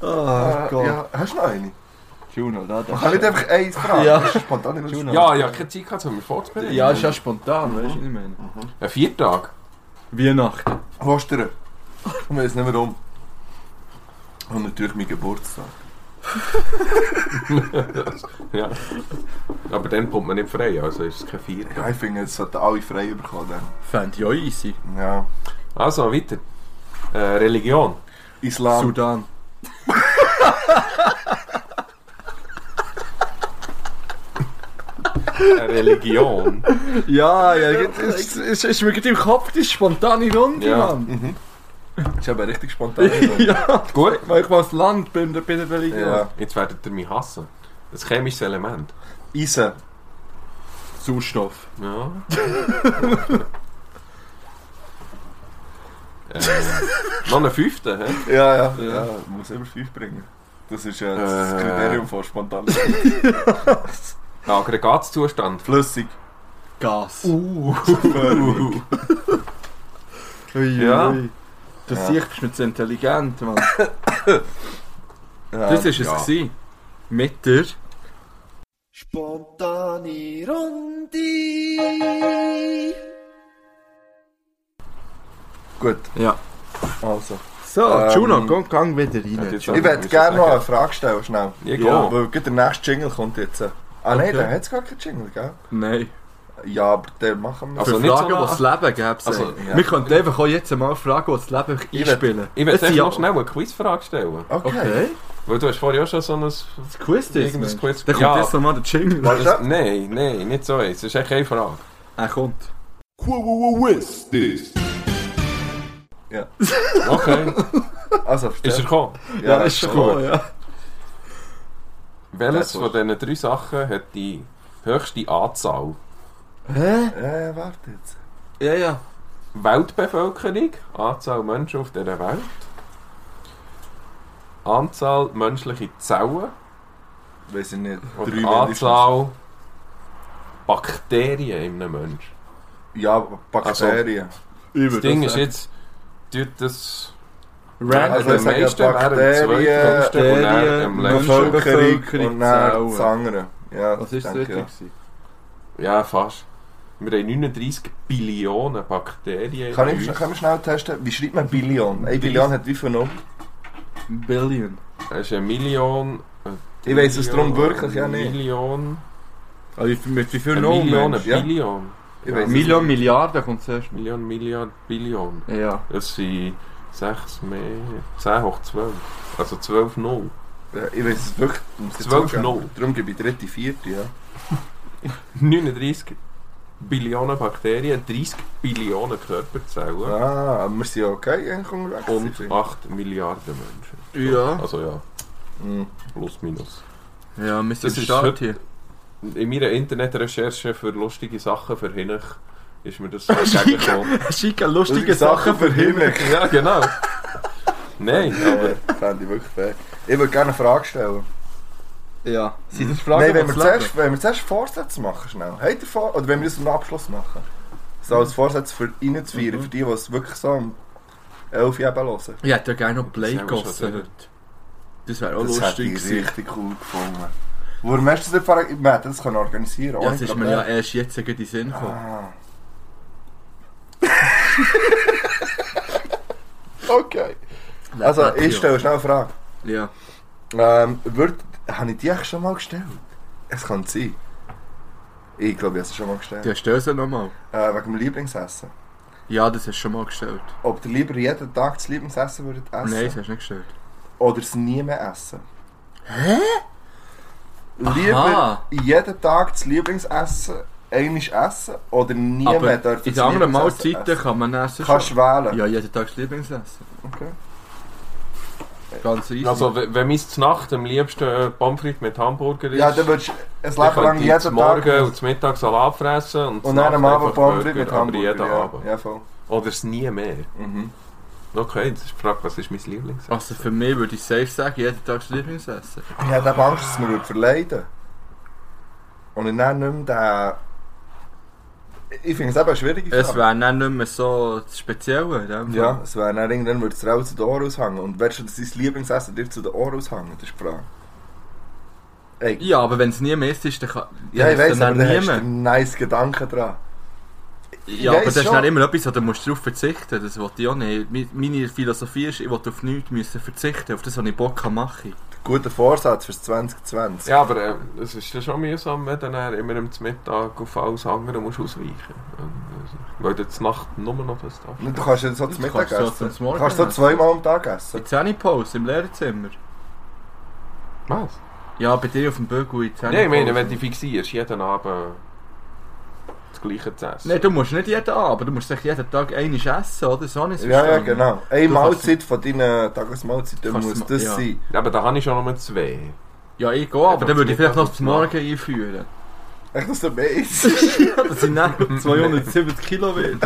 S2: Ah,
S3: Äh, ja, hast du noch eine?
S2: Ah, Juno, da, da.
S3: Kann ich dir einfach eins fragen?
S2: Oh Ja. nou.
S3: Das ist spontan nicht
S2: Juno.
S4: Ja, ja, keine Zeit gehabt, um mich vorzubereiten.
S2: Ja, ist ja spontan, weißt du, was ich meine?
S4: Ein Viertag.
S2: Weihnachten.
S3: Ostern. Ich weiß nicht warum. Und natürlich mein Geburtstag.
S4: Ja. Aber dann kommt man nicht frei, also ist es kein Viertag.
S3: Ja, ich finde, es sollten alle frei bekommen. dann.
S2: Fände ich auch easy.
S3: Ja.
S4: Also, weiter. Äh, Religion.
S3: Islam.
S2: Sudan.
S4: Äh, Religion.
S2: Ja, ja, es ist, mir gerade im Kopf die spontane Runde,
S4: Ja.
S2: Mann.
S3: Das ist aber richtig spontan.
S2: ja,
S4: Gut.
S2: manchmal das Land bei der, bei der Religion.
S3: ja.
S4: Jetzt werdet ihr mich hassen. Das chemisches Element.
S3: Eisen.
S2: Sauerstoff.
S4: Ja. äh, noch einen fünften, hä?
S3: Ja, ja.
S2: Ja.
S3: ja. Muss immer fünf bringen. Das ist ja
S4: Äh.
S3: das Kriterium von spontan.
S4: Aggregatzustand.
S3: Flüssig.
S2: Gas.
S4: Uh.
S3: Förmig.
S2: Ui,
S4: Ja.
S2: ui. Du
S3: Ja.
S2: siehst, bist nicht so intelligent, Mann.
S3: Ja.
S2: Das war es.
S4: ja.
S2: gewesen. Mit der...
S5: Spontane Runde.
S3: Gut,
S2: Ja.
S3: also.
S2: So,
S3: Ähm,
S2: Juno, komm, gang wieder rein.
S4: hat jetzt
S2: Juno.
S3: Ich würde gerne noch eine Frage stellen, schnell.
S4: Ja,
S2: Ja.
S4: go.
S3: Weil gerade der nächste Jingle kommt jetzt. Ah nein,
S2: Okay.
S3: da hat es gar keinen Jingle, gell?
S2: Nein.
S3: Ja, aber den machen wir.
S4: Also
S2: Für
S4: nicht so
S2: Fragen,
S4: nah-
S2: die das Leben gibt.
S4: Also,
S2: Also,
S3: ja.
S2: Wir könnten einfach auch jetzt mal Fragen, die das Leben
S3: würd-
S2: einspielen.
S4: Ich
S2: Es
S4: werde
S2: sind
S4: jetzt
S2: ja-
S4: noch schnell eine Quizfrage stellen.
S3: Okay.
S2: Okay.
S4: Weil du hast vorher auch schon so ein...
S2: Das Quiz ist.
S4: Irgendein
S2: Mensch.
S4: Quiz-
S2: Dann kommt
S4: Ja.
S2: jetzt nochmal der Jingle.
S3: Warte.
S4: Das, nein, nein, nicht so eins. Das ist echt keine Frage.
S2: Er kommt.
S4: Okay,
S3: Also,
S4: ist er gekommen?
S2: Ja, ist schon
S3: gut.
S2: cool, ja.
S4: Welches
S3: Das ist-
S4: von diesen drei Sachen hat die höchste Anzahl?
S2: Hä?
S3: Äh, warte jetzt.
S2: Ja, ja.
S4: Weltbevölkerung, Anzahl Menschen auf dieser Welt, Anzahl menschliche Zellen
S3: Weiß ich nicht.
S4: und
S3: mindestens.
S4: Anzahl Bakterien in einem Menschen.
S3: Ja, Bakterien.
S4: Das Ding ist jetzt, tut das
S3: Also,
S2: Random.
S3: ich sage
S4: wären
S3: Bakterien,
S4: zweitgrößten und dann am
S2: Bakterien,
S4: längsten.
S2: Menschen.
S3: Bevölkerung und dann das
S2: Zellen.
S3: andere. Ja,
S2: Was ist das
S3: denke ich,
S2: dritte?
S4: Ja, fast. Wir haben 39 Billionen Bakterien
S3: ja. Kann
S4: in
S3: ich
S4: uns.
S3: kann ich schnell testen? Wie schreibt man Billion? Ein Billion hat wie viel noch?
S2: Billion.
S4: Das ist eine Million... eine
S3: Ich weiss es drum
S4: Trillion,
S3: wirklich ja nicht.
S4: Million...
S2: Also, wie viel- mit wie viel
S4: Eine
S2: Nomen?
S4: Million, eine
S2: Mensch?
S3: ja.
S4: Billion.
S3: Ich weiss es
S2: Million, Milliarden kommt zuerst.
S4: Million, Milliard, Billion.
S2: Ja.
S4: Das sind 6 mehr. 10 hoch 12. Also 12 0.
S3: Ja, ich weiß es wirklich. ich muss jetzt
S4: 12
S3: zugeben.
S4: Null.
S3: Darum gebe ich dritte, vierte, ja.
S4: 39 Billionen Bakterien, 30 Billionen Körperzellen
S3: Ah, aber wir sind ja okay eigentlich unterwegs.
S4: und 8 Milliarden Menschen.
S2: Ja.
S4: Also ja,
S3: Mhm.
S4: plus minus.
S2: Ja, wir sind
S4: Das ist
S2: stark
S4: heute-
S2: hier.
S4: In meiner Internetrecherche für lustige Sachen für Hinnach ist mir das so entgegengekommen.
S2: Schicke lustige
S4: ja, genau. Nein, aber
S3: Äh, fände ich wirklich fair. Ich würde gerne eine Frage stellen.
S2: Ja. Sind das
S3: Nein,
S2: Fragen,
S3: wenn wir,
S2: die das Leben-
S3: zuerst, wenn wir zuerst Vorsätze machen, schnell. Habt ihr vor oder wenn wir das am Abschluss machen? So als Vorsatz für reinzuführen, für die, die es wirklich so um 11 Jahre hören.
S2: Ich hätte ja gerne noch Play
S4: Das haben wir schon
S2: gegossen
S4: gehört.
S2: heute. Das wäre auch
S3: Das hätte
S2: lustig
S3: ich
S2: gewesen.
S3: richtig cool gefunden. Warum hast du das nicht vorher... Wir hätten das können organisieren
S2: Ja,
S3: ohne
S2: das ist mir
S3: Probleme.
S2: ja erst jetzt gerade in den Sinn gekommen.
S3: Ah. okay. Also,
S2: Leck, ja.
S3: ich stelle schnell eine Frage.
S2: Ja.
S3: Ähm, wird, habe ich die eigentlich schon mal gestellt? Es kann sein. Ich glaube, ich habe sie schon mal gestellt.
S2: Ja, stell sie nochmal.
S3: Äh, wegen dem Lieblingsessen.
S2: Ja, das hast du schon mal gestellt.
S3: Ob ihr lieber jeden Tag das Lieblingsessen würdet essen
S2: Nein, das hast du nicht gestellt.
S3: oder es nie mehr essen?
S2: Hä?
S3: Lieber
S2: Aha.
S3: jeden Tag das Lieblingsessen einmal essen oder nie mehr
S2: Aber
S3: dürfen
S2: in
S3: das
S2: den anderen
S3: Lieblingsessen
S2: Mahlzeiten
S3: essen?
S2: kann man essen
S3: Kannst du wählen?
S2: Ja, jeden Tag das Lieblingsessen.
S3: Okay.
S2: Ganz easy.
S4: also, wenn wenn mir zu Nacht am liebsten äh, Pommes frites mit Hamburger ist,
S3: Ja, dann würdest du ein
S4: Ich
S3: Leben lang
S4: könnte
S3: jeden
S4: zum Morgen
S3: Tag...
S4: und zum Mittag Salat fressen und,
S3: Und dann am
S4: nachts
S3: Abend
S4: einfach
S3: Pommes
S4: Burger,
S3: frites mit
S4: aber
S3: Hamburger.
S4: jeden
S3: ja.
S4: Abend.
S3: ja, voll.
S4: Oder es nie mehr?
S3: Mhm.
S4: Okay, jetzt ist die Frage, was ist mein Lieblingsessen?
S2: Also für mich würde ich safe sagen, jeden Tag das Lieblingsessen.
S3: Ich hatte eben Angst, dass wir ihn verleiden. Und ich nenne nicht mehr den... Ich finde es eben eine schwierige Frage.
S2: Es wäre dann nicht mehr so das Spezielle. in dem Fall.
S3: Ja, es wäre dann irgendwann würde es dir auch zu den Ohren aushängen. Und willst du, dass dein Lieblingsessen dir zu den Ohren aushängen? Das ist die Frage. Ey,
S2: ja, aber wenn es nie mehr ist, dann kann dann
S3: ja,
S2: ist
S3: ich
S2: es
S3: weiss,
S2: dann
S3: aber da hast du
S2: nie mehr.
S3: einen nice Gedanken dran.
S2: Ja, aber
S3: weiss
S2: das ist
S3: schon.
S2: dann immer etwas, wo du musst darauf verzichten Das will ich auch nicht. Mi- Meine Philosophie ist, ich will auf nichts müssen verzichten, auf das, was ich Bock habe, mache ich.
S3: Guter Vorsatz fürs 2020.
S4: Ja, aber äh, es ist ja schon mühsam, wenn du dann immer am Mittag auf alles andere musst ausweichen also, musst. Weil du zur Nacht nur noch das darfst.
S3: Und Du kannst ja so
S2: Du
S3: zum
S2: kannst
S3: Mittag
S2: so
S3: essen.
S2: zum
S3: Du
S2: Morgen
S3: kannst so
S2: essen.
S3: zweimal am Tag essen.
S2: Die Zähnepause im Lehrzimmer.
S4: Was?
S2: Ja, bei dir auf dem Bügel in die
S4: Nein, ich meine,
S2: Zähnepause.
S4: wenn du fixierst, jeden Abend das gleiche zu essen.
S2: Nein, du musst nicht jeden Abend, du musst echt jeden Tag eine essen, oder? So habe ich es
S3: Ja, ja,
S2: verstanden.
S3: genau. Eine
S2: Du
S3: Mahlzeit von deinen Tagesmahlzeiten
S2: Kannst
S3: muss
S2: ma-
S3: das
S2: ja.
S3: sein.
S4: Aber da habe ich schon nur zwei.
S2: Ja, ich gehe, aber dann würde ich vielleicht noch zum
S4: Ja, das
S2: Morgen einführen.
S3: Echt, dass du mehr isst.
S2: Dass ich dann 270 Kilo werde.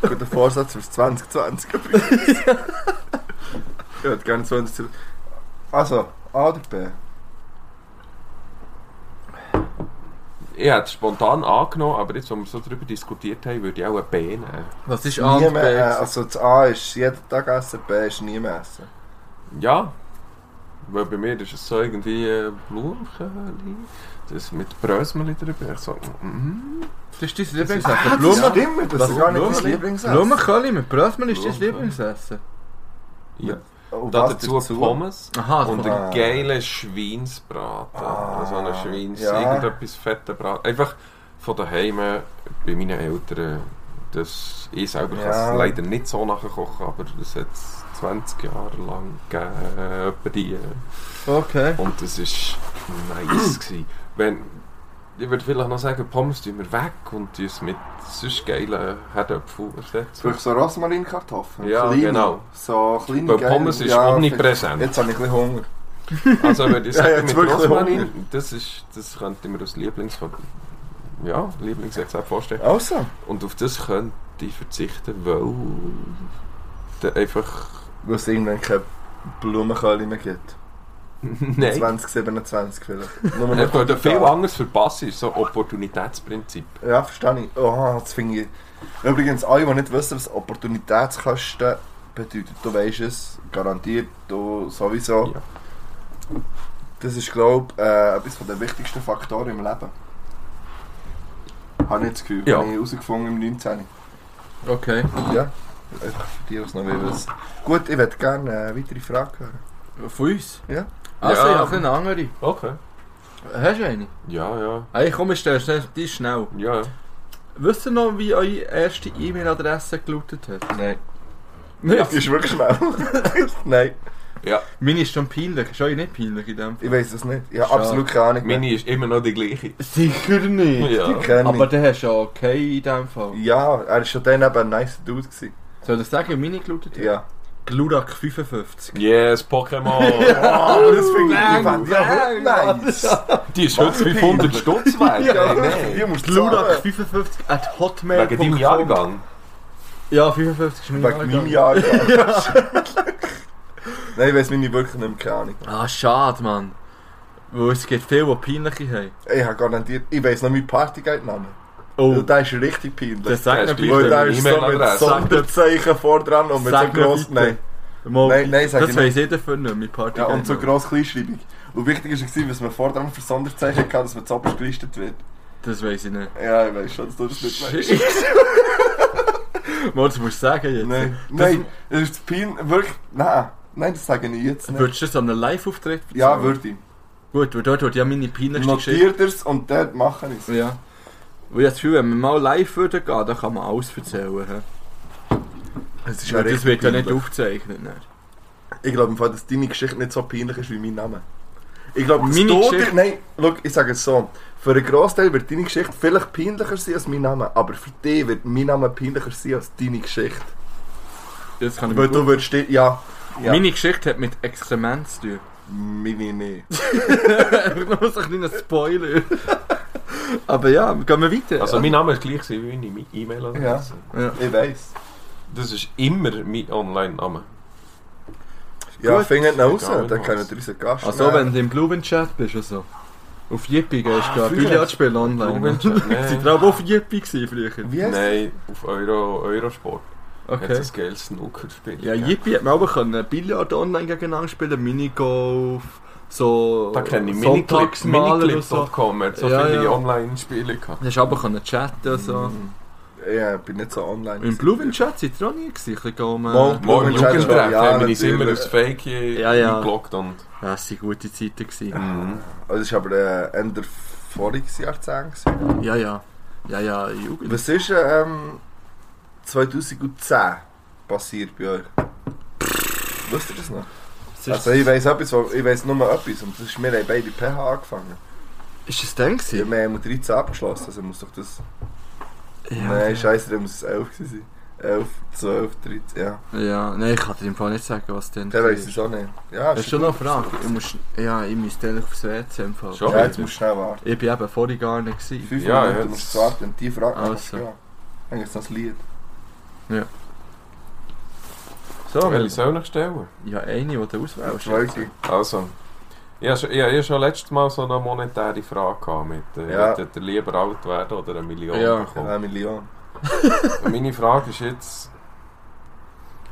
S3: Guter Vorsatz fürs 2020 übrigens. ich hätte gerne 20 zurück. Also, A oder B?
S4: Ich hätte es spontan angenommen, aber jetzt, wo wir so darüber diskutiert haben, würde ich auch eine B nehmen.
S2: Was ist A
S3: Nie
S2: und B?
S3: mehr, äh, also das A ist jeden Tag essen, B ist nie mehr essen.
S4: Ja. Weil bei mir ist es so irgendwie äh, Blumkeli, das mit Brösmeli drüber. Ich so, mm,
S2: Das ist dein Lieblingsessen.
S3: Ah, das
S2: Blumen-
S3: stimmt, das ist gar nicht mein Lieblingsessen.
S2: Blumenkohl mit Brötchen ist dein
S4: Blumenkohl.
S2: Lieblingsessen.
S4: ja.
S3: Und
S4: Da
S3: Oh, was
S4: dazu Pommes
S2: Aha,
S4: und
S2: das-
S4: einen geilen Schweinsbraten.
S3: Ah,
S4: also einen Schweins,
S3: ja.
S4: irgendetwas fetten Braten. Einfach von daheim äh, bei meinen Eltern. Das, ich selber
S3: Ja.
S4: kann es leider nicht so nachkochen, aber das hat es 20 Jahre lang gegeben. etwa die, äh,
S2: Okay.
S4: Und das ist nice. gewesen. Wenn, ich würde vielleicht noch sagen, Pommes tun wir weg und tun es mit sonst geilen Herdöpfeln ersetzen.
S3: Vielleicht so Rosmarinkartoffeln.
S4: Ja, genau.
S3: So kleine
S4: Weil
S3: geile-
S4: Pommes ist
S3: ja,
S4: omnipräsent.
S3: Jetzt habe ich ein bisschen Hunger.
S4: Also würde ich
S3: Ja,
S4: sagen,
S3: jetzt
S4: mit
S3: wirklich
S4: Rosmarin, das, ist, das könnte ich mir als Lieblings... Ja, Lieblingsrezept vorstellen.
S3: Also,
S4: Und auf das könnte ich verzichten, weil... da einfach...
S3: weil es irgendwann keine Blumenkohl mehr gibt.
S4: Nein.
S3: 2027 vielleicht. Nur
S4: Ich würde viel
S3: Kommentar.
S4: anderes verpassen, ist so Opportunitätsprinzip.
S3: Ja, verstehe ich. Oh, das finde ich... Übrigens, alle, die nicht wissen, was Opportunitätskosten bedeutet, du weißt es, garantiert, du sowieso.
S4: Ja.
S3: Das ist, glaube ich, äh, etwas von den wichtigsten Faktoren im Leben. Habe ich das Gefühl,
S4: Ja.
S3: habe ich herausgefunden im 19.
S2: Okay.
S3: Ja, einfach für die, die es noch wissen. Gut, ich würde gerne eine weitere Frage hören.
S2: Von uns?
S3: Ja.
S2: Also,
S4: Ja.
S2: ich habe eine andere.
S4: Okay.
S2: Hast du eine?
S4: Ja, ja.
S2: Hey, komm, ich stelle schnell, die ist schnell.
S4: Ja, ja.
S2: Wisst ihr noch, wie eure erste E-Mail-Adresse gelautet hat?
S3: Nein.
S2: Nicht?
S3: Die ist wirklich schnell. Nein,
S2: Meine ist schon peinlich. Ist euch nicht peinlich in dem Fall?
S3: ich weiß es nicht. Ich habe
S2: Schade.
S3: absolut keine Ahnung. mehr.
S4: Meine ist immer noch die gleiche.
S2: Sicher nicht.
S4: Ja.
S3: Die kenne
S2: Aber
S3: ich.
S2: dann hast du ja okay in dem Fall.
S3: Ja, er war schon dann eben ein nice Dude. Gewesen.
S2: Soll ich sagen, wie meine gelautet hat?
S3: Ja.
S2: Glurak55.
S4: Yes, Pokémon!
S2: Ah,
S3: Oh, das finde ich, ich fand ja
S2: Nein,
S3: heute nice.
S4: Die ist heute 500 Stutz wert.
S3: Ja,
S4: ey,
S3: wirklich, die
S4: nein.
S3: musst du zahlen.
S2: Glurak55 at hotmail.
S4: Wegen deinem Jahrgang.
S2: Ja, 55 ist mein
S3: Wegen meinem
S2: Jahrgang.
S3: Jahr. Nein, ich weiß meine wirklich nicht mehr, keine Ahnung.
S2: Ah, schade, Mann. Weil es gibt viele, die peinliche haben.
S3: Ich habe garantiert, ich weiß noch meinen Partyguide-Namen.
S2: Oh,
S3: Und der ist richtig peinlich.
S2: das sagt
S4: Das
S2: mir
S4: ist
S3: Weil
S2: bitte.
S3: der ist so mit
S4: E-Mail-Adresse.
S3: Sonderzeichen vor dran und mit so
S2: Sag mir
S3: gross...
S2: bitte.
S3: Nein.
S2: Mal,
S3: Nein, nein, sag
S2: das
S3: ich
S2: weiss ich davon nicht, mein Party.
S3: Ja, und so gross Kleinschreibung. Und wichtig war, gewesen, dass man vor dran für Sonderzeichen hatte, dass man zuoberst gelistet wird.
S2: Das weiss ich nicht.
S3: Ja, ich weiß schon, dass du das nicht weißt.
S2: Mal, das musst du sagen jetzt.
S3: Nein,
S2: Das-
S3: nein, das ist pin, wirklich, nein, nein, das sage ich jetzt nicht.
S2: Würdest du das an einem Live-Auftritt
S3: Ja,
S2: erzählen?
S3: würde ich.
S2: Gut, weil dort wird ja meine peinlichste Geschichte.
S3: Notiert es und dann machen wir es.
S2: Ja. Weil ich das Gefühl, wenn wir mal live würden gehen, dann kann man alles erzählen. hä?
S3: Es ist
S2: Weil das
S3: richtig
S2: wird ja nicht
S3: peinlich.
S2: aufgezeichnet. ne?
S3: Ich glaube im Fall, dass deine Geschichte nicht so peinlich ist wie mein Name. Ich glaube, dass
S2: Meine
S3: du
S2: Geschichte-
S3: dir, nein, schau, ich sage es so. Für einen Großteil wird deine Geschichte vielleicht peinlicher sein als mein Name, aber für dich wird mein Name peinlicher sein als deine Geschichte.
S2: Das kann ich mir
S3: Weil du
S2: gut-
S3: würdest, dir- ja, ja.
S2: Meine Geschichte hat mit Exkrement zu tun.
S3: meine nicht.
S2: Nur so ein kleiner Spoiler. Aber ja, gehen wir weiter.
S4: Also mein Name ist gleich gewesen wie meine E-Mail-Adresse.
S2: ja.
S3: Ich weiß.
S4: Das ist immer mein Online-Name.
S3: Ja,
S2: Gut.
S3: findet ihn raus,
S4: Egal,
S3: dann
S4: was.
S3: können wir unseren Gast
S2: Also
S3: nehmen.
S2: wenn du im Blumen-Chat bist und so. Auf Yippie gehst du
S4: Ah,
S2: ah,
S4: früher.
S2: Billard spielen online.
S4: Blumen-Chat, nee.
S2: Seid ihr auch auf Yippie gewesen früher?
S3: Wie heißt
S4: Nein, auf Euro, Eurosport. Okay.
S2: Okay.
S4: Jetzt das geiles Snooker-Spiel.
S2: Ja, Yippie hat man aber können Billard online gegeneinander spielen, Minigolf, so
S4: Da kenne ich Miniclip-
S2: Sonntagsmaler und so.
S4: Miniclip.com. Er hat so
S2: Ja,
S4: viele
S2: ja.
S4: Online-Spiele gehabt.
S2: Du hast aber können chatten und so.
S3: Ja, ich bin nicht so online.
S2: Im Blumen-Chat seid ihr auch nie gewesen. Ein bisschen um,
S3: Mal.
S2: äh,
S4: Morgen
S3: Blumen-Chat
S4: Jugendtreff
S3: schon, ja,
S4: haben wir uns immer
S3: natürlich.
S4: aufs Fake
S2: Ja, ja.
S4: geblockt. Und,
S2: Das waren gute Zeiten. Gewesen.
S4: mhm.
S3: Also, das war aber äh, Ende voriges Jahrzehnt. gewesen.
S2: Ja, ja. Ja, ja, Jugend.
S3: Was ist ähm, 2010 passiert bei euch? Wisst ihr das noch?
S2: Was ist,
S3: Also ich weiss, etwas, wo- ich weiss nur etwas und das ist, wir haben beide PH angefangen.
S2: ist das dann
S3: Wir
S2: gewesen?
S3: haben mit 13 abgeschlossen, also muss doch das...
S2: Ja,
S3: Nein, scheiße, dann muss es 11 gewesen sein. 11, 12, 13, ja.
S2: ja. Nein, ich kann dir im Fall nicht sagen, was denn.
S3: Der weiss
S2: war.
S3: es auch nicht. Ja,
S2: Hast du schon noch eine Frage? Ich muss, ja, ich muss eigentlich aufs WC im Fall.
S4: Schon?
S3: Ja, jetzt musst du schnell warten.
S2: Ich bin eben vorhin gar nicht gewesen.
S3: 5
S4: Ja,
S3: Minuten
S4: ja,
S3: musst du
S4: das-
S3: warten und die Frage
S2: Also.
S3: kannst du ja. Eigentlich ist das Lied.
S2: So,
S4: Welche soll ich stellen?
S2: ja, eine, die du auswählst.
S3: Zweite.
S4: Also, ich habe schon, ich habe schon letztes Mal so eine monetäre Frage gehabt mit, äh,
S3: Ja.
S4: wollt ihr lieber alt werden oder eine Million
S2: Ja.
S4: bekommen?
S3: Eine Million.
S4: Meine Frage ist jetzt,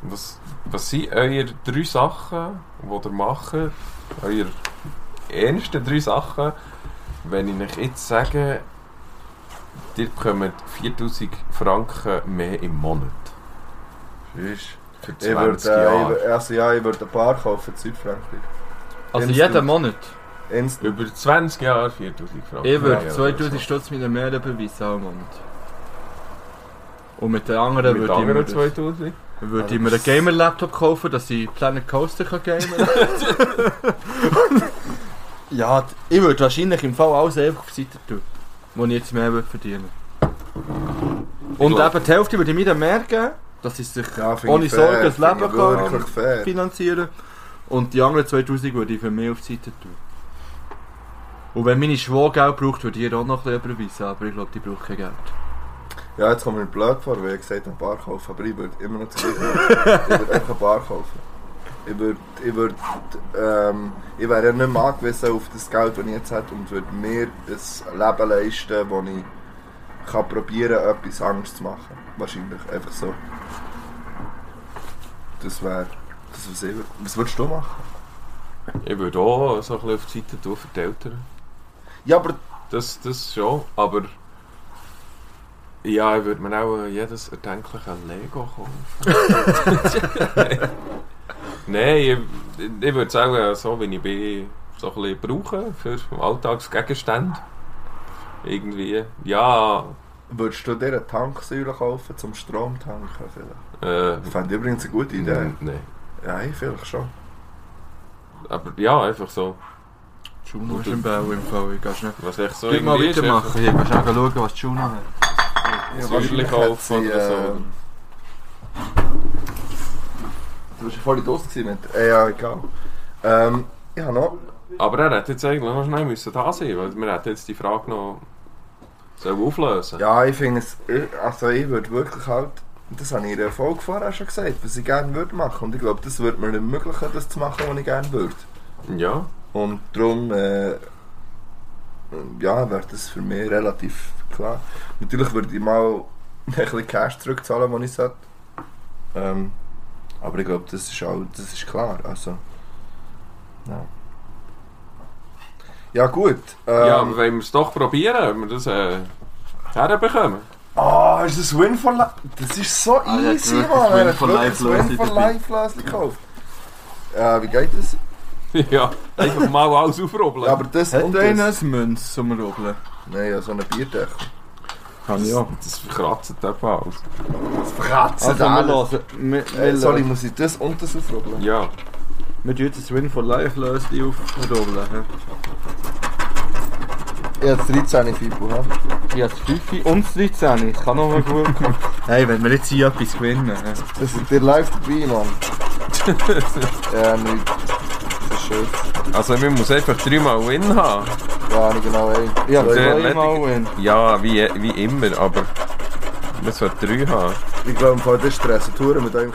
S4: was, was sind eure drei Sachen, die ihr macht, eure ernsten drei Sachen, wenn ich euch jetzt sage, ihr bekommt 4000 Franken mehr im Monat
S3: Tschüss.
S4: für 20
S3: Ich würde,
S4: Jahre.
S3: äh, ich wür- also ja, ich würde ein paar kaufen in Südfrankreich.
S2: Also
S3: Instant.
S2: jeden Monat.
S3: Instant.
S4: Über 20 Jahre 4000 Franken.
S2: Ich würde
S4: Ja, ja,
S2: 2000
S4: das-
S2: Stutz mit einem mehr überweisen am Monat. Und mit den anderen
S4: Mit
S2: würde ich, mir
S4: anderen Also
S2: das-
S4: 2000?
S2: würde ich mir einen Gamer-Laptop kaufen, dass ich Planet Coaster kann gamen kann. ja, d- ich würde wahrscheinlich im Fall alles einfach auf die Seite tun, wo ich jetzt mehr würde verdienen Und
S4: glaub-
S2: eben die Hälfte würde ich mir dann merken, dass ich sich
S3: Ja, finde
S2: ohne
S3: ich fair,
S2: Sorgen das
S3: finde
S2: Leben
S3: ich
S2: kann
S3: Wirklich fair.
S2: finanzieren und die anderen 2000 würde ich für mich auf die Seite tun. Und wenn meine Schwau Geld braucht, würde ich ihr auch noch ein bisschen überweisen, aber ich glaube, die braucht kein Geld.
S3: Ja, jetzt kommt mir blöd vor, weil ich gesagt habe, ein Bar kaufen, aber ich würde immer noch zu viel Ich würde einfach ein Bar kaufen. Ich würde, ich würde, ähm, ich wäre ja nicht mehr angewiesen auf das Geld, das ich jetzt hätte und würde mir ein Leben leisten, wo ich kann probieren kann, etwas anderes zu machen. Wahrscheinlich, einfach so. Das wäre, das was ich würde. Was würdest du machen?
S4: Ich würde auch so ein bisschen auf die Seite tun für die Eltern.
S3: Ja, aber
S4: Das, das schon, aber... Ja, ich würde mir auch äh, jedes erdenkliche Lego kaufen. Nein, ich, ich würde es auch äh, so, wie ich bin, so ein bisschen brauchen für Alltagsgegenstände. Irgendwie, ja...
S3: würdest du dir eine Tanksäule kaufen, zum Strom tanken vielleicht?
S4: Äh,
S3: Ich fände übrigens eine gute Idee.
S4: n- Nein.
S3: Ja, ich vielleicht schon.
S4: Aber ja, einfach so.
S2: Juno ist im Bau im Fall, ich gehe schnell.
S4: Was ich so
S2: Geh mal
S4: irgendwie ist,
S2: weitermachen, ich gehe schnell schauen, was Juno hat.
S4: einfach
S3: wahrscheinlich
S4: Säuschen
S3: hat
S4: kaufen
S3: sie,
S4: oder so.
S3: äh, Du warst ja voll draussen mit. Äh, ja, egal. Ähm, ich habe noch.
S4: Aber er hätte jetzt eigentlich noch schnell müssen da sein, weil wir hätten jetzt die Frage noch soll auflösen.
S3: Ja, ich finde es. ich- Also, ich würde wirklich halt. Das habe ich in der Folge vorher schon gesagt, was ich gerne würde machen. Und ich glaube, das würde mir ermöglichen, das zu machen, was ich gerne würde.
S4: Ja.
S3: Und darum. Äh, ja, wäre das für mich relativ klar. Natürlich würde ich mal ein bisschen Cash zurückzahlen, was ich sollte. Ähm, aber ich glaube, das ist auch, das ist klar. Also, ja. ja gut. Ähm,
S4: ja, aber wenn wir es doch probieren, wenn wir das äh, herbekommen.
S3: Ah, ist das Win for Life? Das ist so
S2: Ah, der hat
S3: easy,
S2: wirklich
S3: Mann.
S2: das Win
S3: Er hat
S2: for
S3: wirklich das
S2: Life
S3: Win for
S2: Lösli dabei.
S3: Life Lösli gekauft. Äh, wie geht das?
S4: ja, einfach mal alles aufrubbeln.
S3: Ja, aber das
S2: Hat
S3: und
S2: er einen
S3: das.
S2: als Münz zum Rubbeln?
S3: Nein, ja, so eine Bierdeckel.
S2: Kann ich auch.
S4: Das verkratzt eben alles.
S3: Das verkratzt
S2: Also, wir
S3: alles.
S2: hören. Wir, wir,
S3: Äh,
S2: äh,
S3: sorry, muss ich das und das aufrubbeln?
S4: Ja.
S2: wir tun jetzt das Win for Life Lösli aufrubbeln.
S3: Ich habe 13 Fibel, hä?
S2: Ich habe 5 und das 13, das kann noch mal gut kommen. hey, wenn wir jetzt hier etwas gewinnen. hä?
S3: Das ist dir live dabei, Mann. ja, nicht. Das ist schön.
S4: Also wir müssen einfach dreimal Win haben.
S3: Gar nicht genau ein.
S2: Ja,
S3: Zwei.
S4: Der-
S2: zweimal win.
S4: Ja, wie, wie immer, aber man sollte drei haben.
S3: Ich glaube, im Fall der Stress. Touren mit einem.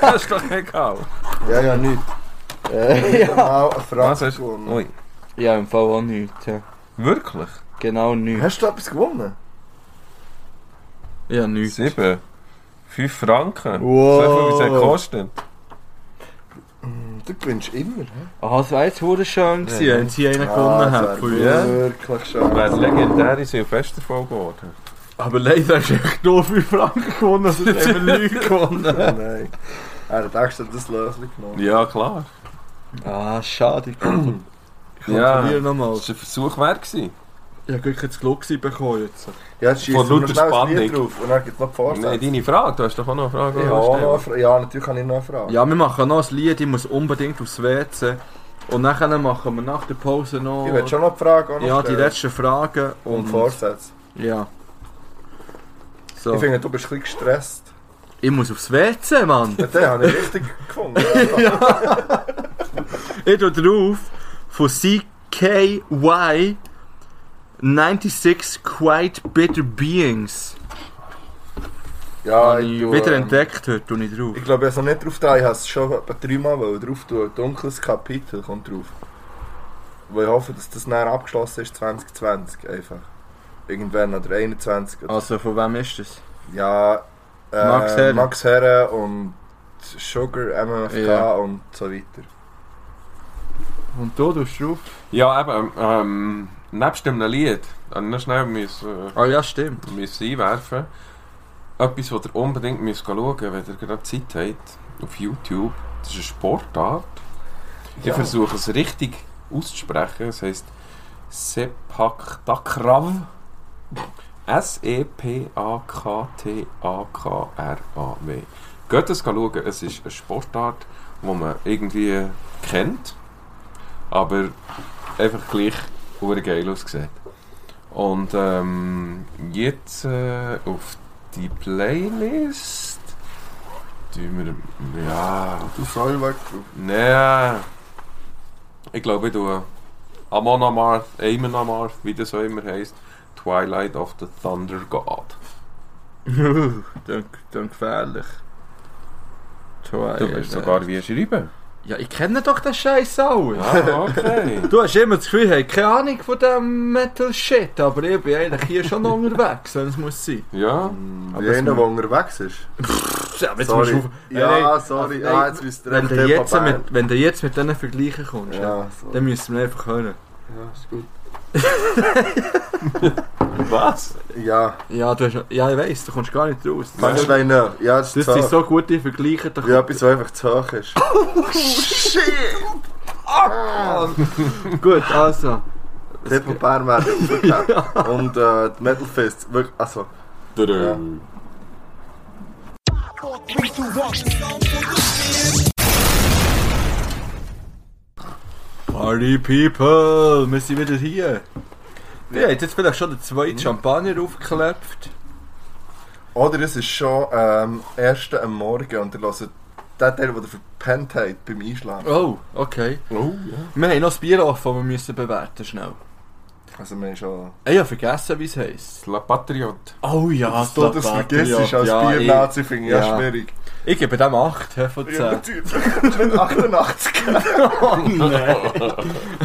S4: das ist doch egal.
S3: Ja, ja, nicht. Äh, genau, eine Frage.
S4: Was hast du?
S3: gewonnen.
S4: Ui.
S2: Ja, im Fall auch nichts. Ja.
S4: Wirklich?
S2: Genau nichts.
S3: Hast du etwas gewonnen?
S2: Ja, nichts.
S4: Sieben. Fünf Franken.
S2: Wow.
S4: So viel, wie es hat gekostet.
S3: Du gewinnst immer. hä?
S2: Aha, es war jetzt verdammt schön gewesen,
S4: Ja.
S2: wenn sie einen
S3: Ah,
S2: gewonnen
S3: das
S2: hat
S3: wär
S2: von uns.
S3: Wirklich schade.
S4: Wäre eine legendäre Silvesterfolge geworden.
S2: Aber leider hast du echt nur 5 Franken gewonnen, also hast du nichts gewonnen.
S3: Oh, Nein. Er hat extra das Lösli genommen.
S4: Ja, klar.
S2: Ah, schade, ich kann
S4: Ja.
S2: hier nochmal.
S4: Das war ein Versuch wert. gewesen.
S2: Ich habe wirklich das Glück gewesen bekommen jetzt.
S3: Ja, jetzt schießt
S4: Von
S3: er noch
S4: lauter
S3: schnell das Bier
S4: Spannung.
S3: drauf und dann gibt es noch die
S4: Nein,
S3: Vorsätze.
S4: deine Frage. Du hast doch auch noch eine Frage.
S3: ja, auch noch eine Fra- ja, natürlich kann ich noch eine Frage.
S2: Ja, wir machen noch ein Lied, ich muss unbedingt aufs WC. Und nachher machen wir nach der Pause noch...
S3: Ich will schon noch die Frage auch noch
S2: ja, die
S3: stellen.
S2: letzten Fragen.
S3: Und Vorsätze.
S2: Ja. So.
S3: Ich
S2: Ich,
S3: finde, du bist ein bisschen gestresst.
S2: muss aufs WC, Mann.
S3: Ja, Den habe ich richtig gefunden. ja.
S2: Ich tue drauf von CKY 96 Quite Bitter Beings.
S3: Ja,
S2: Habe ich
S3: tue,
S2: wieder
S3: ähm,
S2: entdeckt heute, tue ich drauf.
S3: Ich glaube, ich habe es noch nicht drauf da. Ich habe es schon etwa dreimal wollen drauf tun. Dunkles Kapitel kommt drauf. Weil ich hoffe, dass das näher abgeschlossen ist 2020 einfach. Irgendwann oder 21. Oder
S2: Also, von wem ist das?
S3: Ja, äh,
S2: Max
S3: Max,
S2: Herre.
S3: Herren. Max Herre und Sugar, MFK
S2: Ja.
S3: und so weiter.
S2: Und du, du hast drauf.
S4: Ja, eben. Ähm, nebst dem Lied. Habe ich noch schnell müssen,
S2: Ah ja, stimmt.
S4: äh, müssen einwerfen Etwas, was ihr unbedingt müsst schauen müsst, wenn ihr gerade Zeit habt. Auf YouTube. Das ist eine Sportart. Ich
S3: Ja.
S4: versuche es richtig auszusprechen. Es heisst Sepak Takrav. E S-E-P-A-K-T-A-K-R-A-W. Geht das schauen, es ist eine Sportart, die man irgendwie kennt, aber einfach gleich hure geil aussieht. Und ähm, jetzt äh, auf die Playlist. tun wir- Ja,
S3: Du Sollwerk drauf.
S4: Nee. Ich glaube, ich tue Amon Amarth, Amon Amarth, wie das auch immer heisst, Twilight of the Thunder God.
S2: dann, dann gefährlich.
S4: Du weißt sogar, wie schreiben.
S2: Ja, ich kenne doch den Scheiß auch.
S4: Ah, okay.
S2: Du hast immer das Gefühl, hey, keine Ahnung von dem Metal-Shit, aber ich bin eigentlich hier schon noch unterwegs, wenn es muss sein.
S4: Ja.
S3: Aber
S2: Aber
S3: einer,
S2: das-
S3: der unterwegs ist.
S2: Ja, aber jetzt musst
S3: Sorry.
S2: du auf-
S3: Ja,
S2: Hey,
S3: sorry.
S2: hey,
S3: Ah, jetzt müsst ihr
S2: wenn,
S3: echt
S2: du
S3: den
S2: jetzt
S3: Papern-
S2: mit, wenn du jetzt mit diesen Vergleichen kommst, ja,
S3: Ja, sorry.
S2: dann müssen wir einfach hören.
S3: Ja, ist gut.
S4: Was?
S3: Ja,
S2: Ja, du hast, ja ich weiss, du kommst gar nicht raus.
S3: Mensch,
S2: Das
S3: nein, nein. Ja, das ist zu
S2: sind
S3: hoch.
S2: so Oh, gute Vergleiche. Da
S3: Ja, etwas, was einfach zu hoch ist.
S2: Gut, also.
S3: Dort, wo Bern werden. Und äh, die Metal Fists. Wirklich, also,
S4: Tudum.
S2: Party People, wir sind wieder hier. Wir haben jetzt vielleicht schon den zweiten Champagner aufgeklebt.
S3: Oder es ist schon ähm, 1. am Morgen und ihr hört den Teil, den ihr verpennt habt beim Einschlafen.
S2: Oh, okay.
S4: Oh, ja.
S2: Wir haben noch das Bier offen, das wir müssen bewerten schnell.
S3: Also wir haben schon...
S2: Ich habe vergessen, wie es heisst.
S4: La Patriot.
S2: Oh ja,
S3: Dass du das vergisst, ist als
S2: Ja, ich-
S3: Bier-Nazi, finde ich ja
S2: ja. äh,
S3: schwierig.
S2: Ich gebe dem 8 hä, von 10.
S3: Ja, natürlich. Mit 88.
S2: Oh nein! Uh.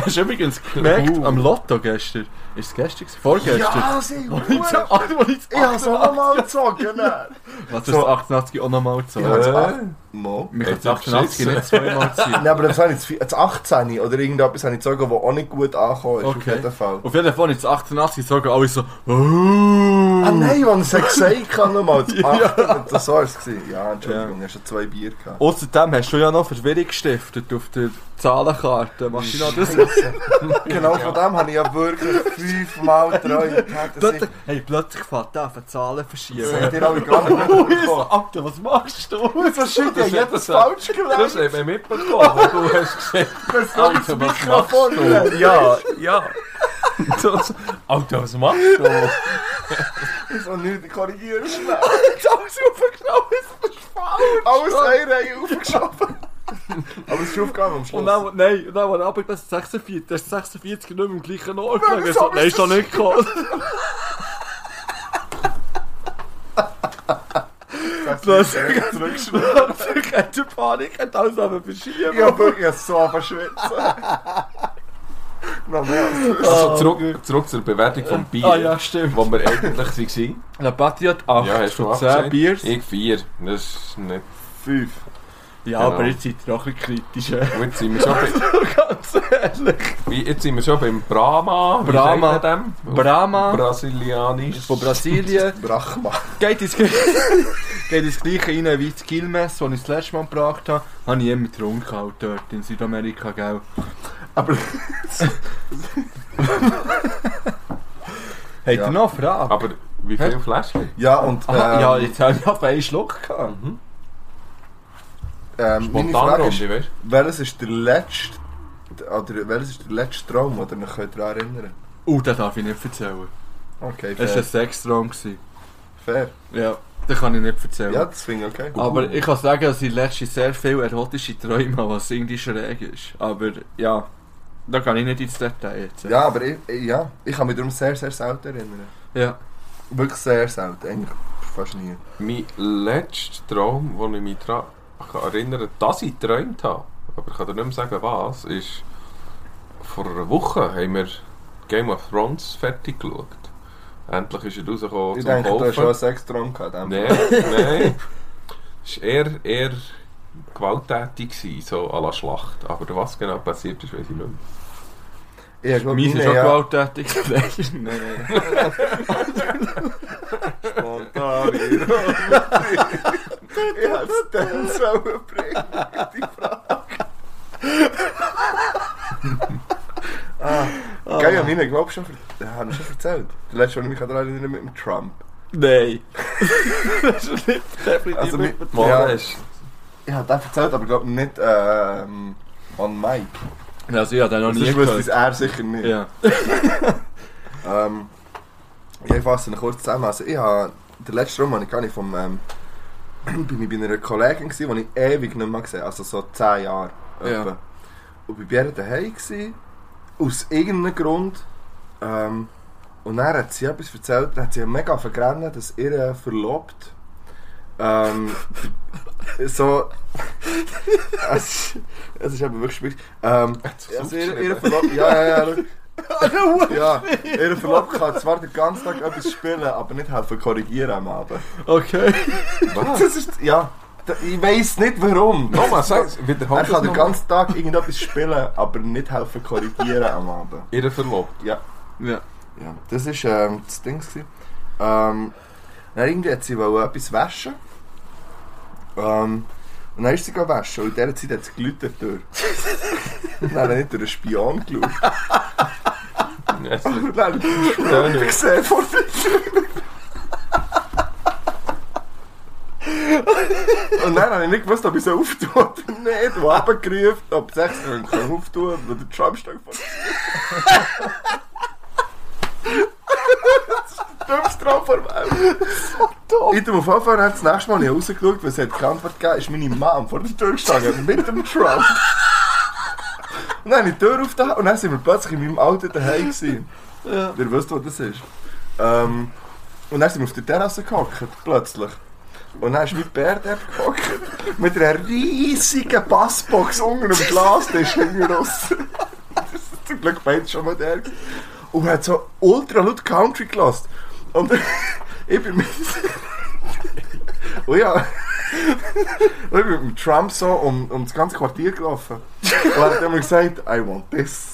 S2: Hast du übrigens gemerkt, am Lotto gestern? Ist es gestern? gewesen? Vorgestern?
S3: Ja, sie!
S2: Ja. Ach, du wolltest
S3: Ich hab's auch nochmal gezogen. ne?
S2: Was ist 88 auch nochmal
S3: Ich hab's
S2: zu?
S3: acht- Mo.
S2: Mich hat
S4: Jetzt
S2: 88
S4: beschissen.
S2: nicht zweimal gesehen.
S3: Nein, aber das habe ich zu- zu 18 oder irgendetwas habe ich gezogen, das auch nicht gut angekommen ist. Auf
S2: Okay.
S3: jeden Fall.
S2: Auf jeden Fall jetzt 88 sagen alle so. Oh.
S3: Ah nein, wenn ich es gesagt habe, nochmal zu 18. Das war es. gewesen. Ja, Entschuldigung, hast du zwei Bier gehabt.
S2: Außerdem hast du ja noch Verwirrung gestiftet auf der Zahlenkarte. Machst du noch das?
S3: Genau von dem habe ich ja wirklich fünfmal geträumt. Das
S2: Plötzlich- Hey, plötzlich fängt er an, die Zahlen verschieben.
S3: hätte ich alle gar nicht
S2: Oh, ich so,
S3: mitbekommen.
S2: Alter, was machst du?
S3: Das ist shit, ich
S4: Das
S3: habe
S4: hat
S3: jetzt
S4: er-
S3: falsch
S4: Das
S3: gelesen.
S4: haben wir mitbekommen. Du hast gesagt,
S3: Das habe ich
S4: Alter,
S3: das
S4: was
S3: Mikrofon gelesen.
S4: ja, ja. Das, Alter, was machst
S2: Oh,
S4: du?
S3: Ich soll nichts korrigieren.
S2: Alles aufgenommen, es ist falsch.
S3: Alles eine Reihe aufgeschoben. Aber es ist aufgegangen am Schluss.
S2: Und dann, nein, und dann war aber das 46, das ist 46 nicht mehr im gleichen Ort.
S3: Nein,
S2: gelegen.
S3: wieso
S2: So, Nein,
S3: bist
S2: ist doch
S3: du
S2: nicht gekommen.
S3: 46 Jahre zurückgeschnitten.
S2: Ich hätte Panik, hätte alles aber verschieben.
S3: Ich hab wirklich so angefangen zu schwitzen. Noch mehr als
S4: Also zurück, zurück zur Bewertung vom Bier,
S2: Ah ja, stimmt.
S4: wo wir eigentlich waren.
S2: La Patti hat 8
S4: Ja, hast du
S2: von
S4: acht
S2: 10
S4: gesagt?
S2: Biers.
S4: Ich vier. dus Das ist nicht...
S3: 5.
S2: Ja,
S4: Genau.
S2: aber jetzt seid ihr noch ein bisschen kritisch. äh.
S4: Jetzt sind wir schon, bei,
S2: Ganz ehrlich.
S4: wie- jetzt sind wir schon beim Brahma. Wie
S2: Brahma.
S4: sagt man dem?
S2: Brahma
S4: Brasilianisch.
S2: von Brasilien.
S3: Brachma.
S2: Geht ins, Ge- geht ins gleiche rein wie das Gilmes, das ich das letzte Mal gebracht habe. Habe ich immer getrunken halt dort in Südamerika, gell?
S3: Aber
S2: Habt ihr
S3: Ja.
S2: noch eine Frage?
S4: Aber wie viele Flaschen?
S3: ja, und ähm,
S2: Aha, Ah, ja, jetzt habe ich auf einen Schluck gehabt.
S4: Mhm.
S3: ähm, meine Frage ist,
S4: Spontanrunde, weißt
S3: welches ist der letzte, oder welches ist der letzte Traum, den ihr euch daran erinnern
S2: Oh, das darf ich nicht erzählen.
S3: könnt? Okay,
S2: Es war ein
S3: fair.
S2: Sextraum. gewesen.
S3: fair.
S2: Ja, das kann ich nicht erzählen.
S3: Ja, das finde ich okay.
S2: Aber ich kann sagen, dass ich letztens sehr viele erotische Träume habe, was irgendwie schräg ist. Aber ja, da kann ich nicht ins Detail jetzt.
S3: Ja, aber ich, ich- ja, ich kann mich darum sehr, sehr selten erinnern.
S2: Ja.
S3: Wirklich sehr selten, eigentlich fast nie.
S4: du? Mein letzter Traum, den ich mich daran kann erinnern dass ich geträumt habe, aber ich kann dir nicht mehr sagen, was, ist, vor einer Woche haben wir Game of Thrones fertig geschaut. Endlich ist er rausgekommen
S3: Ich
S4: zum
S3: denke, du hast
S4: Kaufen.
S3: schon einen Sextraum gehabt. in dem
S4: Nein,
S3: Fall.
S4: nein. Es war eher, eher gewalttätig, gewesen, so à la Schlacht. Aber was genau passiert dus ist, weiß ich nicht mehr.
S3: Ich habe
S2: Meins ist
S3: meine
S2: auch
S3: ja-
S2: gewalttätig. Nein, nein, nein.
S3: Ich hätte es dann sollen bringen, die Frage. ah, Geil, ja, meine, glaubst du schon, ver- ja, hab ich schon erzählt? Der letzte, den ich mich daran erinnere, mit dem Trump.
S2: Nein. das ist nicht definitiv
S3: Also,
S2: nicht.
S3: mit-
S4: Mal
S3: ja,
S4: hast
S3: ich habe den erzählt, aber glaube nicht ähm, on Mike. Dus
S2: Also, ich habe den noch nie
S3: Sonst wüsste es
S2: gehört.
S3: er sicher nicht.
S2: Ja.
S3: Ähm, ja, ich fasse ihn kurz zusammen. Also ich habe, den letzten Raum habe ich gar nicht vom... Ähm, bin ich bei einer Kollegin, gewesen, die ich ewig nicht mehr gesehen habe. Also so 10 Jahre. etwa.
S2: Ja.
S3: Und ich war bei ihr daheim. Gewesen, aus irgendeinem Grund. Ähm, und dann hat sie etwas erzählt. Dann hat sie mega vergrennt, dass ihr äh, Verlobt... Ähm, so... es, es ist eben wirklich schwierig. Ähm, also ihr, ihr Verlobt... Ja, ja, ja. schau. Ja, ihr Verlobter kann zwar den ganzen Tag etwas spielen, aber nicht helfen korrigieren am Abend.
S2: Okay.
S3: Das ist, ja, da- ich weiss nicht warum.
S4: Nochmal, sag's, wiederhol
S3: Er
S4: das
S3: kann den
S4: nochmal.
S3: ganzen Tag irgendetwas spielen, aber nicht helfen korrigieren am Abend.
S4: Ihr verlobt.
S3: Ja,
S2: Ja.
S3: ja. das war ähm, das Ding. Gewesen. Ähm, dann irgendwie hat sie wollte etwas waschen. Ähm, und dann ist sie gegangen waschen und in dieser Zeit hat es geläutet durch. Dann hat er nicht durch einen Spion geschaut.
S4: Es
S3: Nein,
S4: Töne.
S3: ich sehe vor Und dann habe ich nicht gewusst, ob ich so auftue oder nicht. Und abgerufen, ob es echt so kann auftun kann, der Trump steht vor Das ist der dümmste Traum der Welt. So dumm. Ich auf jeden Fall hat das nächste Mal nicht rausgeschaut, weil es hat keine Antwort gegeben ist meine Mom vor der Tür gestanden mit dem Trump. Und dann habe ich die Tür aufgetan und dann sind wir plötzlich in meinem Auto daheim gewesen.
S2: Ja.
S3: Ihr wisst, wo das ist. Ähm, und dann sind wir auf der Terrasse gehockt, plötzlich. Und dann ist mein Bär dort gehockt, mit einer riesigen Bassbox unter dem Glastisch hinten raus. Das ist zum Glück beide schon mal der. gewesen. Und hat so ultra laut Country gelassen. Und ich bin mit... Und ja... Und ich bin mit dem Trump so um, um das ganze Quartier gelaufen. Und er hat immer gesagt, I want this,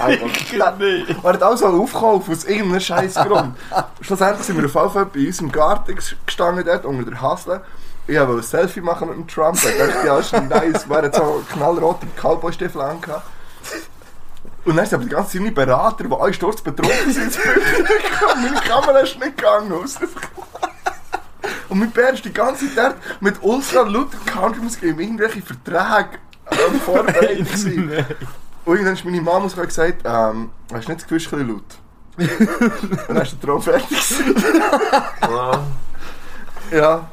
S3: I want that.
S2: Nein.
S3: Er hat alles so aufgekauft, aus irgendeinem scheiß Grund. Schlussendlich sind wir auf jeden Fall bei uns im Garten ges- gestanden, dort unter der Hasle. Ich wollte ein Selfie machen mit dem Trump. Ich dachte, ja, ist nice. Er hat so knallrote Cowboy-Stiefel angehabt. Und dann sind aber die ganze Zeit meine Berater, die alle sturzbetrunken sind, ins Bild gekommen. Meine Kamera ist nicht gegangen. aus dem- Und mein Bär ist die ganze Zeit dort mit ultra lauter Country-Musik in irgendwelche Verträge am Vorbereiten. gewesen. Und irgendwann ist meine Mama und gesagt, ähm, hast du nicht das Gefühl, es ist ein bisschen laut? und dann ist der Traum fertig. gewesen.
S4: Ah,
S3: ja.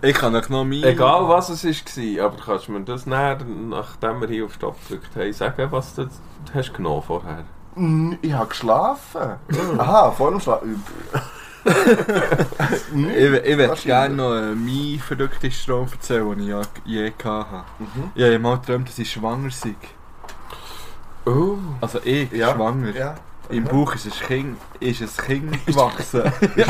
S2: Ich kann euch noch meinen.
S4: Egal was es war, aber kannst du mir das näher, nachdem wir hier auf Stopp gedrückt haben, sagen, was du hast genommen vorher?
S3: N- Ich habe geschlafen. Aha, vor dem Schlafen.
S2: Ich, ich würde gerne noch äh, meinen verrückten Strom erzählen, den ich ja- je hatte.
S3: Mhm.
S2: Ich habe mal geträumt, dass ich schwanger sei.
S4: Oh.
S2: Also ich,
S3: Ja.
S2: schwanger.
S3: Ja.
S2: Im
S3: Ja.
S2: Bauch ist ein Kind, ist ein kind gewachsen.
S4: Ist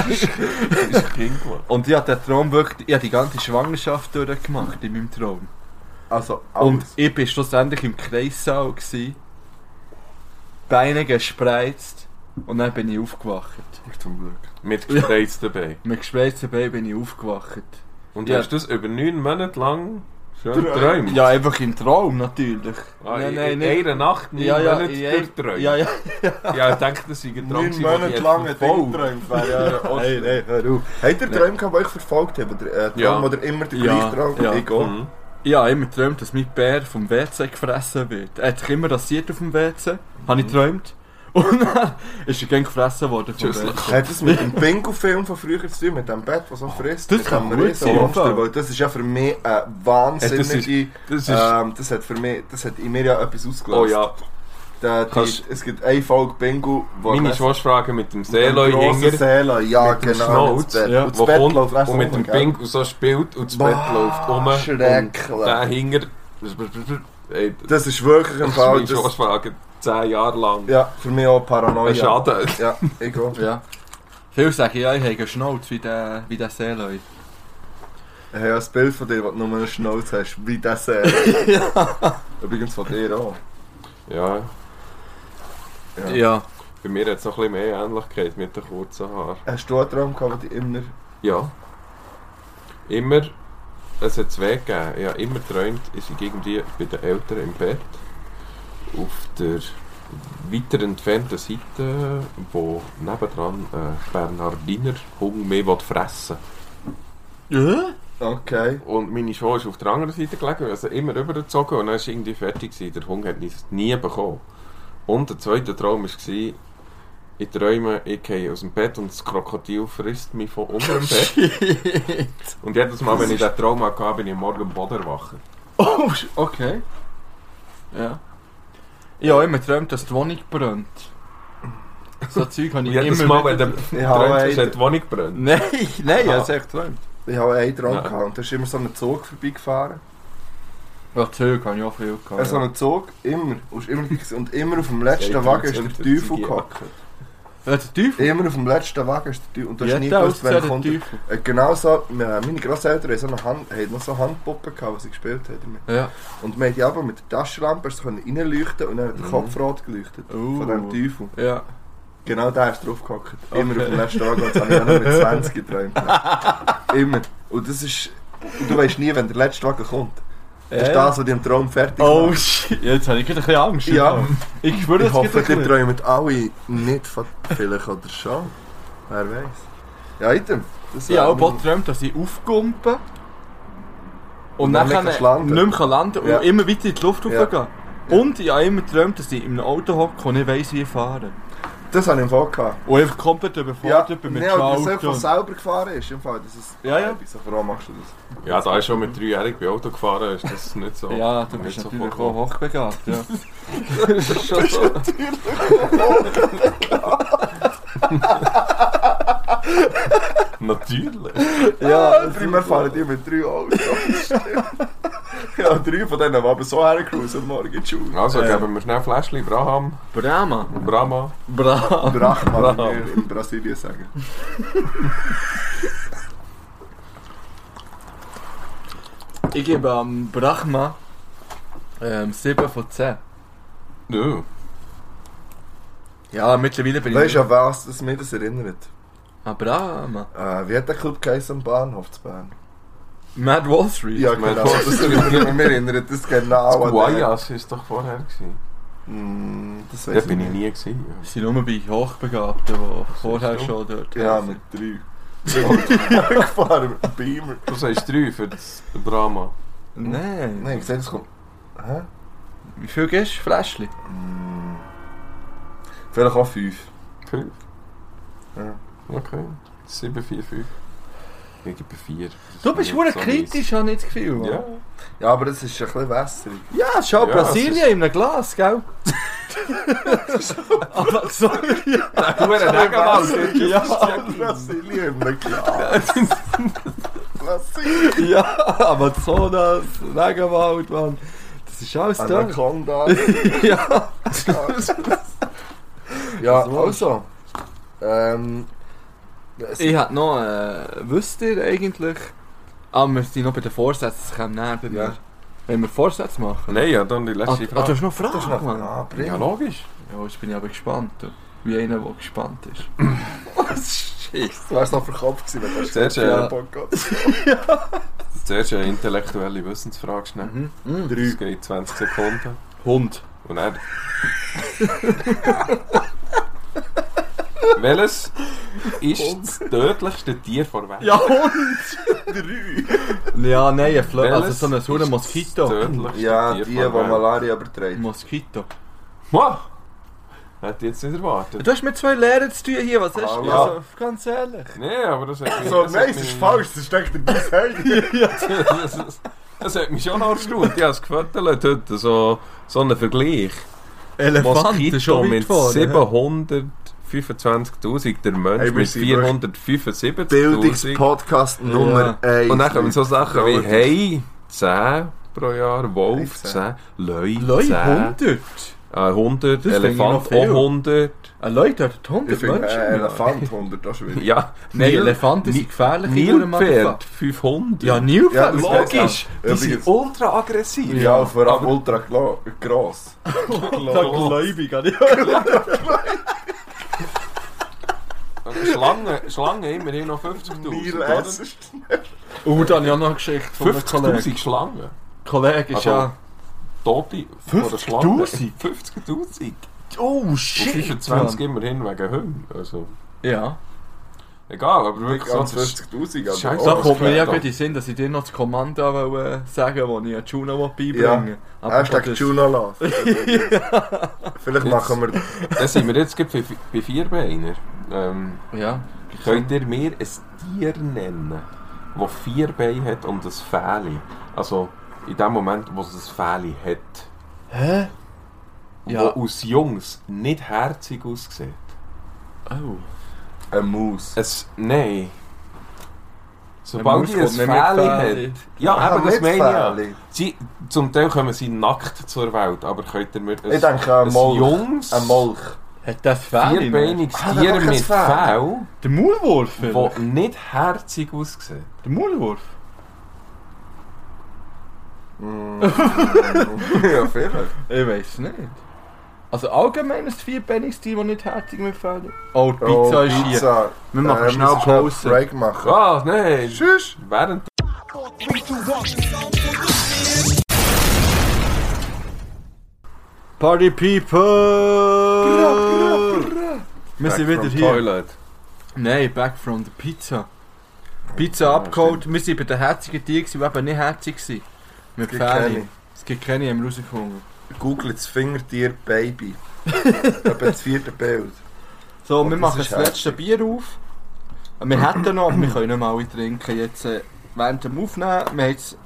S4: ein Kind geworden.
S2: Und ich habe den Traum wirklich, ich habe die ganze Schwangerschaft durchgemacht in meinem Traum.
S3: Also,
S2: Und
S3: alles.
S2: ich war schlussendlich im Kreissaal. Gewesen, Beine gespreizt. Und dann bin ich aufgewacht.
S3: Und zum Glück.
S4: Mit Gesprächs dabei.
S2: Mit gespreizten Beinen bin ich aufgewacht.
S4: Und
S2: Ja.
S4: hast du das über neun Monate lang schön
S3: Träum.
S4: geträumt?
S2: Ja, einfach im Traum natürlich.
S4: Hm. Ah,
S2: Nein,
S4: in-
S2: nein,
S4: in
S2: nicht.
S4: einer Nacht neun
S2: Ja, ja,
S4: Monate
S2: in-
S4: durchträumt.
S2: Ja, ja.
S4: Ja, ich denke, das sei ein Traum,
S3: Neun
S4: gewesen, den ich
S3: Monate
S4: jetzt
S3: lang ein Ding
S4: verfolgt.
S3: geträumt wäre ja
S2: Nein, nein, hör auf.
S3: Habt ihr Träume gehabt, die euch verfolgt haben? Oder, äh, Träume,
S4: Ja.
S3: oder immer der
S2: Ja,
S3: gleiche Traum?
S2: ja.
S3: Ich auch.
S4: Mhm.
S2: Ich habe immer geträumt, dass mein Bär vom WC gefressen wird. Er hat sich immer rasiert auf dem WC. Habe ich
S3: Mhm.
S2: geträumt. Und dann ist er gern gefressen worden vom
S4: Tschüss.
S2: WC.
S3: Hat das mit dem Bingo-Film von früher zu tun, mit dem Bett, das so frisst?
S2: Das
S3: mit
S2: kann
S3: dem
S2: gut sein,
S3: Riesenmonster,
S2: im Fall.
S3: weil Das ist ja für mich eine wahnsinnige...
S4: Das ist...
S2: Äh,
S3: ähm, das hat für mich, das hat in mir ja etwas ausgelöst.
S4: oh ja,
S3: Da, die,
S4: Kannst-
S3: es gibt eine Folge Bingo, wo
S4: meine
S3: Messi-
S4: Schwachfrage mit dem
S3: mit dem grossen
S4: Seeleuhinger,
S3: Seeleu, ja
S4: mit dem
S3: genau.
S4: Schnauz,
S3: das Bett.
S2: ja,
S3: Und das
S4: wo
S3: Bett
S4: kommt
S3: läuft rechts
S4: und mit
S3: runter,
S4: dem
S3: gell?
S4: Pink und so spielt und das
S3: Boah,
S4: Bett läuft um.
S3: schrecklich.
S4: Und der Hinger... Ey,
S3: Das ist wirklich ein
S4: das ist
S3: Fall,
S4: meine
S3: das,
S4: Schwachfrage. Zehn Jahre lang.
S3: ja, für mich auch Paranoia.
S4: Ein Schaden.
S3: Ja, ich auch.
S2: Ja. Viele sagen ja, ich habe einen Schnauz wie der, wie der Seeleu.
S3: Ich habe ja ein Bild von dir, wo du nur einen Schnauz hast, wie das Seeleu. Übrigens von dir auch.
S4: Ja,
S3: Ja.
S2: Ja.
S4: bei mir hat es noch ein bisschen mehr Ähnlichkeit mit den kurzen Haaren.
S3: Hast du einen Traum gehabt, den du immer...
S4: Ja. Immer, es hat zwei gegeben. Ich habe immer geträumt, ich sei irgendwie bei den Eltern im Bett. Auf der weiter entfernten Seite, wo nebendran ein Bernhardiner Hunger mehr will fressen
S2: Ja?
S3: Okay.
S4: Und meine Schwester ist auf der anderen Seite gelegen, also immer rübergezogen und dann war irgendwie fertig. Gewesen. Der Hunger hat es nie bekommen. Und der zweite Traum war, ich träume, ich gehe aus dem Bett und das Krokodil frisst mich von unter dem Bett. Und jedes Mal, wenn ich diesen Traum hatte, bin ich morgen am Boden wachen.
S2: Oh, sch- okay. Ja. Ich habe immer geträumt, dass die Wohnung brennt. So Zeug habe
S4: Und
S2: ich
S4: jedes
S2: immer
S4: Mal, wenn
S2: wieder-
S4: du
S3: Ja,
S4: träumst, ist
S3: ey.
S4: die Wohnung brennt.
S2: Nein, nein, ich
S4: Aha.
S2: habe es echt geträumt.
S3: Ich habe einen Traum
S4: Ja.
S3: gehabt und da ist immer so ein Zug vorbeigefahren.
S2: Ja, Zeug habe ich auch viel gehabt.
S3: Ja. So ein um Zug, immer. Und ist immer, dabei gewesen. und immer auf dem letzten
S4: Ey,
S3: Wagen ist der
S4: Zentner,
S3: Teufel
S4: Ziggy
S3: gehockt.
S4: Acker.
S2: ja, der Teufel.
S3: Immer auf dem letzten Wagen ist der Teufel. Und du hast nie
S2: Jeder
S3: gewusst,
S2: aussieht
S3: wer
S2: der
S3: kommt.
S2: Teufel.
S3: Äh, Genau so, meine meine Grosseltern haben, so eine Hand, haben noch so Handpuppen gehabt, die sie gespielt haben. damit.
S2: Ja.
S3: Und wir haben die aber mit der Taschenlampe erst können reinleuchten und dann
S2: Mhm.
S3: hat der Kopf rot geleuchtet.
S2: Oh.
S3: Von dem Teufel.
S2: Ja.
S3: Genau da ist drauf gehockt. Immer
S2: Okay.
S3: auf dem letzten Wagen. und Das habe ich auch noch mit 20 geträumt. Immer. Und das ist... Und du weißt nie, wenn der letzte Wagen kommt. Das ist
S2: Äh?
S3: das, was dich im Traum fertig
S2: Oh
S3: macht.
S2: shit, jetzt habe ich gerade ein bisschen Angst. genau.
S3: Ja.
S2: Ich spüre
S3: Ich
S2: das
S3: hoffe,
S2: gerade ein
S3: ihr
S2: bisschen.
S3: träumt alle nicht von vielleicht oder schon. Wer weiß. Ja, item. Das
S2: Ich
S3: wär
S2: habe auch
S3: mein-
S2: bald geträumt, dass ich aufgumpe und,
S3: Und
S2: dann
S3: dann nicht kannst landen.
S2: nicht mehr landen und
S3: Ja.
S2: immer weiter in die Luft
S3: Ja.
S2: raufgehe. Und ich habe immer geträumt, dass ich in einem Auto hocke und nicht weiss, wie ich fahre.
S3: Das habe ich im Fall gehabt.
S2: Und einfach komplett überfordert bin mit
S3: nee,
S2: dem
S3: aber dass
S2: Auto.
S3: er selber gefahren ist. Im Fall. Das ist
S2: Ja, ja.
S3: So, warum machst du das?
S4: Ja, da ist schon mit dreijährig bei Auto gefahren, ist das nicht so.
S2: Ja, du bist
S4: nicht so
S2: natürlich auch
S4: vorgekommen.
S2: hochbegabt, ja. das ist schon so.
S4: Natürlich.
S3: Ja, primär fahren Ah, die mit drei Autos. ja, drei von denen, die aber so hergerufen am Morgen in die Schule.
S4: Also
S2: Ja.
S4: geben wir schnell Fläschchen, Braham,
S2: Brahma.
S4: Brahma.
S2: Brahma.
S3: Brachmann, wie wir in Brasilien sagen.
S2: Ich gebe am Brahma ähm, 7 von 10.
S4: Nö.
S2: Ja, mittlerweile bin
S3: Weißt
S2: ich...
S3: du, an was das mir das erinnert?
S2: Ah, Brahma.
S3: Äh, wie hat der Club geheißen am Bahnhof zu Bern?
S2: Mad Wall Street.
S3: Ja,
S4: mein
S3: genau.
S4: Gott.
S3: Das erinnert mir erinnert das genau
S4: Das
S3: an
S4: Guayas ist doch vorher gewesen.
S3: den- Mm, Das
S4: Da
S3: weiß ich
S4: bin ich
S3: nicht.
S4: nie gewesen.
S2: Es sind nur bei Hochbegabten, die vorher
S4: so.
S2: schon dort
S3: Ja,
S2: waren.
S3: mit drei. Ich gefahren mit dem Beamer.
S4: Du sagst drei für das Brahma.
S2: Nein.
S3: Nein, ich sehe, das kommt. Hä?
S2: Wie viel gibst du? Fläschchen?
S3: Mm. Vielleicht auch fünf.
S4: Fünf?
S3: Ja.
S4: Okay. 745. Ich gebe vier. Das
S5: Du
S4: ist
S5: bist
S4: nicht
S5: hure
S4: so
S5: kritisch, habe ich das Gefühl.
S4: mies. Ja.
S3: Ja, aber das ist ein bisschen wässrig.
S5: Ja, schau,
S4: Ja,
S5: Brasilien
S4: es
S5: in einem Glas, gell? Aber so,
S4: Du hast einen Regenwald.
S5: ja,
S3: Brasilien im Glas. Brasilien.
S5: ja, Amazonas, Regenwald, Mann. Das ist alles
S2: Ah,
S5: da.
S3: Anaconda.
S5: Ja.
S3: ja,
S5: So.
S3: also. Ähm,
S4: Eh,
S3: es-
S2: Ich hätte noch, äh, wisst ihr eigentlich, ah, wir sind noch bei den Vorsätzen, das kommt näher bei mir.
S3: Ja.
S2: Wenn wir Vorsätze machen.
S4: Nein, ja, dann die
S2: Ah,
S4: letzte
S2: ah, du
S4: Frage.
S2: hast noch Fragen,
S3: das ist noch
S2: Mann.
S3: ah,
S4: Ja,
S3: bring.
S4: logisch.
S2: Ja, jetzt bin ich aber gespannt. du. Wie einer, der gespannt ist.
S3: Du wärst noch verkauft gewesen, wenn du das
S4: Sehr schön.
S3: Ja, Podcast.
S4: Zuerst eine intellektuelle Wissensfrage schnell.
S2: Mhm.
S4: Das geht 20 Sekunden.
S2: Hund.
S4: Und dann... Welches ist das tödlichste Tier vor Welt?
S2: Ja, Hund!
S3: Drei.
S2: Ja, nein, ein Flö also
S4: Welches
S2: so ein hoher
S4: ist das
S2: Moskito.
S4: tödlichste
S3: Ja, die,
S4: Tier
S3: die
S4: vor Welt?
S3: Malaria überträgt.
S2: Moskito.
S4: Wow! Hätte ich jetzt nicht erwartet.
S2: Du hast mir zwei Lehrer zu tun hier, was hast du?
S3: Ja.
S2: Also, ganz ehrlich.
S4: Nee, aber das hat mich...
S3: So,
S4: das hat
S3: nein, es ist
S4: mich-
S3: falsch, das steckt in deinem Handy.
S4: das, das, das hat mich schon angestaut. Ich habe es gefüttert heute, so, so einen Vergleich.
S2: Elefant,
S4: Moskito
S2: schon
S4: mit
S2: mit vorne.
S4: 725.000, der Mensch
S3: Hey, wir
S4: mit
S3: sind
S4: 475.000.
S3: Bildungspodcast Nummer 1.
S4: Und dann kommen so Sachen wie
S3: Traurig.
S4: Hey 10 pro Jahr, Wolf
S3: 10.
S4: 10, Leu 10,
S2: Leute,
S4: äh,
S2: 100.
S4: 100,
S2: Das finde ich noch
S4: Elefant oh, auch
S2: viel.
S4: 100.
S2: Ein Leute hat
S3: Ich
S2: 100
S3: finde
S2: Menschen.
S3: äh, Elefant 100, das ist schwierig.
S4: Ja,
S2: Nein,
S4: Nil-
S2: Elefanten sind gefährlich. ich würde mal
S4: Nilpferd
S2: sagen.
S4: 500.
S2: Ja,
S3: Ja, dus
S2: Nilpferd.
S3: das
S2: logisch.
S4: Logisch, die sind
S3: Übrigens-
S4: ultra aggressiv.
S3: Ja, vor allem
S4: aber-
S3: ultra glo- gross.
S5: Gläubig, oder?
S4: Schlange, Schlange immerhin noch 50.000.
S3: Neil
S4: oder?
S3: S.
S2: Oh, dann ja noch eine Geschichte von einem Kollegen.
S4: 50.000 Schlangen.
S2: Kollege ist
S4: Also-
S2: ja...
S4: Tote
S2: 50.000?
S4: 50.000?
S2: Oh,
S4: Und
S2: shit,
S4: 25
S2: Mann.
S4: immerhin wegen Hunden. Also,
S2: Ja.
S4: egal, aber
S3: Nicht
S4: wirklich so
S3: ganz
S4: das
S3: 50.000, aber...
S4: Scheiße.
S3: Oh,
S2: Da
S4: das
S2: kommt mir
S4: klingt
S2: ja
S4: doch.
S2: gut in den Sinn, dass ich dir noch das Kommando wollte, äh, sagen wollte, das ich an Juno beibringen
S3: Ja.
S2: wollte. Aber
S3: Hashtag
S2: das-
S3: Juno Love. Vielleicht machen wir...
S4: Dann sind wir jetzt gerade bei, bei Vierbeiner. Ähm,
S2: Ja.
S4: könnt ihr mir ein Tier nennen, das vier Beine hat und ein Fähli? dus Also, in dem Moment, dus wo es ein Fähli hat.
S2: Hä? Ja.
S4: Wo aus Jungs nicht herzig aussieht.
S2: Oh.
S3: Eine Maus.
S4: Es, nein.
S2: Eine
S4: Sobald
S2: Maus
S4: die ein
S2: kommt nicht mit
S4: Fähli
S2: Fähli.
S4: hat. Ja,
S3: Ah,
S4: aber das
S3: mit
S4: meine ich ja.
S3: Fähli.
S4: Sie, zum Teil kommen sie nackt zur Welt, aber könnt ihr mir ein,
S3: Ich denke an
S4: ein
S3: Molch.
S4: junges,
S3: Ein Molch.
S2: Hat das Fähli noch?
S4: vierbeiniges
S3: Ah, da
S4: Tier
S3: kommt kein
S4: mit
S3: Fell.
S4: Fell,
S2: Der Maulwurf?
S4: das
S2: vielleicht?
S4: nicht herzig aussieht?
S2: Der Maulwurf?
S3: ja, vielleicht.
S2: Ich weiß nicht. Also allgemein ist vierbeiniges Team, das nicht herzig mit Fähli. Oh, die Pizza
S3: Oh,
S2: ist hier.
S3: Pizza.
S2: Wir machen
S3: Äh,
S2: schnell
S3: müssen
S2: Pause.
S3: Break machen.
S4: Ah, nein!
S3: Tschüss.
S4: Während
S2: Party People! Wir sind
S3: Back
S2: wieder
S3: from
S2: hier.
S4: Toilet.
S2: Nein, back from the pizza. Pizza abgeholt. Wir waren bei den herzigen Tieren, die eben nicht herzig waren. Mit
S3: gibt
S2: Pferde.
S3: keine.
S2: Es gibt keine, haben wir rausgefunden.
S3: Google das Fingertier Baby. Eben das vierte Bild.
S2: So,
S3: Oh,
S2: wir
S3: das
S2: machen
S3: ist
S2: das letzte Bier auf. Wir hätten noch, aber wir können nicht mal alle trinken. Jetzt äh, während dem Aufnehmen. Wir haben jetzt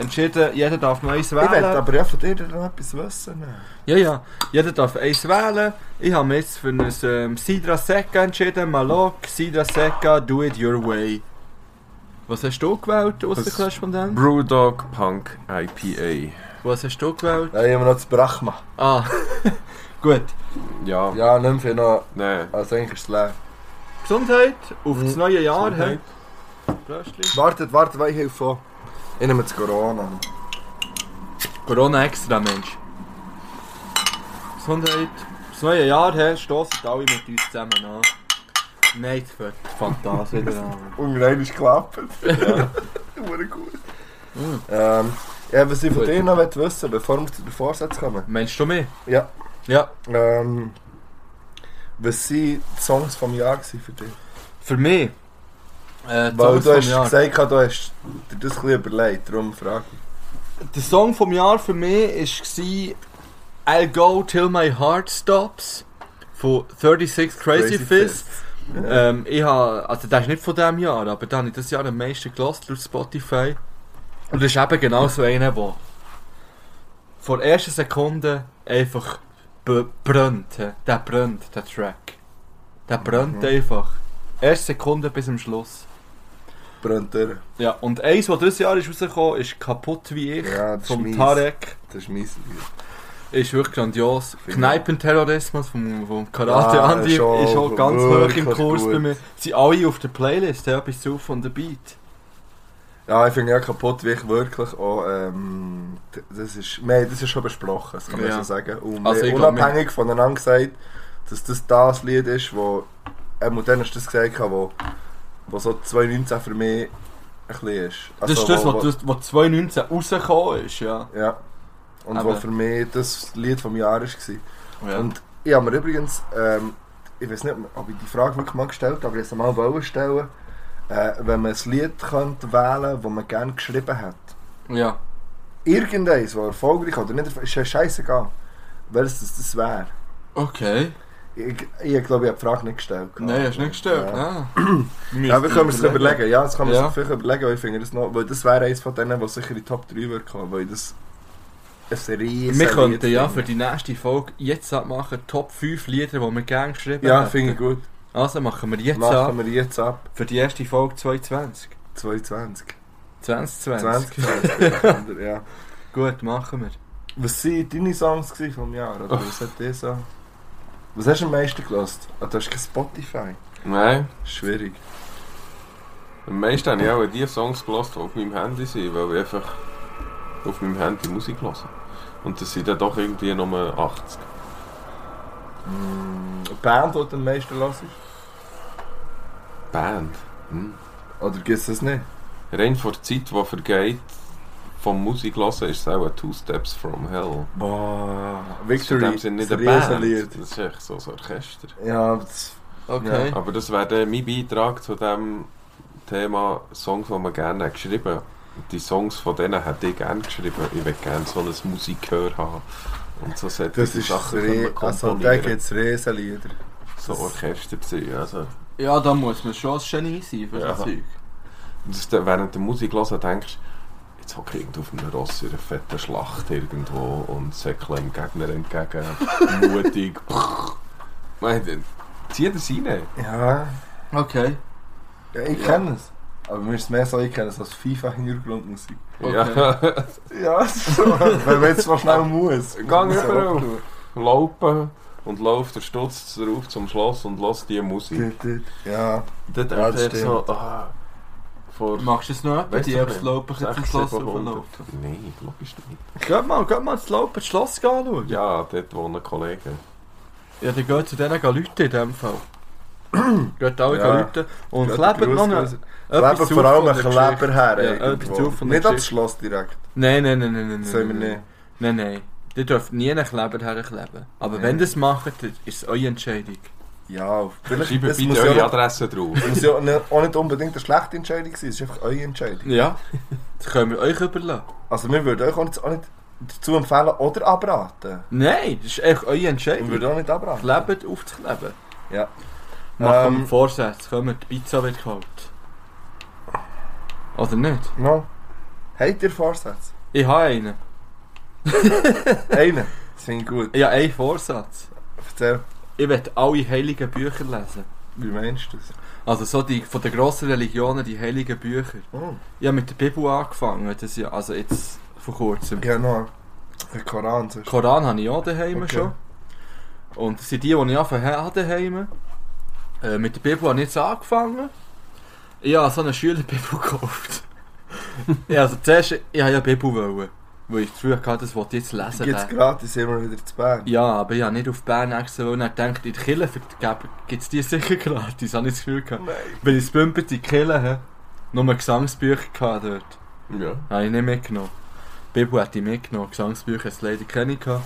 S2: entschieden, jeder darf noch eins
S3: Ich möchte
S2: wählen.
S3: aber ja von dir noch etwas wissen.
S2: Ja, ja. Jeder darf eins wählen. Ich habe mich jetzt für ein ähm, Sidra Seca entschieden. Malok, Sidra Seca, do it your way. Was hast du gewählt, Aussenkorrespondent?
S4: Brewdog Punk IPA.
S2: Was hast du gewählt?
S3: Dann haben wir noch das Brachma.
S2: Ah, gut.
S4: Ja,
S3: Ja, nou nimm viel noch.
S4: nein.
S3: Also eigentlich ist es leer.
S2: Gesundheit auf das neue Jahr.
S4: Gesundheit.
S2: hey. Pröstli.
S3: Wartet, wartet, weil ich helfe auch. Ich nehme das Corona.
S2: Corona extra, Mensch. Gesundheit. Das neue Jahr her stoßen alle mit uns zusammen an. Nein, das fängt Fantas wieder an.
S3: Ungerein ist geklappt. Ja. Wurde gut. Ähm, ja, was ich von
S2: Gut.
S3: dir noch wissen möchte, bevor wir zu den Vorsätzen kommen.
S2: Meinst du mich?
S3: Ja.
S2: Ja.
S3: Ähm, was waren die Songs vom Jahr gewesen für dich?
S2: Für mich. Äh, die
S3: Weil
S2: Songs
S3: du
S2: vom
S3: hast
S2: Jahr.
S3: gesagt, du hast dir das ein bisschen überlegt, darum frage ich.
S2: Der Song vom Jahr für mich war I'll Go Till My Heart Stops von 36 Crazy, Crazy Fist. Ähm, ich habe, also der ist nicht von diesem Jahr, aber den habe ich das Jahr am meisten gelassen durch Spotify. Und das ist eben genau so einer, der vor der ersten Sekunde einfach b- brennt. hä. Der brennt, der Track. Der brennt
S3: Mhm.
S2: einfach. Erste Sekunde bis zum Schluss.
S3: Brennt er.
S2: Ja, und eins, was dieses Jahr ist rausgekommen ist, «Kaputt wie ich»
S3: Ja, das ist
S2: vom
S3: mies.
S2: Tarek.
S3: Das ist mein Lied.
S2: Ist wirklich grandios.
S3: Finde ich.
S2: Kneipenterrorismus vom, vom Karate
S3: Ah,
S2: Andi ist
S3: schon
S2: auch ganz hoch
S3: wirklich
S2: im Kurs
S3: gut.
S2: bei mir. Sind alle auf der Playlist, ja, bis zu von der Beat.
S3: Ja, ich finde ja kaputt, wie ich wirklich auch, ähm, d- das ist, wir haben das ist schon besprochen, das kann man
S2: Ja.
S3: so sagen. Und
S2: Also
S3: also
S2: ich glaub,
S3: unabhängig voneinander gesagt, dass das das Lied ist, wo, ähm, und dann hast du das gesagt, wo, wo so 2019 für mich ein bisschen ist.
S2: Das ist
S3: Also,
S2: das,
S3: wo- wo-
S2: was 2019 rausgekommen ist, ja.
S3: Ja. Und
S2: Aber-
S3: was für mich das Lied vom Jahr war.
S2: ja.
S3: Und ich habe mir übrigens, ähm, ich weiß nicht, ob ich die Frage wirklich mal gestellt habe, aber ich wollte sie mal wollen stellen, äh, wenn man ein Lied könnte wählen könnte, das man gerne geschrieben hat.
S2: ja.
S3: Irgendeins, das erfolgreich oder nicht, erfolgreich- ist ja scheißegal, welches das, das wäre.
S2: Okay.
S3: Ich, ich glaube, ich habe die Frage nicht gestellt.
S2: Nein, hast du nicht gestellt.
S3: Ja.
S2: Ja.
S3: Ja, wir können uns das überlegen. Ja, das kann man
S2: Ja.
S3: sich vielleicht überlegen, weil ich finde das noch, weil das wäre eines von denen, was sicher in die Top 3 würde kommen, weil das ein riesen
S2: Wir könnten
S3: Lied
S2: ja
S3: ist.
S2: für die nächste Folge jetzt abmachen, Top 5 Lieder, die wir gerne geschrieben
S3: Ja,
S2: hätten.
S3: finde ich gut.
S2: Also machen wir jetzt
S3: Machen
S2: ab
S3: wir jetzt ab.
S2: für die erste Folge 2020.
S3: 22.
S2: 2020.
S3: 20. 20. ja.
S2: Gut, machen wir.
S3: Was waren deine Songs gewesen vom Jahr? Oder
S4: Oh.
S3: was hat dir so... Was hast du am meisten gelost? Ah, du hast kein Spotify.
S4: Nein.
S3: Schwierig.
S4: Am meisten habe ich auch die Songs gelassen, die auf meinem Handy sind, weil ich einfach auf meinem Handy Musik höre. Und das sind dann doch irgendwie nur 80.
S3: Mm, eine Band, die du am meisten hörst?
S4: Band. Hm.
S3: Oder gibt es das nicht?
S4: Rein vor der Zeit, die vergeht, vom Musik hören, ist es auch ein Two Steps from Hell.
S3: Boah.
S4: Das ist in
S3: Victory.
S4: dem Sinne nicht
S3: das
S4: eine Band.
S3: Riesenlied.
S4: Das ist echt so ein Orchester.
S3: Ja, das...
S2: Okay.
S4: Aber das wäre dann mein Beitrag zu dem Thema Songs, die man gerne hat geschrieben Die Songs von denen hätte ich gerne geschrieben. Ich würde gerne so ein Musikgehör haben. Und so solche
S3: Das ist
S4: Sachen
S3: re
S4: können wir
S3: also da
S4: komponieren.
S3: gibt es Riesenlieder.
S4: so Orchester sein. Also,
S2: Ja, da muss man schon ein Genie sein für
S4: Ja.
S2: das Zeug.
S4: dass du während der Musik hören denkst, jetzt hocke ich irgendwo auf einem Ross in einer fetten Schlacht irgendwo und säckle dem Gegner entgegen. Mutig. Nein, zieh das rein.
S3: Ja,
S2: Okay.
S3: ja ich
S2: Ja.
S3: kenne es. Aber mir ist es mehr so, ich kenne es als FIFA-Hintergrundmusik.
S4: Ja.
S3: Ja, so. wenn man jetzt so schnell muss.
S4: Gang
S3: Muss man
S4: rüber.
S3: auch tun.
S4: laufen und läuft der Stutz zurück zum Schloss und lässt die Musik.
S3: Dit, dit. Ja,
S4: Dann
S3: Ja, das
S4: denkt er so, ah, vor...
S2: Machst du es noch? etwa,
S4: Weißt
S2: Die
S4: du
S2: aufs
S4: nicht?
S2: Lopen zum
S4: 600,
S2: Schloss
S4: 700.
S2: rauflaufen.
S4: Nein, logisch nicht.
S2: Geht mal, geht mal ins Lopen, das Schloss anschauen. Ja.
S4: Ja, dort wohnen Kollegen.
S2: ja, dann geht zu denen gehen Leute in dem Fall. geht alle
S3: Ja.
S2: ja. Leute und
S3: Geht
S2: klebt
S3: Gruß,
S2: noch
S3: Gruß.
S2: eine- etwas
S3: Leben
S2: auf
S3: vor allem
S2: von
S3: ein
S2: der
S3: Kleber
S2: Geschichte.
S3: her.
S2: Ja,
S3: irgendwo.
S2: etwas auf von der
S3: nicht ans
S2: Geschichte.
S3: Schloss direkt.
S2: Nein, nein, nein, nein, nein.
S3: Das sehen wir
S2: nein,
S3: nicht.
S2: Nein, nein. Ihr dürft nie einen Kleber herkleben. Aber
S3: Nein.
S2: wenn ihr es macht, dann ist es eure Entscheidung.
S3: Ja, vielleicht
S4: Schreibt
S3: das
S4: bitte
S3: muss
S4: eure
S3: ja, auch,
S4: Adresse drauf.
S3: das muss ja auch nicht- auch nicht unbedingt eine schlechte Entscheidung sein, es ist einfach eure Entscheidung.
S2: Ja. Das können wir euch überlassen.
S3: Also wir würden euch auch nicht, auch nicht dazu empfehlen oder abraten.
S2: Nein, das ist echt eure
S3: Wir
S2: Entscheidung.
S3: würden auch nicht abraten.
S2: Klebt auf das Kleben.
S3: Ja.
S2: Machen wir
S3: Ähm.
S2: Vorsätze, kommen, die Pizza wird kalt. Oder nicht?
S3: No. Habt ihr Vorsätze?
S2: Ich habe einen.
S3: Einen. Das finde ich gut.
S2: Ich habe einen Vorsatz.
S3: Erzähl,
S2: Ich werde alle heiligen Bücher lesen.
S3: wie meinst dus? du das?
S2: Also so die von den grossen Religionen, die heiligen Bücher.
S3: Oh.
S2: Ich habe mit der Bibel angefangen, das ja, also jetzt vor kurzem.
S3: Ja, noch. Der Koran dus. sonst.
S2: Koran habe ich auch daheim
S3: Okay.
S2: schon. Und das sind die, die ich angefangen habe daheim. Äh, mit der Bibel habe ich jetzt angefangen. Ich habe so eine Schülerbibel gekauft. ja, also zuerst, ich habe ja Bibel wollen. Weil ich früher hatte, das wollte ich jetzt lesen.
S3: Gibt es gratis immer wieder zu Bern.
S2: Ja, aber ich habe nicht auf Bern extra, weil ich dachte, in der Kille gibt es die sicher gratis, habe ich das Gefühl gehabt.
S3: Nein.
S2: Weil ich in Bümpen die Kille habe, nur Gesangsbücher gehabt dort.
S4: Ja.
S2: Habe ich nicht mitgenommen. Die Bibel hätte ich mitgenommen, Gesangsbücher hatte leider keine. Gehabt.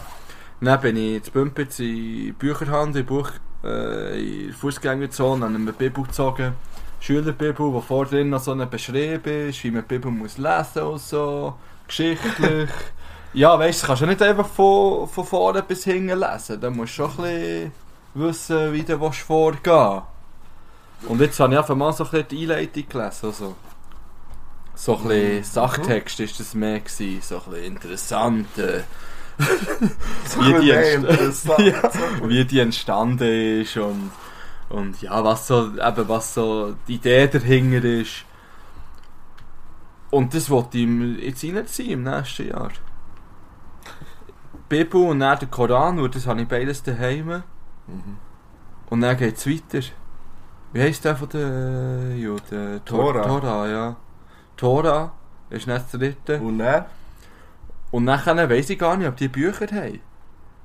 S2: Dann bin ich in Bümpen in Bücherhandel, in, Buch, äh, in der Fußgängerzone, habe mir die Bibel gezogen. Schülerbibel, wo vor drin noch so eine beschrieben ist, wie man die Bibel muss lesen und so. Geschichtlich. ja, weißt du, kannst du nicht einfach von, von vorne bis hinten lesen. Da musst du schon ein bisschen wissen, wie du vorgehen willst. Und jetzt habe ich einfach mal so ein bisschen die Einleitung gelesen. Also. So ein bisschen Sachtext ist das mehr gewesen, so ein bisschen interessant. äh, wie, die
S3: Nein,
S2: entst-
S3: interessant.
S2: Ja.
S3: Mhm.
S2: wie die entstanden ist und, und ja, was so, eben, was so die Idee dahinter ist. Und das wollte ich im- jetzt reinziehen im nächsten Jahr. Die Bibel und dann der Koran, und das habe ich beides daheim.
S3: Mhm.
S2: Und dann geht es weiter. Wie heisst der von den Juden? Tor-
S3: Tora.
S2: Tora, ja. Tora ist nicht das dritte.
S3: Und dann
S2: Und nachher weiss ich gar nicht, ob die Bücher haben.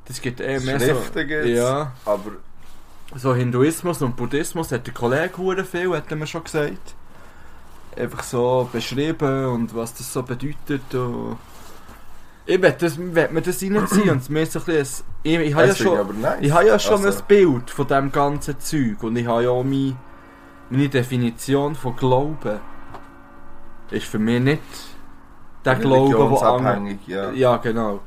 S2: Das gibt eher mehr so...
S3: Schriften gibt's.
S2: Ja.
S3: Aber
S2: So Hinduismus und Buddhismus hat der Kollege hure viel, hat er mir schon gesagt. Einfach so beschrieben und was das so bedeutet und... Ich will, das, will mir das reinziehen und mir so ein bisschen... ein- Ich, ich habe ja
S3: deswegen
S2: schon...
S3: aber nice.
S2: Ich habe ja schon
S3: Also,
S2: ein Bild von dem ganzen Zeug und ich habe ja auch meine, meine Definition von Glauben. Ist für mich nicht der Glaube, der andere...
S3: religionsabhängig, ja.
S2: Ja, genau.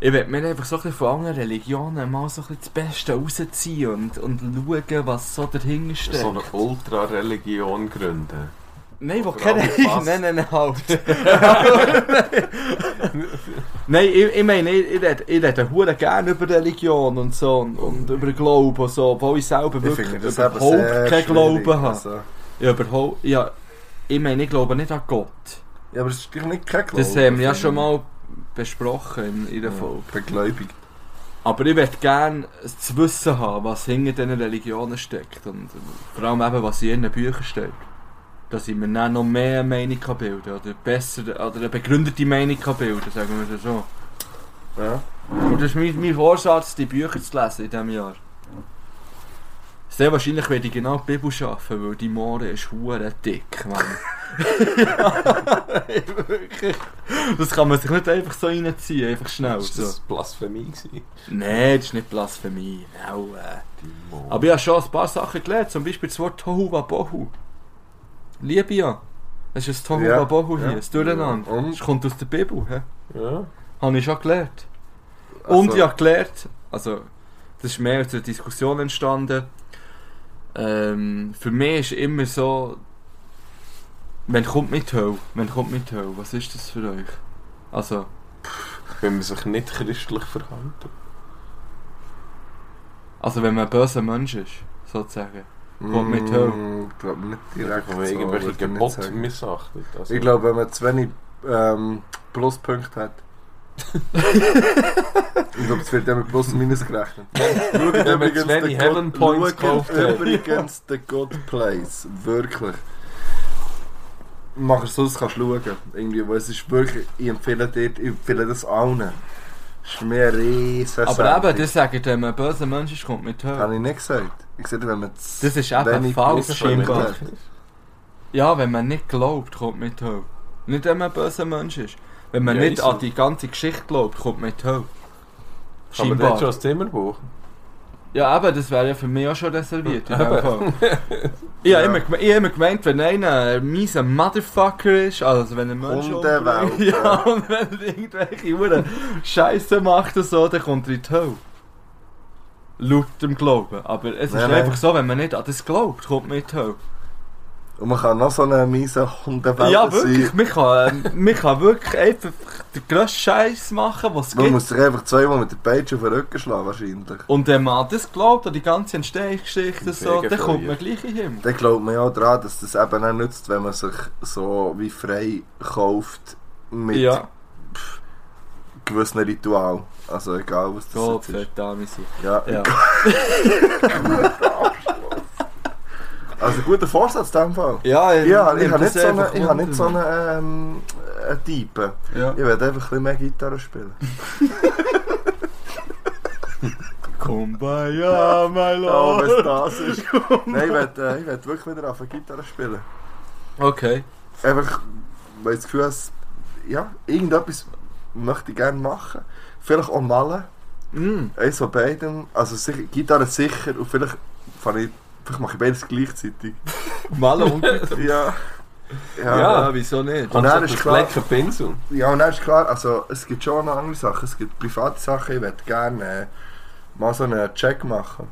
S2: Ich will mir einfach so ein bisschen von anderen Religionen mal so ein bisschen das Beste rausziehen und, und schauen, was so dahinter steckt.
S4: So eine Ultra-Religion gründen.
S2: Nein, wo
S4: Oder
S2: keine.
S4: auch gefasst.
S2: Nein, nein, nein, halt. nein, ich, ich meine, ich, ich rede, ich rede hure gerne über Religion und so und, und über Glauben und so, obwohl ich selber
S3: Ich
S2: wirklich
S3: finde das eben
S2: überhaupt
S3: sehr
S2: keinen
S3: schwierig,
S2: Glauben habe.
S3: also.
S2: Ja, überhaupt, ja, ich meine, ich glaube nicht an Gott.
S3: Ja, aber es ist gleich nicht kein Glauben.
S2: Das haben wir ja
S3: finde
S2: schon
S3: ich.
S2: mal besprochen in, in der Folge.
S3: Ja, Begläubigt.
S2: Aber ich möchte gerne das Wissen haben, was hinter diesen Religionen steckt und vor allem eben, was in ihren Büchern steht. Dass ich mir dann noch mehr eine Meinung kann bilden kann oder besser oder eine begründete Meinung kann bilden kann, sagen wir das so.
S3: Ja.
S2: Und das ist mein, mein Vorsatz, die Bücher zu lesen in diesem Jahr. Sehr wahrscheinlich werde ich genau die Bibel schaffen, weil die Moore ist hure dick, Mann. Wirklich. das kann man sich nicht einfach so reinziehen, einfach schnell.
S3: Also
S4: Ist
S2: So.
S4: das Blasphemie gewesen?
S2: Nein, das ist nicht Blasphemie. Au, äh.
S4: Die Mo-
S2: Aber ich habe schon ein paar Sachen gelernt, zum Beispiel das Wort Tohu Wabohu. Liebe ja. Es ist ein Tohu
S3: Ja,
S2: Wabohu
S3: ja.
S2: hier, es Durcheinander.
S3: Ja, und?
S2: Es kommt aus der Bibel, hä?
S4: Ja.
S2: habe ich schon gelernt.
S3: Also-
S2: Und ich habe gelernt, also das ist mehr zur Diskussion entstanden. Ähm, für mich ist immer so, wenn kommt mit Hölle, wenn kommt mit Hölle, was ist das für euch? Also,
S4: Wenn man sich nicht christlich verhalten.
S2: also wenn man ein böser Mensch ist, sozusagen. Kommt mit Hölle.
S3: Ich glaube Also, mm, nicht
S4: Direkt
S3: direkt.
S4: von
S3: so,
S4: irgendwelchen
S3: würde ich nicht
S4: Geboten
S3: sagen.
S4: missachtet. Also,
S3: Ich glaube, wenn man zu wenig ähm, Pluspunkte hat. ich glaube, es wird immer plus und minus gerechnet. Schaut
S4: Wenn man zu wenig
S3: den
S4: Heaven
S3: Good-
S4: Points
S3: schaut
S4: gekauft hat.
S3: übrigens The Good Place. Wirklich. Mach es so, dass du kannst schauen Irgendwie, weil es ist wirklich, ich empfehle dir, ich empfehle das allen. Es ist mir riesen
S2: Aber
S3: Sendung.
S2: eben, das sagen, wenn man ein böser Mensch ist, kommt mit Hölle.
S3: Habe ich nicht gesagt. Ich sehe, wenn man zu
S2: Das ist eben
S3: wenig
S2: falsch,
S3: Pluspunkte
S2: scheinbar.
S3: hat.
S2: Ja, wenn man nicht glaubt, kommt mit Hölle. Nicht, wenn man ein böser Mensch ist. Wenn man
S4: Ja,
S2: nicht
S4: ist so.
S2: an die ganze Geschichte glaubt, kommt mit Hölle.
S4: Aber der hat
S2: Scheinbar.
S4: schon ein Zimmer buchen.
S2: Ja, aber das wäre ja für mich auch schon reserviert. In dem Fall. ich habe
S3: Ja.
S2: immer, geme- ich hab immer gemeint, wenn einer ein mieser Motherfucker ist, also wenn ein Mensch
S4: Um
S3: Hundewelpe.
S2: umbringt- ja, und wenn er irgendwelche Uhren Scheiße macht und so, dann kommt er in die Hölle. Laut dem Glauben. Aber es ist
S3: Nein, nein.
S2: einfach so, wenn man nicht an das glaubt, kommt man in die Hölle.
S3: Und man kann noch so einen miesen Hundewelt
S2: ja, wirklich, man kann, ähm, man kann wirklich einfach den grössten Scheiß machen, was es
S3: Man
S2: gibt.
S3: muss sich einfach zweimal mit der Peitsche auf den Rücken schlagen, wahrscheinlich.
S2: Und wenn man an das glaubt, an die ganze Entstehungsgeschichte und so, dann
S4: Fegefeuer.
S2: kommt man gleich in den Himmel.
S3: Dann glaubt man ja auch daran, dass das eben auch nützt, wenn man sich so wie frei kauft mit
S2: Ja.
S3: gewissen Ritual. Also egal, was das
S2: Gott,
S3: jetzt ist.
S2: verdammt.
S3: Ja.
S2: Ja.
S3: Also guter Vorsatz in dem Fall.
S2: Ja,
S3: Ja, ich habe nicht so einen, ich habe nicht so einen, ähm, einen Typen.
S2: Ja.
S3: Ich werde einfach ein bisschen mehr Gitarre spielen.
S2: Kumbaya, my
S3: Oh, was
S2: lord.
S3: das ist. Nein, ich werde, äh, ich werde wirklich wieder auf Gitarre spielen.
S2: Okay.
S3: einfach, weil ich das Gefühl habe, es- ja, irgendetwas möchte ich gerne machen. Vielleicht auch malen,
S2: Mm.
S3: eins von beidem. Also sicher, Gitarre sicher und vielleicht, fange ich, vielleicht mache ich beides gleichzeitig.
S2: Mal und
S3: ja. Ja.
S2: Ja, wieso nicht?
S3: Und dann ist klar-
S4: Lecker Pinsel.
S3: ja, und dann ist klar, also es gibt schon noch andere Sachen. Es gibt private Sachen, ich würde gerne äh, mal so einen Check machen.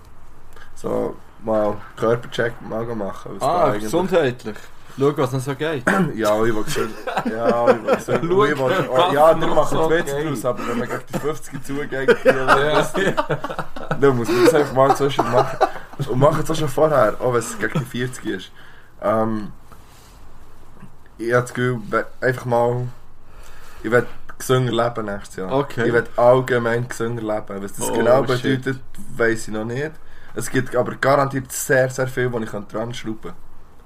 S3: So, mal Körpercheck mal machen. was da
S2: Ah,
S3: eigentlich-
S2: gesundheitlich. Schau, was noch so geht.
S3: Ja, ich will gesund. Ja, ich will gesund.
S4: Schau,
S3: Ich will-
S4: was
S3: Ja, wir
S4: noch
S3: machen
S4: so
S3: die Witze
S4: geht.
S3: draus, aber wenn man gegen die 50 zugeht, äh, dann muss man das einfach mal zwischen machen. Und machen es auch schon vorher, auch wenn es gegen die 40 ist. Ähm, ich habe das Gefühl, we- einfach mal. Ich will gesünder leben nächstes Jahr.
S2: Okay.
S3: Ich will allgemein gesünder leben. Was das
S2: Oh,
S3: dus genau
S2: shit.
S3: bedeutet, weiß ich noch nicht. Es gibt aber garantiert sehr, sehr viel, wo ich dran schrauben kann.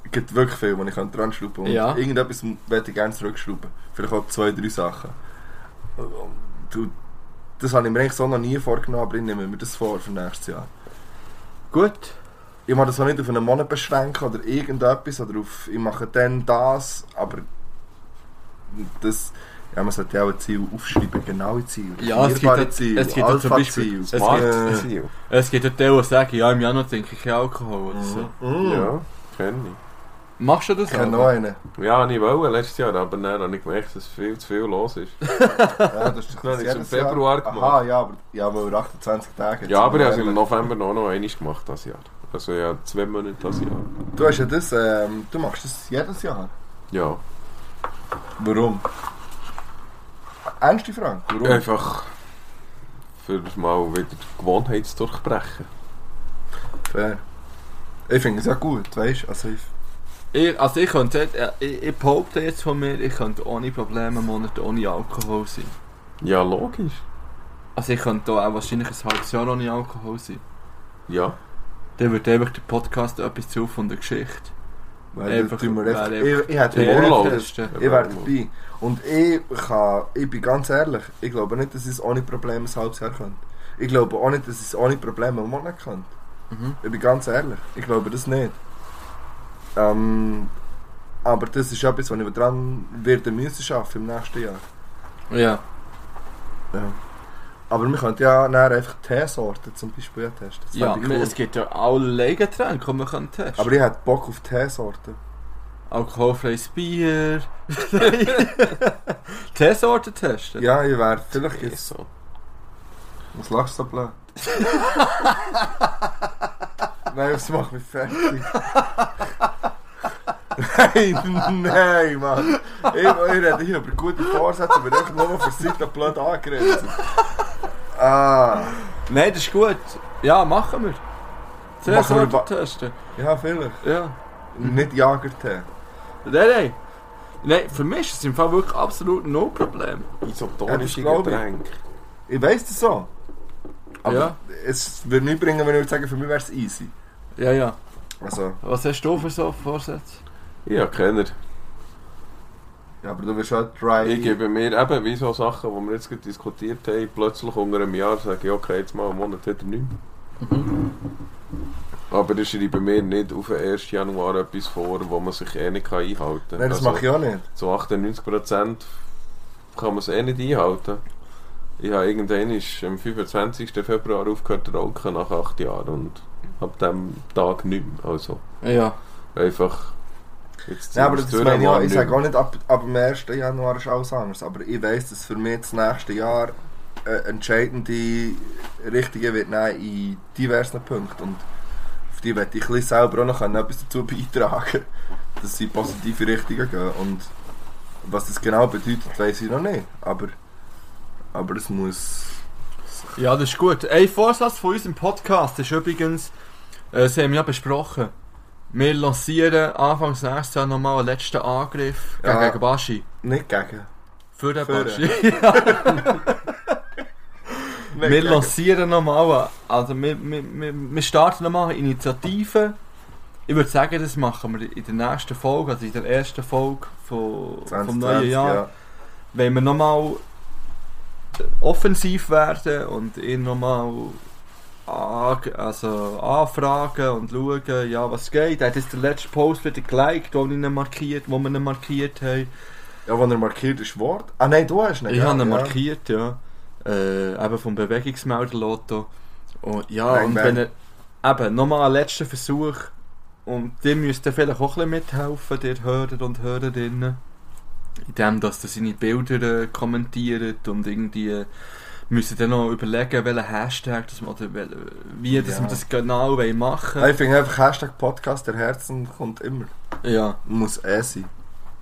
S3: Es gibt wirklich viel, wo ich dran schrauben kann. Und
S2: Ja.
S3: Irgendetwas möchte ich gerne zurückschrauben. Vielleicht auch zwei, drei Sachen. Du, das habe ich mir eigentlich so noch nie vorgenommen, aber ich nehme mir das vor für nächstes Jahr.
S2: Gut.
S3: Ich mache das auch nicht auf einen Monat beschränken oder irgendetwas oder auf ich mache dann das, aber das. Ja, man sollte ja auch ein Ziel aufschreiben, genaue Ziele.
S2: Ja, es gibt
S3: definierbare
S2: ja- es gibt ja zum Beispiel-
S3: Alpha-Ziele.
S2: es
S3: Smart-
S4: Ziel.
S2: Es gibt ja die, die sagen, ja, im Januar trinke ich keinen Alkohol oder so.
S3: Mm.
S4: Ja, kenne
S2: Machst du das
S3: Ich kenne noch einen.
S4: ich. Ja, ich wollte letztes Jahr, aber dann habe ich gemerkt, dass viel zu viel los ist.
S3: Ja, das ist doch
S4: Nein, ich
S3: jedes
S4: hab's im Februar
S3: Jahr.
S4: gemacht.
S3: Aha, ja, aber, ja, aber über 28 Tage. jetzt
S4: Ja, aber ich habe es
S3: sind
S4: im
S3: wir ehrlich.
S4: November noch, noch einmal gemacht, das Jahr. Also ja, zwei Monate das Jahr.
S3: Du hast ja das, ähm, du machst das jedes Jahr.
S4: Ja,
S3: Warum? Ernste Frage. Warum?
S4: einfach für mal wieder die Gewohnheit zu durchbrechen.
S3: Fair. Äh, Ich finde es ja gut, weißt du? Also ich,
S2: Ich, also ich könnte, äh, ich, ich behaupte jetzt von mir, ich könnte ohne Probleme einen Monat ohne Alkohol sein.
S4: Ja, logisch.
S2: Also ich könnte da auch wahrscheinlich ein halbes Jahr ohne Alkohol sein.
S4: Ja.
S2: Dann wird einfach der Podcast etwas zu von der Geschichte.
S3: weil
S2: Einfach-
S3: tun wir einfach-
S2: weil
S3: ich, ich hätte
S2: Der
S4: Ja,
S3: ich
S4: Urlaub.
S3: hätte-
S2: Erste.
S3: Ich werde dabei. Und ich kann, ich bin ganz ehrlich, ich glaube nicht, dass ich es ohne Probleme ein halbes Jahr könnte. Ich glaube auch nicht, dass ich es ohne Probleme einen Monat könnte.
S2: Mhm.
S3: Ich bin ganz ehrlich, ich glaube das nicht. Ähm, aber das ist etwas, was ich dran werden müssen schaffen im nächsten Jahr.
S2: Ja.
S3: Aber wir könnten ja nachher einfach Teesorten zum Beispiel auch testen. Das
S2: Ja,
S3: fände ich
S2: man-
S3: cool.
S2: es gibt ja alle Getränke, die man kann testen
S3: Aber ich hätte Bock auf Teesorten.
S2: Alkoholfreies Bier. Teesorten testen?
S3: Ja, ich wäre vielleicht
S4: Ist
S3: jetzt...
S4: so.
S3: Was lachst du so blöd? nein, das macht mich fertig. nein, nein, Mann. Ich, ich rede hier über gute Vorsätze, aber ich nur von Seite blöd angerissen. Ah,
S2: Nein, das ist gut. Ja, machen wir.
S3: Machen wir wa-
S2: Teesorten testen.
S3: ja, vielleicht.
S2: Ja.
S3: Nicht Jagertee.
S2: Nein, nein. Nein, für mich ist es im Fall wirklich absolut no Problem.
S4: Isotonische
S3: Ja, das glaub ich.
S4: Getränke.
S3: Ich weiss das so. Aber
S2: Ja.
S3: es würde nichts bringen, wenn ich würde sagen, für mich wäre es easy.
S2: Ja, ja.
S3: Also,
S2: Was hast du für so Vorsätze?
S4: Ja, keiner.
S3: ja, aber du wirst halt dry.
S4: Ich gebe mir eben, wie so Sachen, die wir jetzt gerade diskutiert haben, plötzlich unter einem Jahr sage ich, okay, jetzt mal einen Monat hat er nichts. Aber das schreibe mir nicht auf den 1. Januar etwas vor, wo man sich eh nicht kann einhalten kann.
S3: Nein, das mache ich auch nicht.
S4: Zu 98% kann man es eh nicht einhalten. Ich habe irgendwann ist am 25. Februar aufgehört zu rauchen, nach 8 Jahren. Und ab diesem Tag nicht mehr. Also
S2: Ja.
S4: einfach... Jetzt
S3: Ja, aber
S4: ziehen
S3: das
S4: wir es
S3: meine ich
S4: durch,
S3: auch. Ich
S4: aber nicht
S3: sage
S4: mehr.
S3: auch nicht, ab, ab dem 1. Januar ist alles anders. Aber ich weiss, dass für mich das nächste Jahr äh, entscheidende Richtige wird nehmen in diversen Punkten. Und auf die werde ich ein bisschen selber auch noch können, etwas dazu beitragen, dass sie in positive Richtungen gehen. Und was das genau bedeutet, weiß ich noch nicht. Aber, aber es muss.
S2: Ja, das ist gut. Ein Vorsatz von unserem Podcast ist übrigens, äh, das haben wir ja besprochen, wir lancieren Anfang des nächsten Jahres nochmal einen letzten Angriff
S3: Ja.
S2: gegen Baschi.
S3: Nicht gegen.
S2: Für den
S3: Für
S2: Baschi. Ja, wir lancieren nochmal, also wir, wir, wir wir starten nochmal eine Initiative. Ich würde sagen, das machen wir in der nächsten Folge, also in der ersten Folge von, vom neuen Jahr.
S3: ja.
S2: wenn wir nochmal offensiv werden und ihn nochmal ag- also anfragen und schauen, ja, was geht. Er hat jetzt den letzten Post wieder geliked, den ich ihn markiert, wo wir ihn markiert haben.
S3: ja, wo er markiert ist, Wort. Ah nein, du hast ihn.
S2: Ich
S3: gell?
S2: habe ihn
S3: ja.
S2: markiert, ja. Äh, eben vom Bewegungsmelder-Lotto. Und ja,
S3: Bang,
S2: und
S3: bang.
S2: wenn er eben nochmal einen letzten Versuch und die müssten vielleicht auch ein bisschen mithelfen, dir Hörer und Hörerinnen. Indem, dass ihr seine Bilder äh, kommentiert und irgendwie müssen dann noch überlegen, welchen Hashtag, dass wir, oder wel- wie dass
S3: Ja.
S2: wir das genau wollen machen
S3: Ah, Ich finde einfach Hashtag Podcast der Herzen kommt immer.
S2: Ja.
S3: Muss eh sein.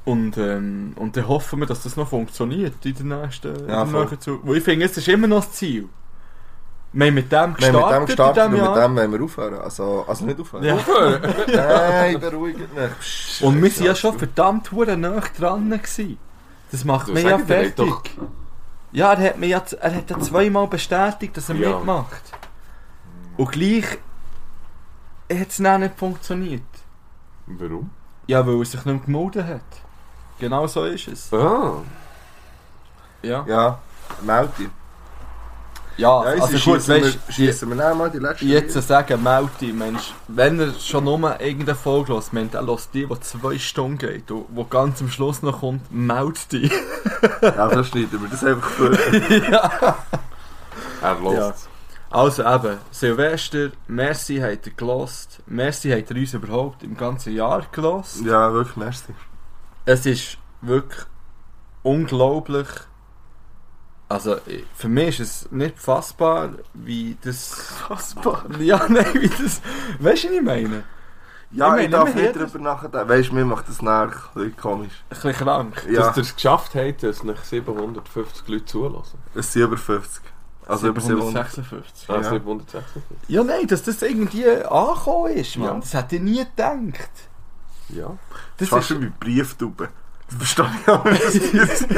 S2: Und, ähm, und dann hoffen wir, dass das noch funktioniert in der nächsten,
S3: Ja,
S2: in der
S3: voll.
S2: nächsten Zukunft. Weil ich finde, es ist immer noch das Ziel. Wir haben mit dem
S3: Wir haben
S2: gestartet,
S3: mit dem gestartet
S2: in
S3: und
S2: diesem Jahr.
S3: mit dem wollen wir aufhören. Also, also nicht aufhören.
S2: Ja.
S3: Nein, beruhigt mich. Psst,
S2: Und wir waren ja
S3: Scheiße.
S2: schon verdammt hure nah dran. Gewesen. Das macht
S4: Du
S2: mich
S4: sag
S2: ja
S4: dir, der hat
S2: fertig.
S4: doch-
S2: Ja, er hat, mir ja, er hat ja zweimal bestätigt, dass er
S4: Ja.
S2: mitmacht. Und gleich hat es dann nicht funktioniert.
S4: Warum?
S2: Ja, weil er sich nicht mehr gemeldet hat. Genau so ist es.
S4: Ah,
S2: Ja,
S3: Ja, melde dich.
S2: ja,
S3: Ja,
S2: also gut, weißt du,
S3: schießen wir dann mal die letzte.
S2: Jetzt zu sagen, Melti, Mensch, wenn er schon nur irgendeine Folge hört, meint er hört die, die zwei Stunden geht und die ganz am Schluss noch kommt, meld die.
S3: Ja, das schneiden wir das einfach für.
S4: er lässt
S2: Also eben, Silvester, merci habt ihr gelost, merci habt ihr uns überhaupt im ganzen Jahr gelost.
S3: ja, wirklich, merci.
S2: Es ist wirklich unglaublich, also ich- für mich ist es nicht fassbar, wie das...
S3: Fassbar.
S2: Ja, nein, wie das... Weißt du, was ich meine? Ich
S3: Ja,
S2: meine,
S3: ich, darf
S2: wir
S3: nicht
S2: haben-
S3: drüber nachdenken. Weißt du, mir macht das nachher ein bisschen komisch.
S2: Ein bisschen krank.
S3: Ja,
S4: Dass ihr es geschafft habt, dass nach 750 Leute zulassen.
S3: es sind über 50. Also über 700.
S2: 756.
S4: Ah,
S3: Ja.
S4: 756.
S2: Ja, nein, dass das irgendwie angekommen ist, Mann.
S4: Ja.
S2: Das hätte ich nie gedacht.
S4: Ja.
S2: Das
S3: Fast
S2: ist,
S3: schon wie Brieftauben. Das verstehe ich auch nicht.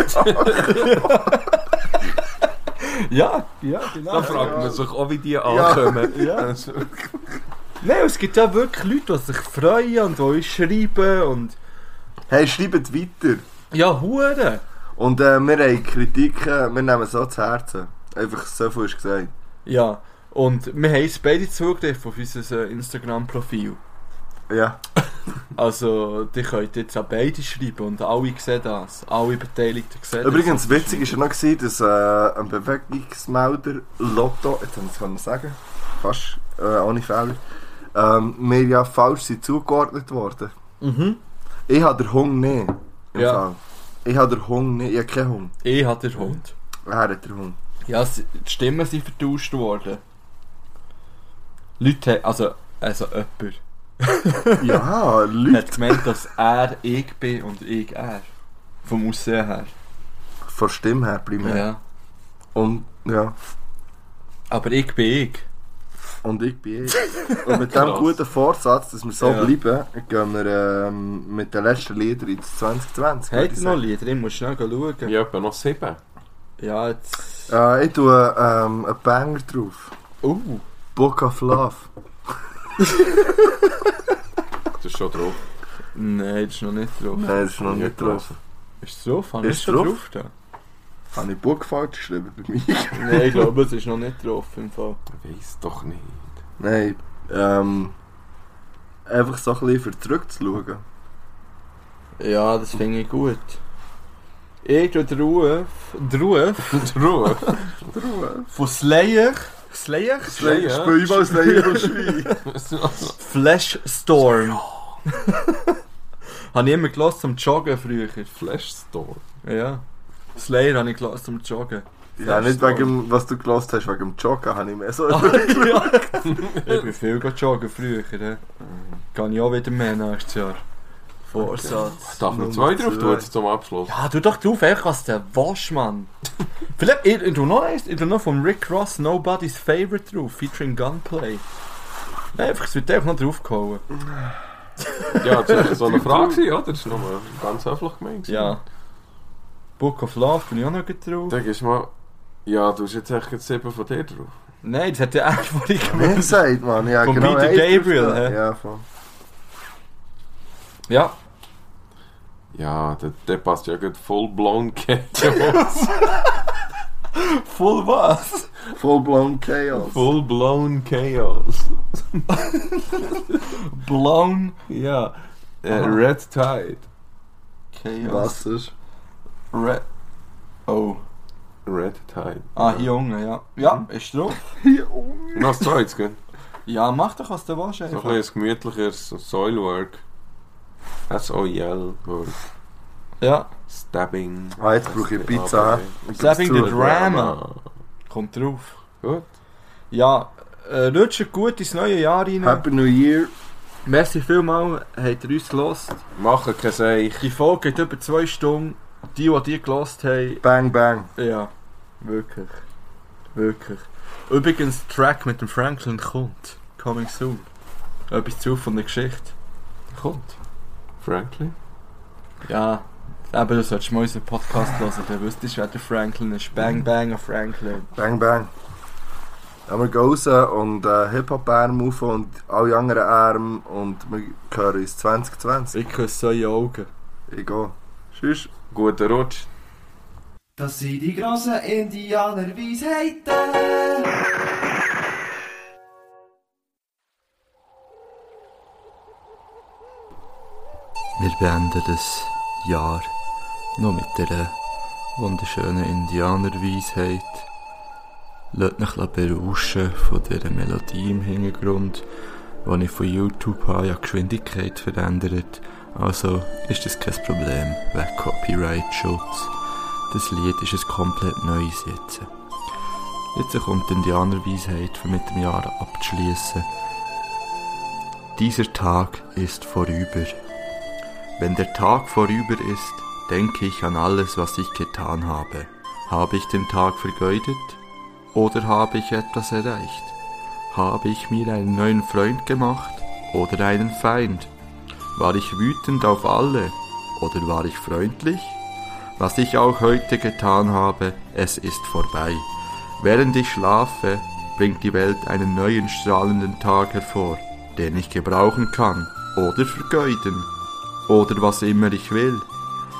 S3: ja,
S2: ja, ja, genau.
S4: Da fragt man sich auch, wie die
S3: ankommen.
S4: ankommen.
S2: Ja. Nein, es gibt ja wirklich Leute, die sich freuen und die uns schreiben und...
S3: hey, schreibt weiter.
S2: Ja, Hure.
S3: Und äh, wir haben Kritiken, wir nehmen so zu Herzen. Einfach so viel ist gesagt.
S2: Ja, und wir haben jetzt beide Zugriff auf unser äh, Instagram-Profil.
S3: Ja.
S2: Also, die könnt jetzt auch beide schreiben und alle sehen das. Alle Beteiligten sehen
S3: Übrigens,
S2: das.
S3: witzig ist ja noch, gewesen, dass äh, ein Bewegungsmelder Lotto, jetzt haben sie es sagen, fast äh, ohne Fehler, ähm, mir ja falsch sind zugeordnet worden.
S2: Mhm.
S3: Ich habe den Hung nicht. Im
S2: Ja.
S3: Fall. Ich habe den Hung nicht. Ich habe keinen Hung.
S2: Ich hatte den Hund.
S3: Er hat den Hung.
S2: Ja, es- die Stimmen sind vertauscht worden. Leute, haben- also, also jemand
S3: Ja,
S2: hat
S3: Leute.
S2: gemeint, dass er ich bin und ich er. Vom Aussehen her.
S3: Von Stimme her primär. Und, ja.
S2: Aber ich bin ich.
S3: Und ich bin ich. Und mit dem
S4: Krass.
S3: guten Vorsatz, dass wir so
S2: Ja.
S3: bleiben, gehen wir ähm, mit den letzten Liedern ins 2020. würde
S2: Hat
S3: ich
S2: noch
S3: sagen.
S2: Lieder? Ich muss schnell schauen.
S4: Ja, etwa noch sieben.
S2: Ja, jetzt...
S3: Äh, ich tue ähm, einen Banger drauf.
S2: Uh.
S3: Book of Love.
S4: Das ist schon drauf.
S2: Nein, das ist noch nicht drauf.
S3: Nein, das ist noch nicht drauf.
S2: Ist es drauf? Habe
S3: Ist
S2: ich schon drauf?
S3: drauf?
S2: da?
S3: Habe ich Book falsch geschrieben bei mir?
S2: Nein, ich glaube, es ist noch nicht drauf im Fall.
S4: Weiß doch nicht.
S3: Nein, ähm... Einfach so ein bisschen verdrückt zu schauen.
S2: Ja, das finde ich gut. Ich tue den Ruf... Den Ruf
S4: Ruhe.
S2: von Slayer... Slayer?
S4: Slayer.
S3: Spiel mal Slayer und Schwein.
S2: Flash Storm. habe ich immer gelassen zum Joggen früher.
S4: Flash Store.
S2: Ja. Slayer habe ich gelassen zum Joggen.
S3: Ja, nicht wegen dem, was du gelost hast, wegen dem Joggen habe ich mehr so...
S2: ja. ich bin viel go joggen früher. He. Kann ich auch wieder mehr nächstes Jahr. Vorsatz.
S4: Darf noch
S3: Nummer
S4: zwei drauf
S3: zwei.
S4: tun jetzt zum Abschluss?
S2: Ja, du doch drauf, einfach was der Wasch, Mann. Vielleicht, ich, ich tu noch eins, ich tu noch von Rick Ross Nobody's Favorite drauf, featuring Gunplay. Nein, einfach, es wird einfach noch draufgehauen.
S4: Ja, das war so eine Frage, gewesen, ja. Das war nur ganz höflich gemeint. gewesen.
S2: Ja. Book of Love bin ich auch noch gut drauf.
S4: Sag ist mal, ja, du hast jetzt echt gerade sieben von dir drauf.
S2: Nein, das hat ja echt vor ich
S3: Wer gesagt, Mann? Ja,
S2: Von
S3: genau.
S2: Peter
S3: eins drauf
S2: Gabriel,
S3: da.
S2: hä?
S3: Ja, voll.
S2: Ja.
S4: Ja, der, der passt ja gut full-blown Chaos.
S2: Voll was?
S3: Full-blown Chaos.
S4: full-blown Chaos.
S2: Blown
S4: Ja. Äh,
S2: Aha.
S4: Red Tide.
S3: Was ist?
S2: Red. Oh.
S4: Red Tide.
S2: Ah, hier unten, ja. Ja, ist drauf.
S4: Noch zwei jetzt, gell?
S2: Ja, mach doch was du willst
S4: So ein
S2: einfach.
S4: bisschen ein gemütliches Soilwork. S-O-I-L-Work.
S2: Ja.
S4: Stabbing.
S3: Ah, jetzt brauche ich Pizza, hä?
S2: Stabbing the Drama.
S6: Kommt drauf.
S4: Gut.
S6: Ja,
S2: eh,
S6: äh, rutscht gut ins neue Jahr rein.
S3: Happy New Year.
S7: Merci vielmals, habt ihr uns gelost.
S4: Machen kein Seich.
S7: Die Folge geht über zwei Stunden. Die, die die gelost haben,
S3: Bang, bang.
S7: ja, wirklich. Wirklich. Übrigens, der Track mit dem Franklin kommt. Coming soon. Etwas zu von der Geschichte.
S4: Kommt. Franklin?
S7: Ja, aber du solltest mal unseren Podcast hören, dann wüsstest du, wer der Franklin ist. Bang, bang, an Franklin.
S3: Bang, bang. Ja, wir gehen raus und äh, Hip-Hop-Arm auf und alle anderen Arme und wir hören uns 2020.
S7: Ich küsse eure Augen.
S3: Ich gehe. Tschüss.
S4: Guter Rutsch.
S8: Das sind die grossen Indianerweisheiten.
S2: Wir beenden das Jahr noch mit dieser wunderschönen Indianerweisheit. Lasst mich berauschen von dieser Melodie im Hintergrund, die ich von YouTube habe, ja die Geschwindigkeit verändert. Also ist das kein Problem, wegen Copyright-Schutz. Das Lied ist ein komplett neues jetzt. Jetzt kommt die Indianerweisheit, um mit dem Jahr abzuschließen. Dieser Tag ist vorüber. Wenn der Tag vorüber ist, denke ich an alles, was ich getan habe. Habe ich den Tag vergeudet? Oder habe ich etwas erreicht? Habe ich mir einen neuen Freund gemacht oder einen Feind? War ich wütend auf alle oder war ich freundlich? Was ich auch heute getan habe, es ist vorbei. Während ich schlafe, bringt die Welt einen neuen strahlenden Tag hervor, den ich gebrauchen kann oder vergeuden oder was immer ich will.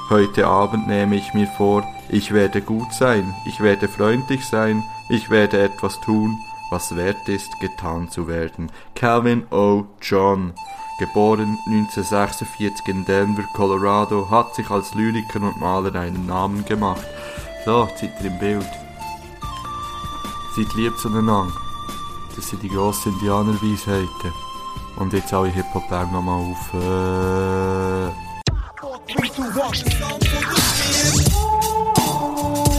S2: Heute Abend nehme ich mir vor, ich werde gut sein, ich werde freundlich sein, ich werde etwas tun, was wert ist, getan zu werden. Calvin O. John, geboren 1946 in Denver, Colorado, hat sich als Lyriker und Maler einen Namen gemacht. So, jetzt seid ihr im Bild. Seid lieb zueinander. Das sind die grossen Indianerweisheiten. Und jetzt alle Hip-Hop-Bang nochmal auf. Äh